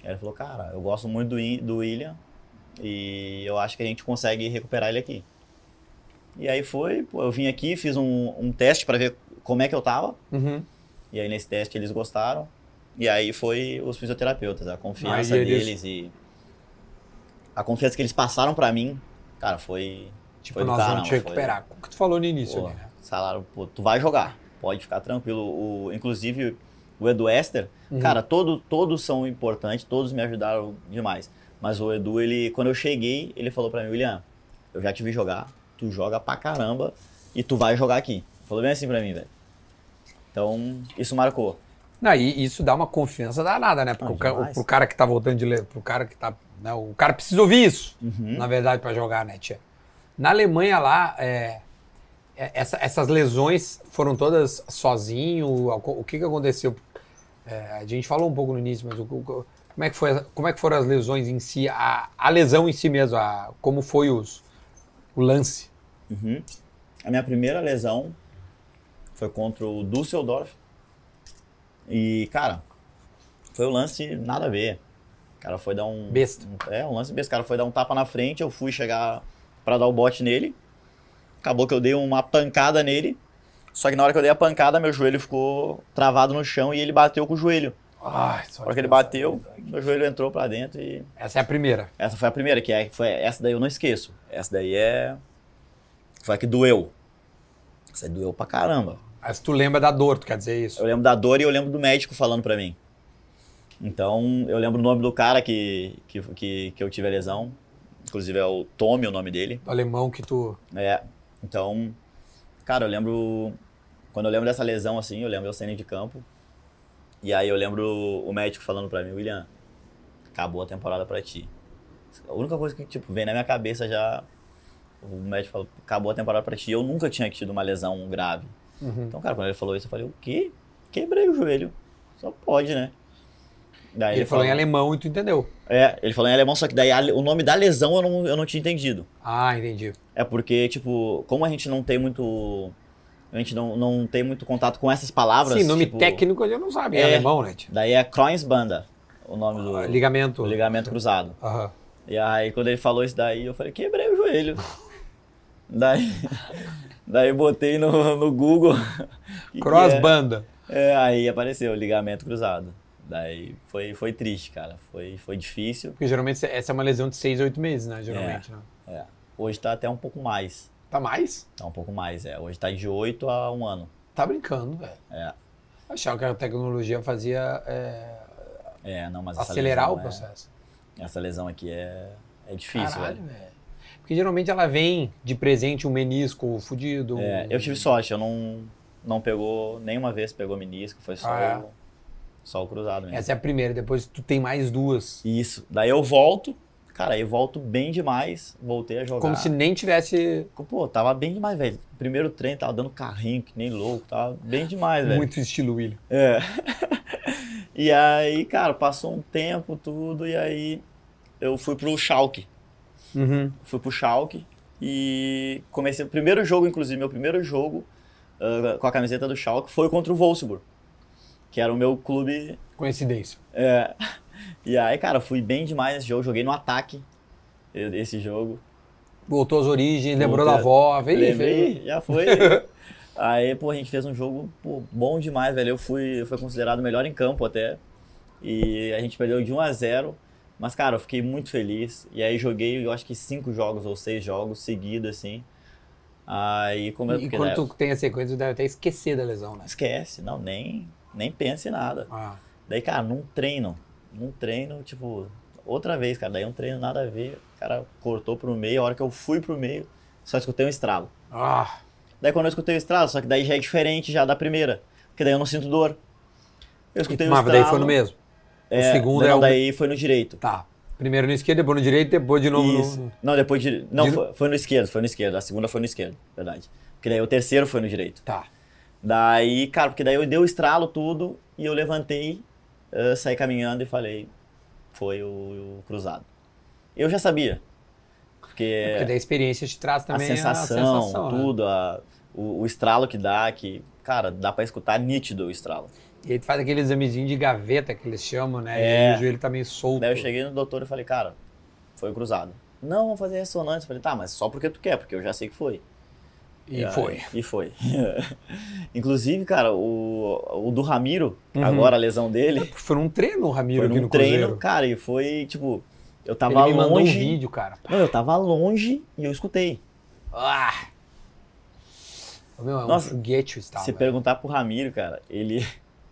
[SPEAKER 2] Aí ele falou, cara, eu gosto muito do, I- do William. E eu acho que a gente consegue recuperar ele aqui. E aí foi, pô, eu vim aqui, fiz um, um teste para ver como é que eu tava.
[SPEAKER 5] Uhum.
[SPEAKER 2] E aí nesse teste eles gostaram. E aí foi os fisioterapeutas, a confiança
[SPEAKER 1] Aí eles-
[SPEAKER 2] deles e a confiança que eles passaram pra mim, cara, foi
[SPEAKER 1] Tipo,
[SPEAKER 2] Foi do
[SPEAKER 1] nós vamos
[SPEAKER 2] caramba,
[SPEAKER 1] te
[SPEAKER 2] foi.
[SPEAKER 1] recuperar. O que tu falou no início
[SPEAKER 2] Pô,
[SPEAKER 1] ali, né?
[SPEAKER 2] salário, pô, tu vai jogar, pode ficar tranquilo. O, inclusive, o Edu Ester, cara, todo, todos são importantes, todos me ajudaram demais. Mas o Edu, ele, quando eu cheguei, ele falou pra mim, William, eu já te vi jogar, tu joga pra caramba e tu vai jogar aqui. Falou bem assim pra mim, velho. Então, isso marcou.
[SPEAKER 1] Não, e isso dá uma confiança danada, né? Porque
[SPEAKER 2] Ah,
[SPEAKER 1] o ca-
[SPEAKER 2] demais.
[SPEAKER 1] pro cara que tá voltando de le... pro cara que tá. né, O cara precisa ouvir isso,
[SPEAKER 2] Uhum.
[SPEAKER 1] na verdade, pra jogar, né, tia? Na Alemanha lá, é, é, essa- essas lesões foram todas sozinho. Aco- O que que aconteceu? É, a gente falou um pouco no início, mas o- o- como, é que foi, como é que foram as lesões em si, a, a lesão em si mesmo, a- como foi os, o lance?
[SPEAKER 2] Uhum. A minha primeira lesão foi contra o Düsseldorf. E, cara, foi um lance nada a ver. O cara foi dar um.
[SPEAKER 1] Besta.
[SPEAKER 2] um- é, um lance besta. O cara foi dar um tapa na frente, eu fui chegar pra dar o bote nele. Acabou que eu dei uma pancada nele. Só que na hora que eu dei a pancada, meu joelho ficou travado no chão e ele bateu com o joelho.
[SPEAKER 1] Ai, só
[SPEAKER 2] Na hora que ele
[SPEAKER 1] Deus.
[SPEAKER 2] bateu, meu joelho entrou pra dentro e
[SPEAKER 1] Essa é a primeira.
[SPEAKER 2] essa foi a primeira, que é, foi, essa daí eu não esqueço. Essa daí é. Foi a que doeu. Essa aí doeu pra caramba.
[SPEAKER 1] Mas tu lembra da dor, tu quer dizer isso?
[SPEAKER 2] Eu lembro da dor e eu lembro do médico falando pra mim. Então, eu lembro o nome do cara que, que, que, que eu tive a lesão. Inclusive é o Tommy, o nome dele.
[SPEAKER 1] Do alemão que tu.
[SPEAKER 2] É. Então, cara, eu lembro. Quando eu lembro dessa lesão, assim, eu lembro eu saindo de campo. E aí eu lembro o médico falando pra mim, William, acabou a temporada pra ti. A única coisa que, tipo, vem na minha cabeça já. O médico falou, acabou a temporada pra ti. Eu nunca tinha tido uma lesão grave.
[SPEAKER 1] Uhum.
[SPEAKER 2] Então, cara, quando ele falou isso, eu falei, o quê? Quebrei o joelho. Só pode, né? Daí
[SPEAKER 1] Ele, falou em
[SPEAKER 2] alemão.
[SPEAKER 1] alemão e tu entendeu.
[SPEAKER 2] É, ele falou em alemão, só que daí a- o nome da lesão eu não, eu não tinha entendido.
[SPEAKER 1] Ah, entendi.
[SPEAKER 2] É porque, tipo, como a gente não tem muito. A gente não, não tem muito contato com essas palavras.
[SPEAKER 1] Sim, nome
[SPEAKER 2] tipo,
[SPEAKER 1] técnico eu não sabia. É
[SPEAKER 2] É.
[SPEAKER 1] alemão, né? Tia?
[SPEAKER 2] Daí é Kreuzbanda, o nome
[SPEAKER 1] Ah,
[SPEAKER 2] do,
[SPEAKER 1] Ligamento.
[SPEAKER 2] do ligamento cruzado.
[SPEAKER 1] Aham.
[SPEAKER 2] E aí, quando ele falou isso daí, eu falei, quebrei o joelho. daí. Daí botei no, no Google. que que é.
[SPEAKER 1] Crossbanda.
[SPEAKER 2] É, aí apareceu, ligamento cruzado. Daí foi, foi triste, cara. Foi, foi difícil.
[SPEAKER 1] Porque geralmente essa é uma lesão de seis, oito meses, né? Geralmente. né?
[SPEAKER 2] É. Hoje tá até um pouco mais.
[SPEAKER 1] Tá mais?
[SPEAKER 2] Tá um pouco mais, é. Hoje tá de 8 a 1 ano.
[SPEAKER 1] Tá brincando, velho.
[SPEAKER 2] É.
[SPEAKER 1] Achava que a tecnologia fazia é,
[SPEAKER 2] É, não, mas essa
[SPEAKER 1] acelerar
[SPEAKER 2] lesão
[SPEAKER 1] o
[SPEAKER 2] é-
[SPEAKER 1] processo.
[SPEAKER 2] Essa lesão aqui é, é difícil,
[SPEAKER 1] Caralho,
[SPEAKER 2] velho.
[SPEAKER 1] velho. Porque geralmente ela vem de presente um menisco fudido. um
[SPEAKER 2] É, eu tive sorte, eu não, não pegou, nenhuma vez pegou menisco, foi só,
[SPEAKER 1] Ah, é?
[SPEAKER 2] o, só o cruzado mesmo.
[SPEAKER 1] Essa é a primeira, depois tu tem mais duas.
[SPEAKER 2] Isso, daí eu volto, cara, eu volto bem demais, voltei a jogar.
[SPEAKER 1] Como se nem tivesse
[SPEAKER 2] Pô, tava bem demais, velho. Primeiro treino, tava dando carrinho, que nem louco, tava bem demais, velho.
[SPEAKER 1] muito estilo William.
[SPEAKER 2] É. e aí, cara, passou um tempo, tudo, e aí eu fui pro Schalke.
[SPEAKER 1] Uhum.
[SPEAKER 2] fui pro Schalke e comecei o primeiro jogo, inclusive meu primeiro jogo ah, com a camiseta do Schalke foi contra o Wolfsburg, que era o meu clube.
[SPEAKER 1] Coincidência.
[SPEAKER 2] é. E aí, cara, fui bem demais nesse jogo, joguei no ataque e- esse jogo.
[SPEAKER 1] Voltou às origens,
[SPEAKER 2] Voltou.
[SPEAKER 1] lembrou da avó, veio, veio.
[SPEAKER 2] Lembrei, já foi. aí, pô, a gente fez um jogo pô, bom demais, velho. Eu fui, eu fui considerado o melhor em campo até. E a gente perdeu de 1 a 0 Mas, cara, eu fiquei muito feliz. E aí joguei, eu acho que cinco jogos ou seis jogos seguidos, assim. Aí como é
[SPEAKER 1] E
[SPEAKER 2] porque,
[SPEAKER 1] quando
[SPEAKER 2] né,
[SPEAKER 1] tu tem a sequência, tu deve até esquecer da lesão, né?
[SPEAKER 2] Esquece, não, nem, nem pensa em nada.
[SPEAKER 1] Ah,
[SPEAKER 2] Daí, cara, num treino. Num treino, tipo, outra vez, cara. Daí um treino nada a ver. O cara cortou pro meio, a hora que eu fui pro meio, só escutei um estralo.
[SPEAKER 1] ah,
[SPEAKER 2] Daí quando eu escutei o estralo, só que daí já é diferente já da primeira. Porque daí eu não sinto dor. Eu escutei o
[SPEAKER 1] mas
[SPEAKER 2] estralo.
[SPEAKER 1] daí foi no mesmo.
[SPEAKER 2] um É,
[SPEAKER 1] o segundo
[SPEAKER 2] não,
[SPEAKER 1] é o.
[SPEAKER 2] daí foi no direito.
[SPEAKER 1] Tá. Primeiro no esquerdo, depois no direito, depois de novo
[SPEAKER 2] Isso.
[SPEAKER 1] no.
[SPEAKER 2] Não, depois de. Não,
[SPEAKER 1] De-
[SPEAKER 2] foi, foi no esquerdo, foi no esquerdo. A segunda foi no esquerdo, verdade. Porque daí o terceiro foi no direito.
[SPEAKER 1] Tá.
[SPEAKER 2] Daí, cara, porque daí eu dei o estralo tudo e eu levantei, eh, saí caminhando e falei, foi o, o cruzado. Eu já sabia. Porque,
[SPEAKER 1] É Porque daí a experiência te traz
[SPEAKER 2] É. a
[SPEAKER 1] também é a
[SPEAKER 2] sensação,
[SPEAKER 1] sensação, né?
[SPEAKER 2] tudo, a- o, o estralo que dá, que, cara, dá pra escutar nítido o estralo.
[SPEAKER 1] E aí tu faz aquele examezinho de gaveta que eles chamam, né?
[SPEAKER 2] É.
[SPEAKER 1] E o joelho tá meio solto.
[SPEAKER 2] Daí eu cheguei no doutor e falei, cara, Foi o cruzado. Não, vamos fazer ressonância. Eu Falei, tá, mas só porque tu quer, porque eu já sei que foi.
[SPEAKER 1] E
[SPEAKER 2] Ah,
[SPEAKER 1] foi.
[SPEAKER 2] E foi. Inclusive, cara, o, o do Ramiro, agora a lesão dele,
[SPEAKER 1] Foi num treino o Ramiro
[SPEAKER 2] foi
[SPEAKER 1] Uhum. aqui
[SPEAKER 2] num
[SPEAKER 1] no
[SPEAKER 2] treino,
[SPEAKER 1] Cruzeiro.
[SPEAKER 2] cara, e foi, tipo, eu
[SPEAKER 1] Ele
[SPEAKER 2] tava
[SPEAKER 1] me mandou um
[SPEAKER 2] longe.
[SPEAKER 1] vídeo, cara.
[SPEAKER 2] Não, eu tava longe e eu escutei.
[SPEAKER 1] Ah! Meu, é um
[SPEAKER 2] Nossa,
[SPEAKER 1] foguete o estava.
[SPEAKER 2] Se perguntar pro Ramiro, cara, ele,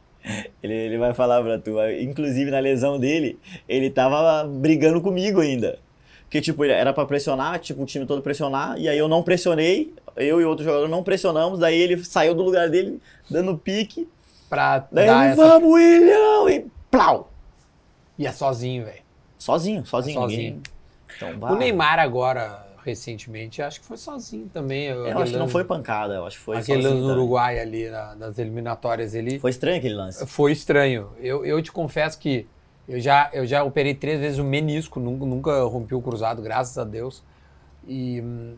[SPEAKER 2] ele, ele vai falar pra tu. Inclusive, na lesão dele, ele tava brigando comigo ainda. Porque, tipo, ele- era pra pressionar, tipo, o time todo pressionar, e aí eu não pressionei, eu e outro jogador não pressionamos, daí ele saiu do lugar dele, dando pique,
[SPEAKER 1] Pra
[SPEAKER 2] daí
[SPEAKER 1] dar
[SPEAKER 2] ele,
[SPEAKER 1] essa...
[SPEAKER 2] vamos, William! E plau!
[SPEAKER 1] E é sozinho, velho.
[SPEAKER 2] Sozinho, sozinho.
[SPEAKER 1] Tá Sozinho.
[SPEAKER 2] ninguém- Então, vai.
[SPEAKER 1] O Neymar agora, recentemente, acho que foi sozinho também.
[SPEAKER 2] É, Eu acho que não foi pancada, eu acho que foi
[SPEAKER 1] Aquele
[SPEAKER 2] sozinho
[SPEAKER 1] lance no
[SPEAKER 2] também.
[SPEAKER 1] Uruguai ali, na- nas eliminatórias ali.
[SPEAKER 2] Foi estranho aquele lance.
[SPEAKER 1] Foi estranho. Eu, eu te confesso que eu já, eu já operei três vezes o menisco, nunca, nunca rompi o cruzado, graças a Deus. E hum,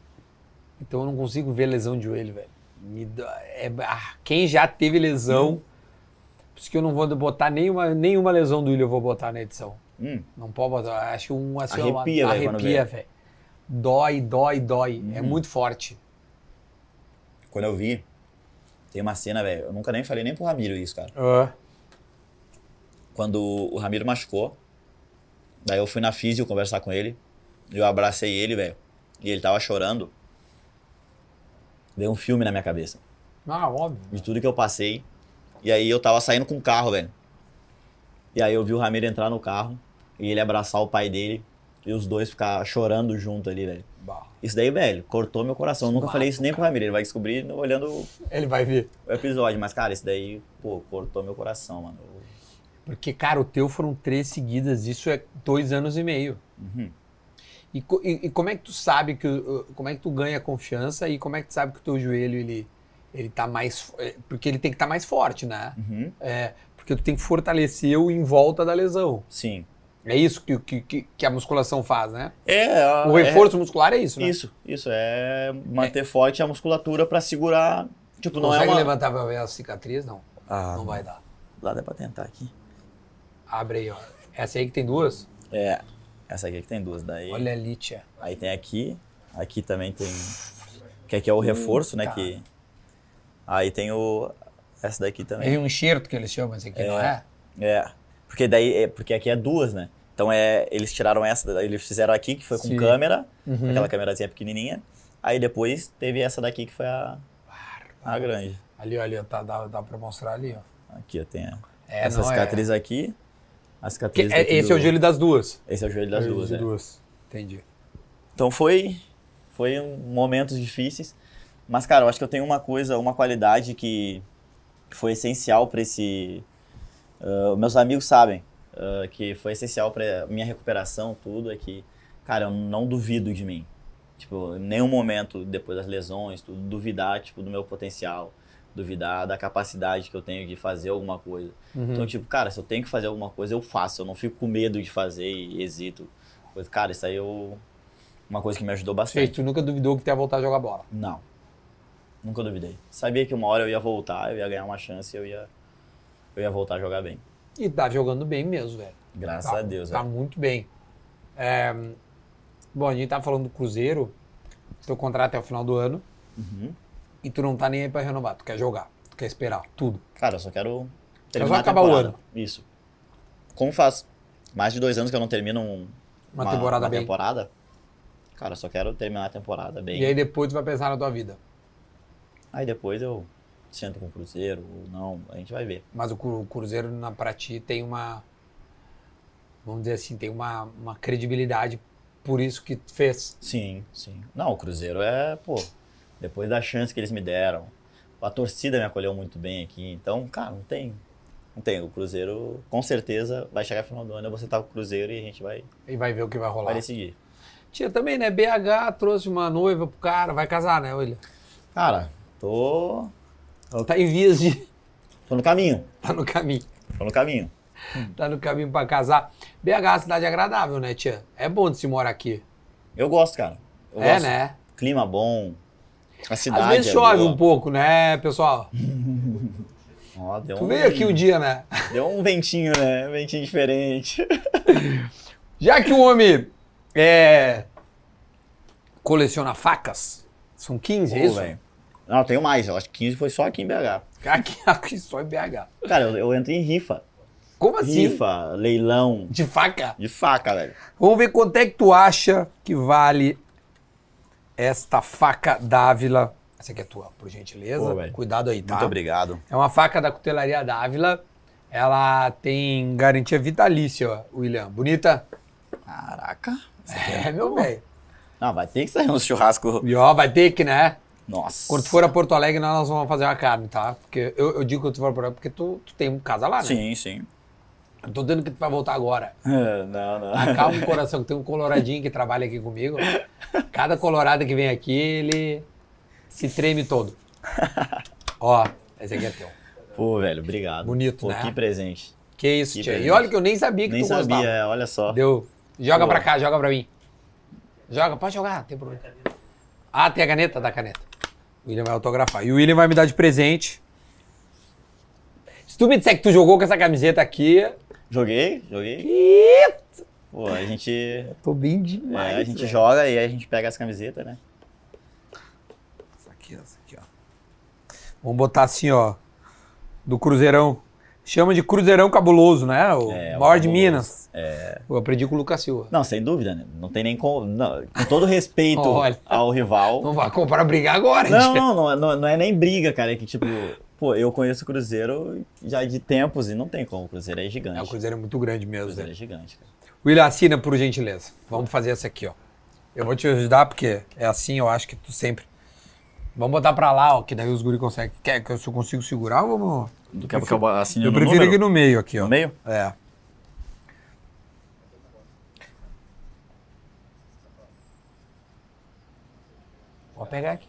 [SPEAKER 1] então eu não consigo ver lesão de joelho, velho. Me dá- é- ah, quem já teve lesão,
[SPEAKER 2] Hum.
[SPEAKER 1] por isso que eu não vou botar nenhuma, nenhuma lesão do William, eu vou botar na edição.
[SPEAKER 2] Hum.
[SPEAKER 1] Não pode botar. Acho um assim,
[SPEAKER 2] Arrepia,
[SPEAKER 1] uma,
[SPEAKER 2] velho, quando
[SPEAKER 1] arrepia,
[SPEAKER 2] vê. Uhum.
[SPEAKER 1] velho. Dói, dói, dói. É muito forte.
[SPEAKER 2] Quando eu vi, tem uma cena, velho, eu nunca nem falei nem pro Ramiro isso, cara. quando o Ramiro machucou. Daí eu fui na físio conversar com ele. Eu abracei ele, velho. E ele tava chorando. Veio um filme na minha cabeça.
[SPEAKER 1] Ah, óbvio.
[SPEAKER 2] De tudo que eu passei. E aí eu tava saindo com o carro, velho. E aí eu vi o Ramiro entrar no carro. E ele abraçar o pai dele. E os dois ficar chorando junto ali, velho.
[SPEAKER 1] Bah.
[SPEAKER 2] Isso daí, velho, cortou meu coração. Eu nunca falei isso nem pro Ramiro. Ele vai descobrir olhando
[SPEAKER 1] Ele vai ver.
[SPEAKER 2] o episódio. Mas, cara, isso daí, pô, cortou meu coração, mano. Eu-
[SPEAKER 1] Porque, cara, o teu foram três seguidas, isso é dois anos e meio.
[SPEAKER 2] Uhum.
[SPEAKER 1] E, co- e- e como é que tu sabe que o- o- como é que tu ganha confiança e como é que tu sabe que o teu joelho ele ele tá mais fo- eh, porque ele tem que estar mais forte, né?
[SPEAKER 2] Uhum.
[SPEAKER 1] É, porque tu tem que fortalecer o em volta da lesão.
[SPEAKER 2] Sim.
[SPEAKER 1] É isso que, que, que- que a musculação faz, né?
[SPEAKER 2] É, a-
[SPEAKER 1] O
[SPEAKER 2] é-
[SPEAKER 1] reforço muscular é isso, né?
[SPEAKER 2] Isso, isso. É manter forte a musculatura pra segurar. Tipo,
[SPEAKER 1] Tu
[SPEAKER 2] não é
[SPEAKER 1] consegue
[SPEAKER 2] uma.
[SPEAKER 1] levantar pra ver a cicatriz? Não,
[SPEAKER 2] Ah,
[SPEAKER 1] não vai dar.
[SPEAKER 2] Lá dá pra tentar aqui.
[SPEAKER 1] Abre aí, ó. Essa aí que tem duas?
[SPEAKER 2] É. Essa aqui que tem duas. Daí.
[SPEAKER 1] Olha ali, tia.
[SPEAKER 2] Aí tem aqui. Aqui também tem. Que aqui é o reforço, né? Que. Aí tem o. Essa daqui também.
[SPEAKER 1] É um enxerto que eles chamam, esse aqui, não é?
[SPEAKER 2] É. Porque daí. é- porque aqui é duas, né? Então é. Eles tiraram essa, daí eles fizeram aqui, que foi com
[SPEAKER 1] Sim.
[SPEAKER 2] câmera,
[SPEAKER 1] Uhum.
[SPEAKER 2] aquela câmerazinha pequenininha. Aí depois teve essa daqui que foi a. A grande.
[SPEAKER 1] Ali, ó, ali, ó, tá, dá, dá pra mostrar ali, ó.
[SPEAKER 2] Aqui eu tenho.
[SPEAKER 1] É,
[SPEAKER 2] essa
[SPEAKER 1] não, é-
[SPEAKER 2] cicatriz aqui. A
[SPEAKER 1] Que-
[SPEAKER 2] cicatriz
[SPEAKER 1] é-
[SPEAKER 2] daqui
[SPEAKER 1] esse
[SPEAKER 2] do-
[SPEAKER 1] é o joelho das duas.
[SPEAKER 2] Esse é o joelho das
[SPEAKER 1] Joelho
[SPEAKER 2] duas,
[SPEAKER 1] de
[SPEAKER 2] né?
[SPEAKER 1] duas. Entendi.
[SPEAKER 2] Então foi, foi um- momentos difíceis, mas cara, eu acho que eu tenho uma coisa, uma qualidade que que foi essencial para esse, ah, meus amigos sabem ah, que foi essencial para minha recuperação tudo é que, cara, eu não duvido de mim, tipo, em nenhum momento depois das lesões, tudo duvidar tipo do meu potencial, duvidar da capacidade que eu tenho de fazer alguma coisa.
[SPEAKER 1] Uhum. Hum.
[SPEAKER 2] Então, tipo, cara, se eu tenho que fazer alguma coisa, eu faço. Eu não fico com medo de fazer e hesito. Pois, Cara, isso aí eu... Uma coisa que me ajudou
[SPEAKER 1] Fez,
[SPEAKER 2] bastante.
[SPEAKER 1] tu nunca duvidou que tu ia voltar a jogar bola.
[SPEAKER 2] Não. Nunca duvidei. Sabia que uma hora eu ia voltar, eu ia ganhar uma chance, eu ia... Eu ia voltar a jogar bem.
[SPEAKER 1] E tá jogando bem mesmo, velho.
[SPEAKER 2] Graças
[SPEAKER 1] Tá,
[SPEAKER 2] a Deus,
[SPEAKER 1] Tá
[SPEAKER 2] velho.
[SPEAKER 1] muito bem. É, bom, a gente tá falando do Cruzeiro. Teu contrato é o final do ano.
[SPEAKER 2] Uhum.
[SPEAKER 1] E tu não tá nem aí pra renovar. Tu quer jogar. Tu quer esperar. Tudo.
[SPEAKER 2] Cara, eu só quero terminar
[SPEAKER 1] só
[SPEAKER 2] a
[SPEAKER 1] acabar o
[SPEAKER 2] temporada.
[SPEAKER 1] ano.
[SPEAKER 2] Isso. Como faz mais de dois anos que eu não termino um-
[SPEAKER 1] Uma, temporada
[SPEAKER 2] uma
[SPEAKER 1] bem.
[SPEAKER 2] temporada, cara, eu só quero terminar a temporada bem.
[SPEAKER 1] E aí depois tu vai pensar na tua vida.
[SPEAKER 2] Aí depois eu sento com o Cruzeiro ou não, a gente vai ver.
[SPEAKER 1] Mas o Cru- o Cruzeiro, na, pra ti, tem uma. Vamos dizer assim, tem uma, uma credibilidade por isso que tu fez.
[SPEAKER 2] Sim, sim. Não, o Cruzeiro é, pô, depois da chance que eles me deram. A torcida me acolheu muito bem aqui, então, cara, não tem. Não tem. O Cruzeiro, com certeza, vai chegar no final do ano, eu vou sentar com o Cruzeiro e a gente vai,
[SPEAKER 1] E vai ver o que vai rolar.
[SPEAKER 2] vai decidir.
[SPEAKER 1] Tia também, né? BH trouxe uma noiva pro cara, vai casar, né, William?
[SPEAKER 2] Cara, tô.
[SPEAKER 1] Tá em vias de.
[SPEAKER 2] tô no caminho.
[SPEAKER 1] Tá no caminho.
[SPEAKER 2] Tô no caminho.
[SPEAKER 1] Tá no caminho pra casar. BH é uma cidade agradável, né, tia? É bom de se morar aqui.
[SPEAKER 2] Eu gosto, cara. Eu
[SPEAKER 1] é,
[SPEAKER 2] gosto.
[SPEAKER 1] né?
[SPEAKER 2] Clima bom. A cidade.
[SPEAKER 1] Às vezes
[SPEAKER 2] é
[SPEAKER 1] chove
[SPEAKER 2] boa.
[SPEAKER 1] um pouco, né, pessoal?
[SPEAKER 2] Ó, deu
[SPEAKER 1] Tu
[SPEAKER 2] um,
[SPEAKER 1] veio aqui um dia, né?
[SPEAKER 2] Deu um ventinho, né? Um ventinho diferente.
[SPEAKER 1] Já que o homem é, coleciona facas? São 15, é
[SPEAKER 2] Pô,
[SPEAKER 1] isso?
[SPEAKER 2] velho. Não, tenho mais. Eu acho que 15 foi só aqui em BH.
[SPEAKER 1] Aqui, aqui só é BH.
[SPEAKER 2] Cara, eu, eu entrei em rifa.
[SPEAKER 1] Como assim?
[SPEAKER 2] Rifa, leilão,
[SPEAKER 1] De faca?
[SPEAKER 2] de faca, velho.
[SPEAKER 1] Vamos ver quanto é que tu acha que vale esta faca Dávila. Essa aqui é tua, por gentileza.
[SPEAKER 2] Pô, velho.
[SPEAKER 1] Cuidado aí, tá?
[SPEAKER 2] obrigado.
[SPEAKER 1] É uma faca da cutelaria Dávila. Ela tem garantia vitalícia, ó, William. Bonita?
[SPEAKER 2] Caraca.
[SPEAKER 1] É, meu bem.
[SPEAKER 2] Não, vai ter que sair uns churrasco.
[SPEAKER 1] E ó, vai ter que, né?
[SPEAKER 2] Nossa.
[SPEAKER 1] Quando tu for a Porto Alegre, nós vamos fazer uma carne, tá? Porque eu, eu digo que tu for a Porto Alegre porque tu, tu tem um casa lá, né?
[SPEAKER 2] Sim, sim.
[SPEAKER 1] Eu tô dando que tu vai voltar agora.
[SPEAKER 2] Ah, Não, não.
[SPEAKER 1] Acalma o coração, que tem um coloradinho que trabalha aqui comigo. Cada colorado que vem aqui, ele se treme todo. Ó, esse aqui é teu.
[SPEAKER 2] Pô, velho, obrigado.
[SPEAKER 1] Bonito,
[SPEAKER 2] Pô,
[SPEAKER 1] né?
[SPEAKER 2] Que presente.
[SPEAKER 1] Que isso,
[SPEAKER 2] Que
[SPEAKER 1] tia. E
[SPEAKER 2] presente.
[SPEAKER 1] olha que eu nem sabia que
[SPEAKER 2] Nem
[SPEAKER 1] tu
[SPEAKER 2] sabia,
[SPEAKER 1] gostava.
[SPEAKER 2] é, olha só.
[SPEAKER 1] Deu. Joga
[SPEAKER 2] Boa.
[SPEAKER 1] pra cá, joga pra mim. Joga, pode jogar, não tem problema. Ah, tem a caneta? Dá a caneta. O William vai autografar. E o William vai me dar de presente. Se tu me disser que tu jogou com essa camiseta aqui.
[SPEAKER 2] Joguei, joguei. Pô, a gente. é,
[SPEAKER 1] Tô bem demais.
[SPEAKER 2] a gente joga e aí a gente pega as camisetas, né?
[SPEAKER 1] Essa aqui, essa aqui, ó. Vamos botar assim, ó. Do Cruzeirão. Chama de Cruzeirão Cabuloso, né? O
[SPEAKER 2] É, o
[SPEAKER 1] maior de
[SPEAKER 2] cabuloso. É.
[SPEAKER 1] Minas. Eu aprendi com o Lucas Silva.
[SPEAKER 2] Não, sem dúvida, né? Não tem nem como. não, com todo respeito
[SPEAKER 1] Olha.
[SPEAKER 2] ao rival.
[SPEAKER 1] Não vai comprar brigar agora,
[SPEAKER 2] Não,
[SPEAKER 1] gente.
[SPEAKER 2] não, não, é- não, é- não é nem briga, cara. É que, tipo, pô, eu conheço o Cruzeiro já de tempos e não tem como. O Cruzeiro é gigante.
[SPEAKER 1] É, o
[SPEAKER 2] o
[SPEAKER 1] Cruzeiro é muito grande mesmo, né?
[SPEAKER 2] Cruzeiro é gigante, cara.
[SPEAKER 1] William, assina por gentileza. Vamos fazer essa aqui, ó. Eu vou te ajudar porque é assim, eu acho que tu sempre. Vamos botar pra lá, ó, que daí os guri conseguem. Quer que eu se eu consigo segurar ou vamos.
[SPEAKER 2] Do que eu assine
[SPEAKER 1] assim, Eu prefiro aqui no meio, aqui, ó.
[SPEAKER 2] No meio?
[SPEAKER 1] É. Vou pegar aqui.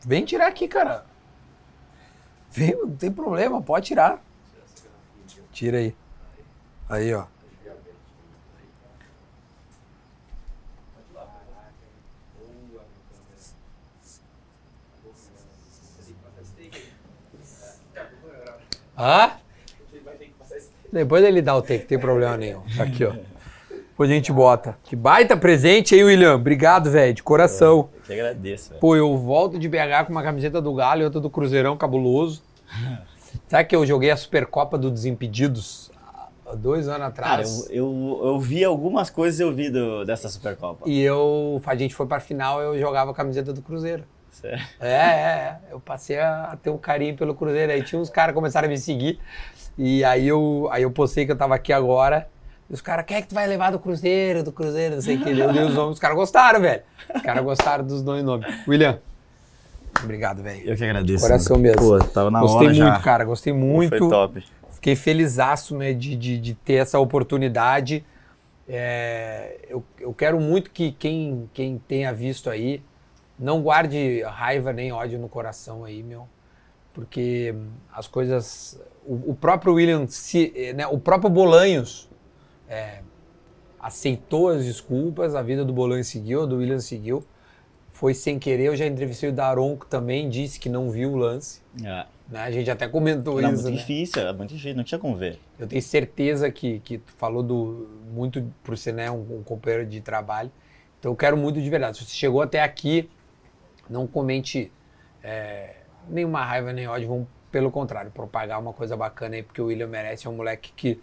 [SPEAKER 1] Vem tirar aqui, cara. Vem, não tem problema, pode tirar. Tira aí. Aí, ó. Hã? Depois ele dá o take, não tem problema nenhum. Tá Aqui, ó. Depois a gente bota. Que baita presente, hein, William? Obrigado, velho, de coração.
[SPEAKER 2] Eu que agradeço, velho.
[SPEAKER 1] Pô, eu volto de BH com uma camiseta do Galo e outra do Cruzeirão cabuloso. Sabe que eu joguei a Supercopa do Desimpedidos há dois anos
[SPEAKER 2] Cara,
[SPEAKER 1] atrás?
[SPEAKER 2] eu, eu, eu vi algumas coisas eu vi do, dessa Supercopa.
[SPEAKER 1] E eu, a gente foi pra final eu jogava a camiseta do Cruzeiro.
[SPEAKER 2] Sério.
[SPEAKER 1] É, é, é. Eu passei a a ter um carinho pelo Cruzeiro. Aí tinha uns caras que começaram a me seguir. E aí eu, aí eu postei que eu tava aqui agora. E os caras, quem é que tu vai levar do Cruzeiro, do Cruzeiro, não sei o que. Eu dei os nomes, os caras gostaram, velho. Os caras gostaram dos dois nomes. William, obrigado, velho.
[SPEAKER 2] Eu que agradeço.
[SPEAKER 1] Coração
[SPEAKER 2] mano.
[SPEAKER 1] mesmo.
[SPEAKER 2] Pô, tava na
[SPEAKER 1] gostei
[SPEAKER 2] hora
[SPEAKER 1] muito,
[SPEAKER 2] já.
[SPEAKER 1] cara. Gostei
[SPEAKER 2] Foi
[SPEAKER 1] muito.
[SPEAKER 2] top.
[SPEAKER 1] Fiquei felizaço né, de, de, de ter essa oportunidade. É, eu, eu quero muito que quem, quem tenha visto aí não guarde raiva nem ódio no coração aí, meu. Porque hum, as coisas. O, o próprio William, se, eh, né, o próprio Bolanhos é, aceitou as desculpas, a vida do Bolanhos seguiu, a do William seguiu. Foi sem querer, eu já entrevistei o Daronco também, disse que não viu o lance.
[SPEAKER 2] É.
[SPEAKER 1] né? A gente até comentou
[SPEAKER 2] Era
[SPEAKER 1] isso.
[SPEAKER 2] muito
[SPEAKER 1] né?
[SPEAKER 2] difícil, era muito difícil, não tinha como ver.
[SPEAKER 1] Eu tenho certeza que, que tu falou do, muito por ser né, um, um companheiro de trabalho. Então eu quero muito de verdade. Se você chegou até aqui, não comente é, nenhuma raiva nem ódio. Vamos, pelo contrário, propagar uma coisa bacana aí, porque o William merece. É um moleque que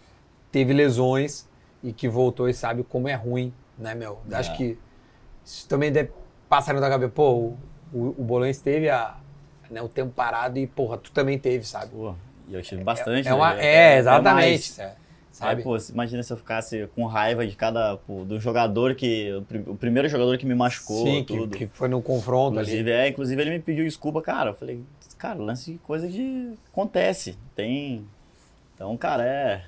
[SPEAKER 1] teve lesões e que voltou e sabe como é ruim, né, meu? Acho
[SPEAKER 2] É.
[SPEAKER 1] que isso também deve passar na tua cabeça. Pô, o, o, o Bolões teve a, né, o tempo parado e, porra, tu também teve, sabe?
[SPEAKER 2] Pô, e eu tive bastante.
[SPEAKER 1] É, uma-
[SPEAKER 2] né?
[SPEAKER 1] é,
[SPEAKER 2] Até mais.
[SPEAKER 1] exatamente. é,
[SPEAKER 2] Sabe?
[SPEAKER 1] sabe?
[SPEAKER 2] pô, se- imagina se eu ficasse com raiva de cada. pô, do jogador que. O, pri- o primeiro jogador que me machucou,
[SPEAKER 1] Sim, que,
[SPEAKER 2] tudo.
[SPEAKER 1] que foi no confronto ali.
[SPEAKER 2] inclusive, é, inclusive, ele me pediu desculpa, cara. Eu falei, cara, lance de coisa que acontece. Tem. Então, cara, é.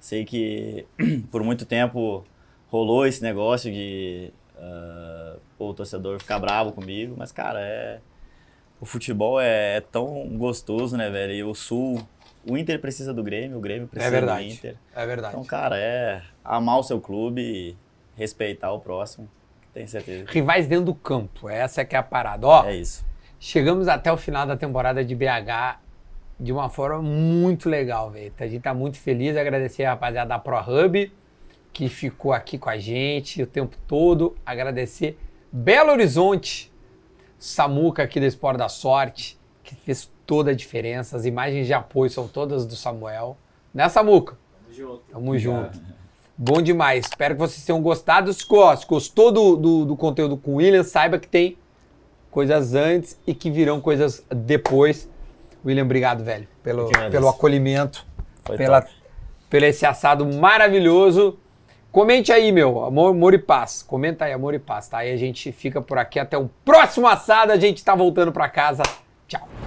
[SPEAKER 2] Sei que por muito tempo rolou esse negócio de. ah, pô, o torcedor ficar bravo comigo, mas, cara, é. O futebol é, é tão gostoso, né, velho? E o Sul. O Inter precisa do Grêmio, o Grêmio precisa
[SPEAKER 1] verdade.
[SPEAKER 2] do Inter.
[SPEAKER 1] É verdade.
[SPEAKER 2] Então, cara, é amar o seu clube e respeitar o próximo. Tenho certeza.
[SPEAKER 1] Rivais dentro do campo, essa que é a parada. Ó,
[SPEAKER 2] É isso.
[SPEAKER 1] chegamos até o final da temporada de BH de uma forma muito legal, velho. A gente tá muito feliz, agradecer a rapaziada da ProHub, que ficou aqui com a gente o tempo todo. Agradecer Belo Horizonte, Samuca aqui do Esporte da Sorte, que fez toda a diferença. As imagens de apoio são todas do Samuel. Né, Samuca?
[SPEAKER 4] Tamo junto.
[SPEAKER 1] Tamo junto. Bom demais. Espero que vocês tenham gostado. Se go- se gostou do, do, do conteúdo com o William, saiba que tem coisas antes e que virão coisas depois. William, obrigado, velho,
[SPEAKER 2] Eu
[SPEAKER 1] pelo,
[SPEAKER 2] que agradeço.
[SPEAKER 1] pelo acolhimento,
[SPEAKER 2] Foi
[SPEAKER 1] pela,
[SPEAKER 2] top.
[SPEAKER 1] pelo esse assado maravilhoso. Comente aí, meu, amor, amor e paz. Comenta aí, amor e paz, tá? Aí a gente fica por aqui até o próximo assado. A gente tá voltando pra casa. Tchau.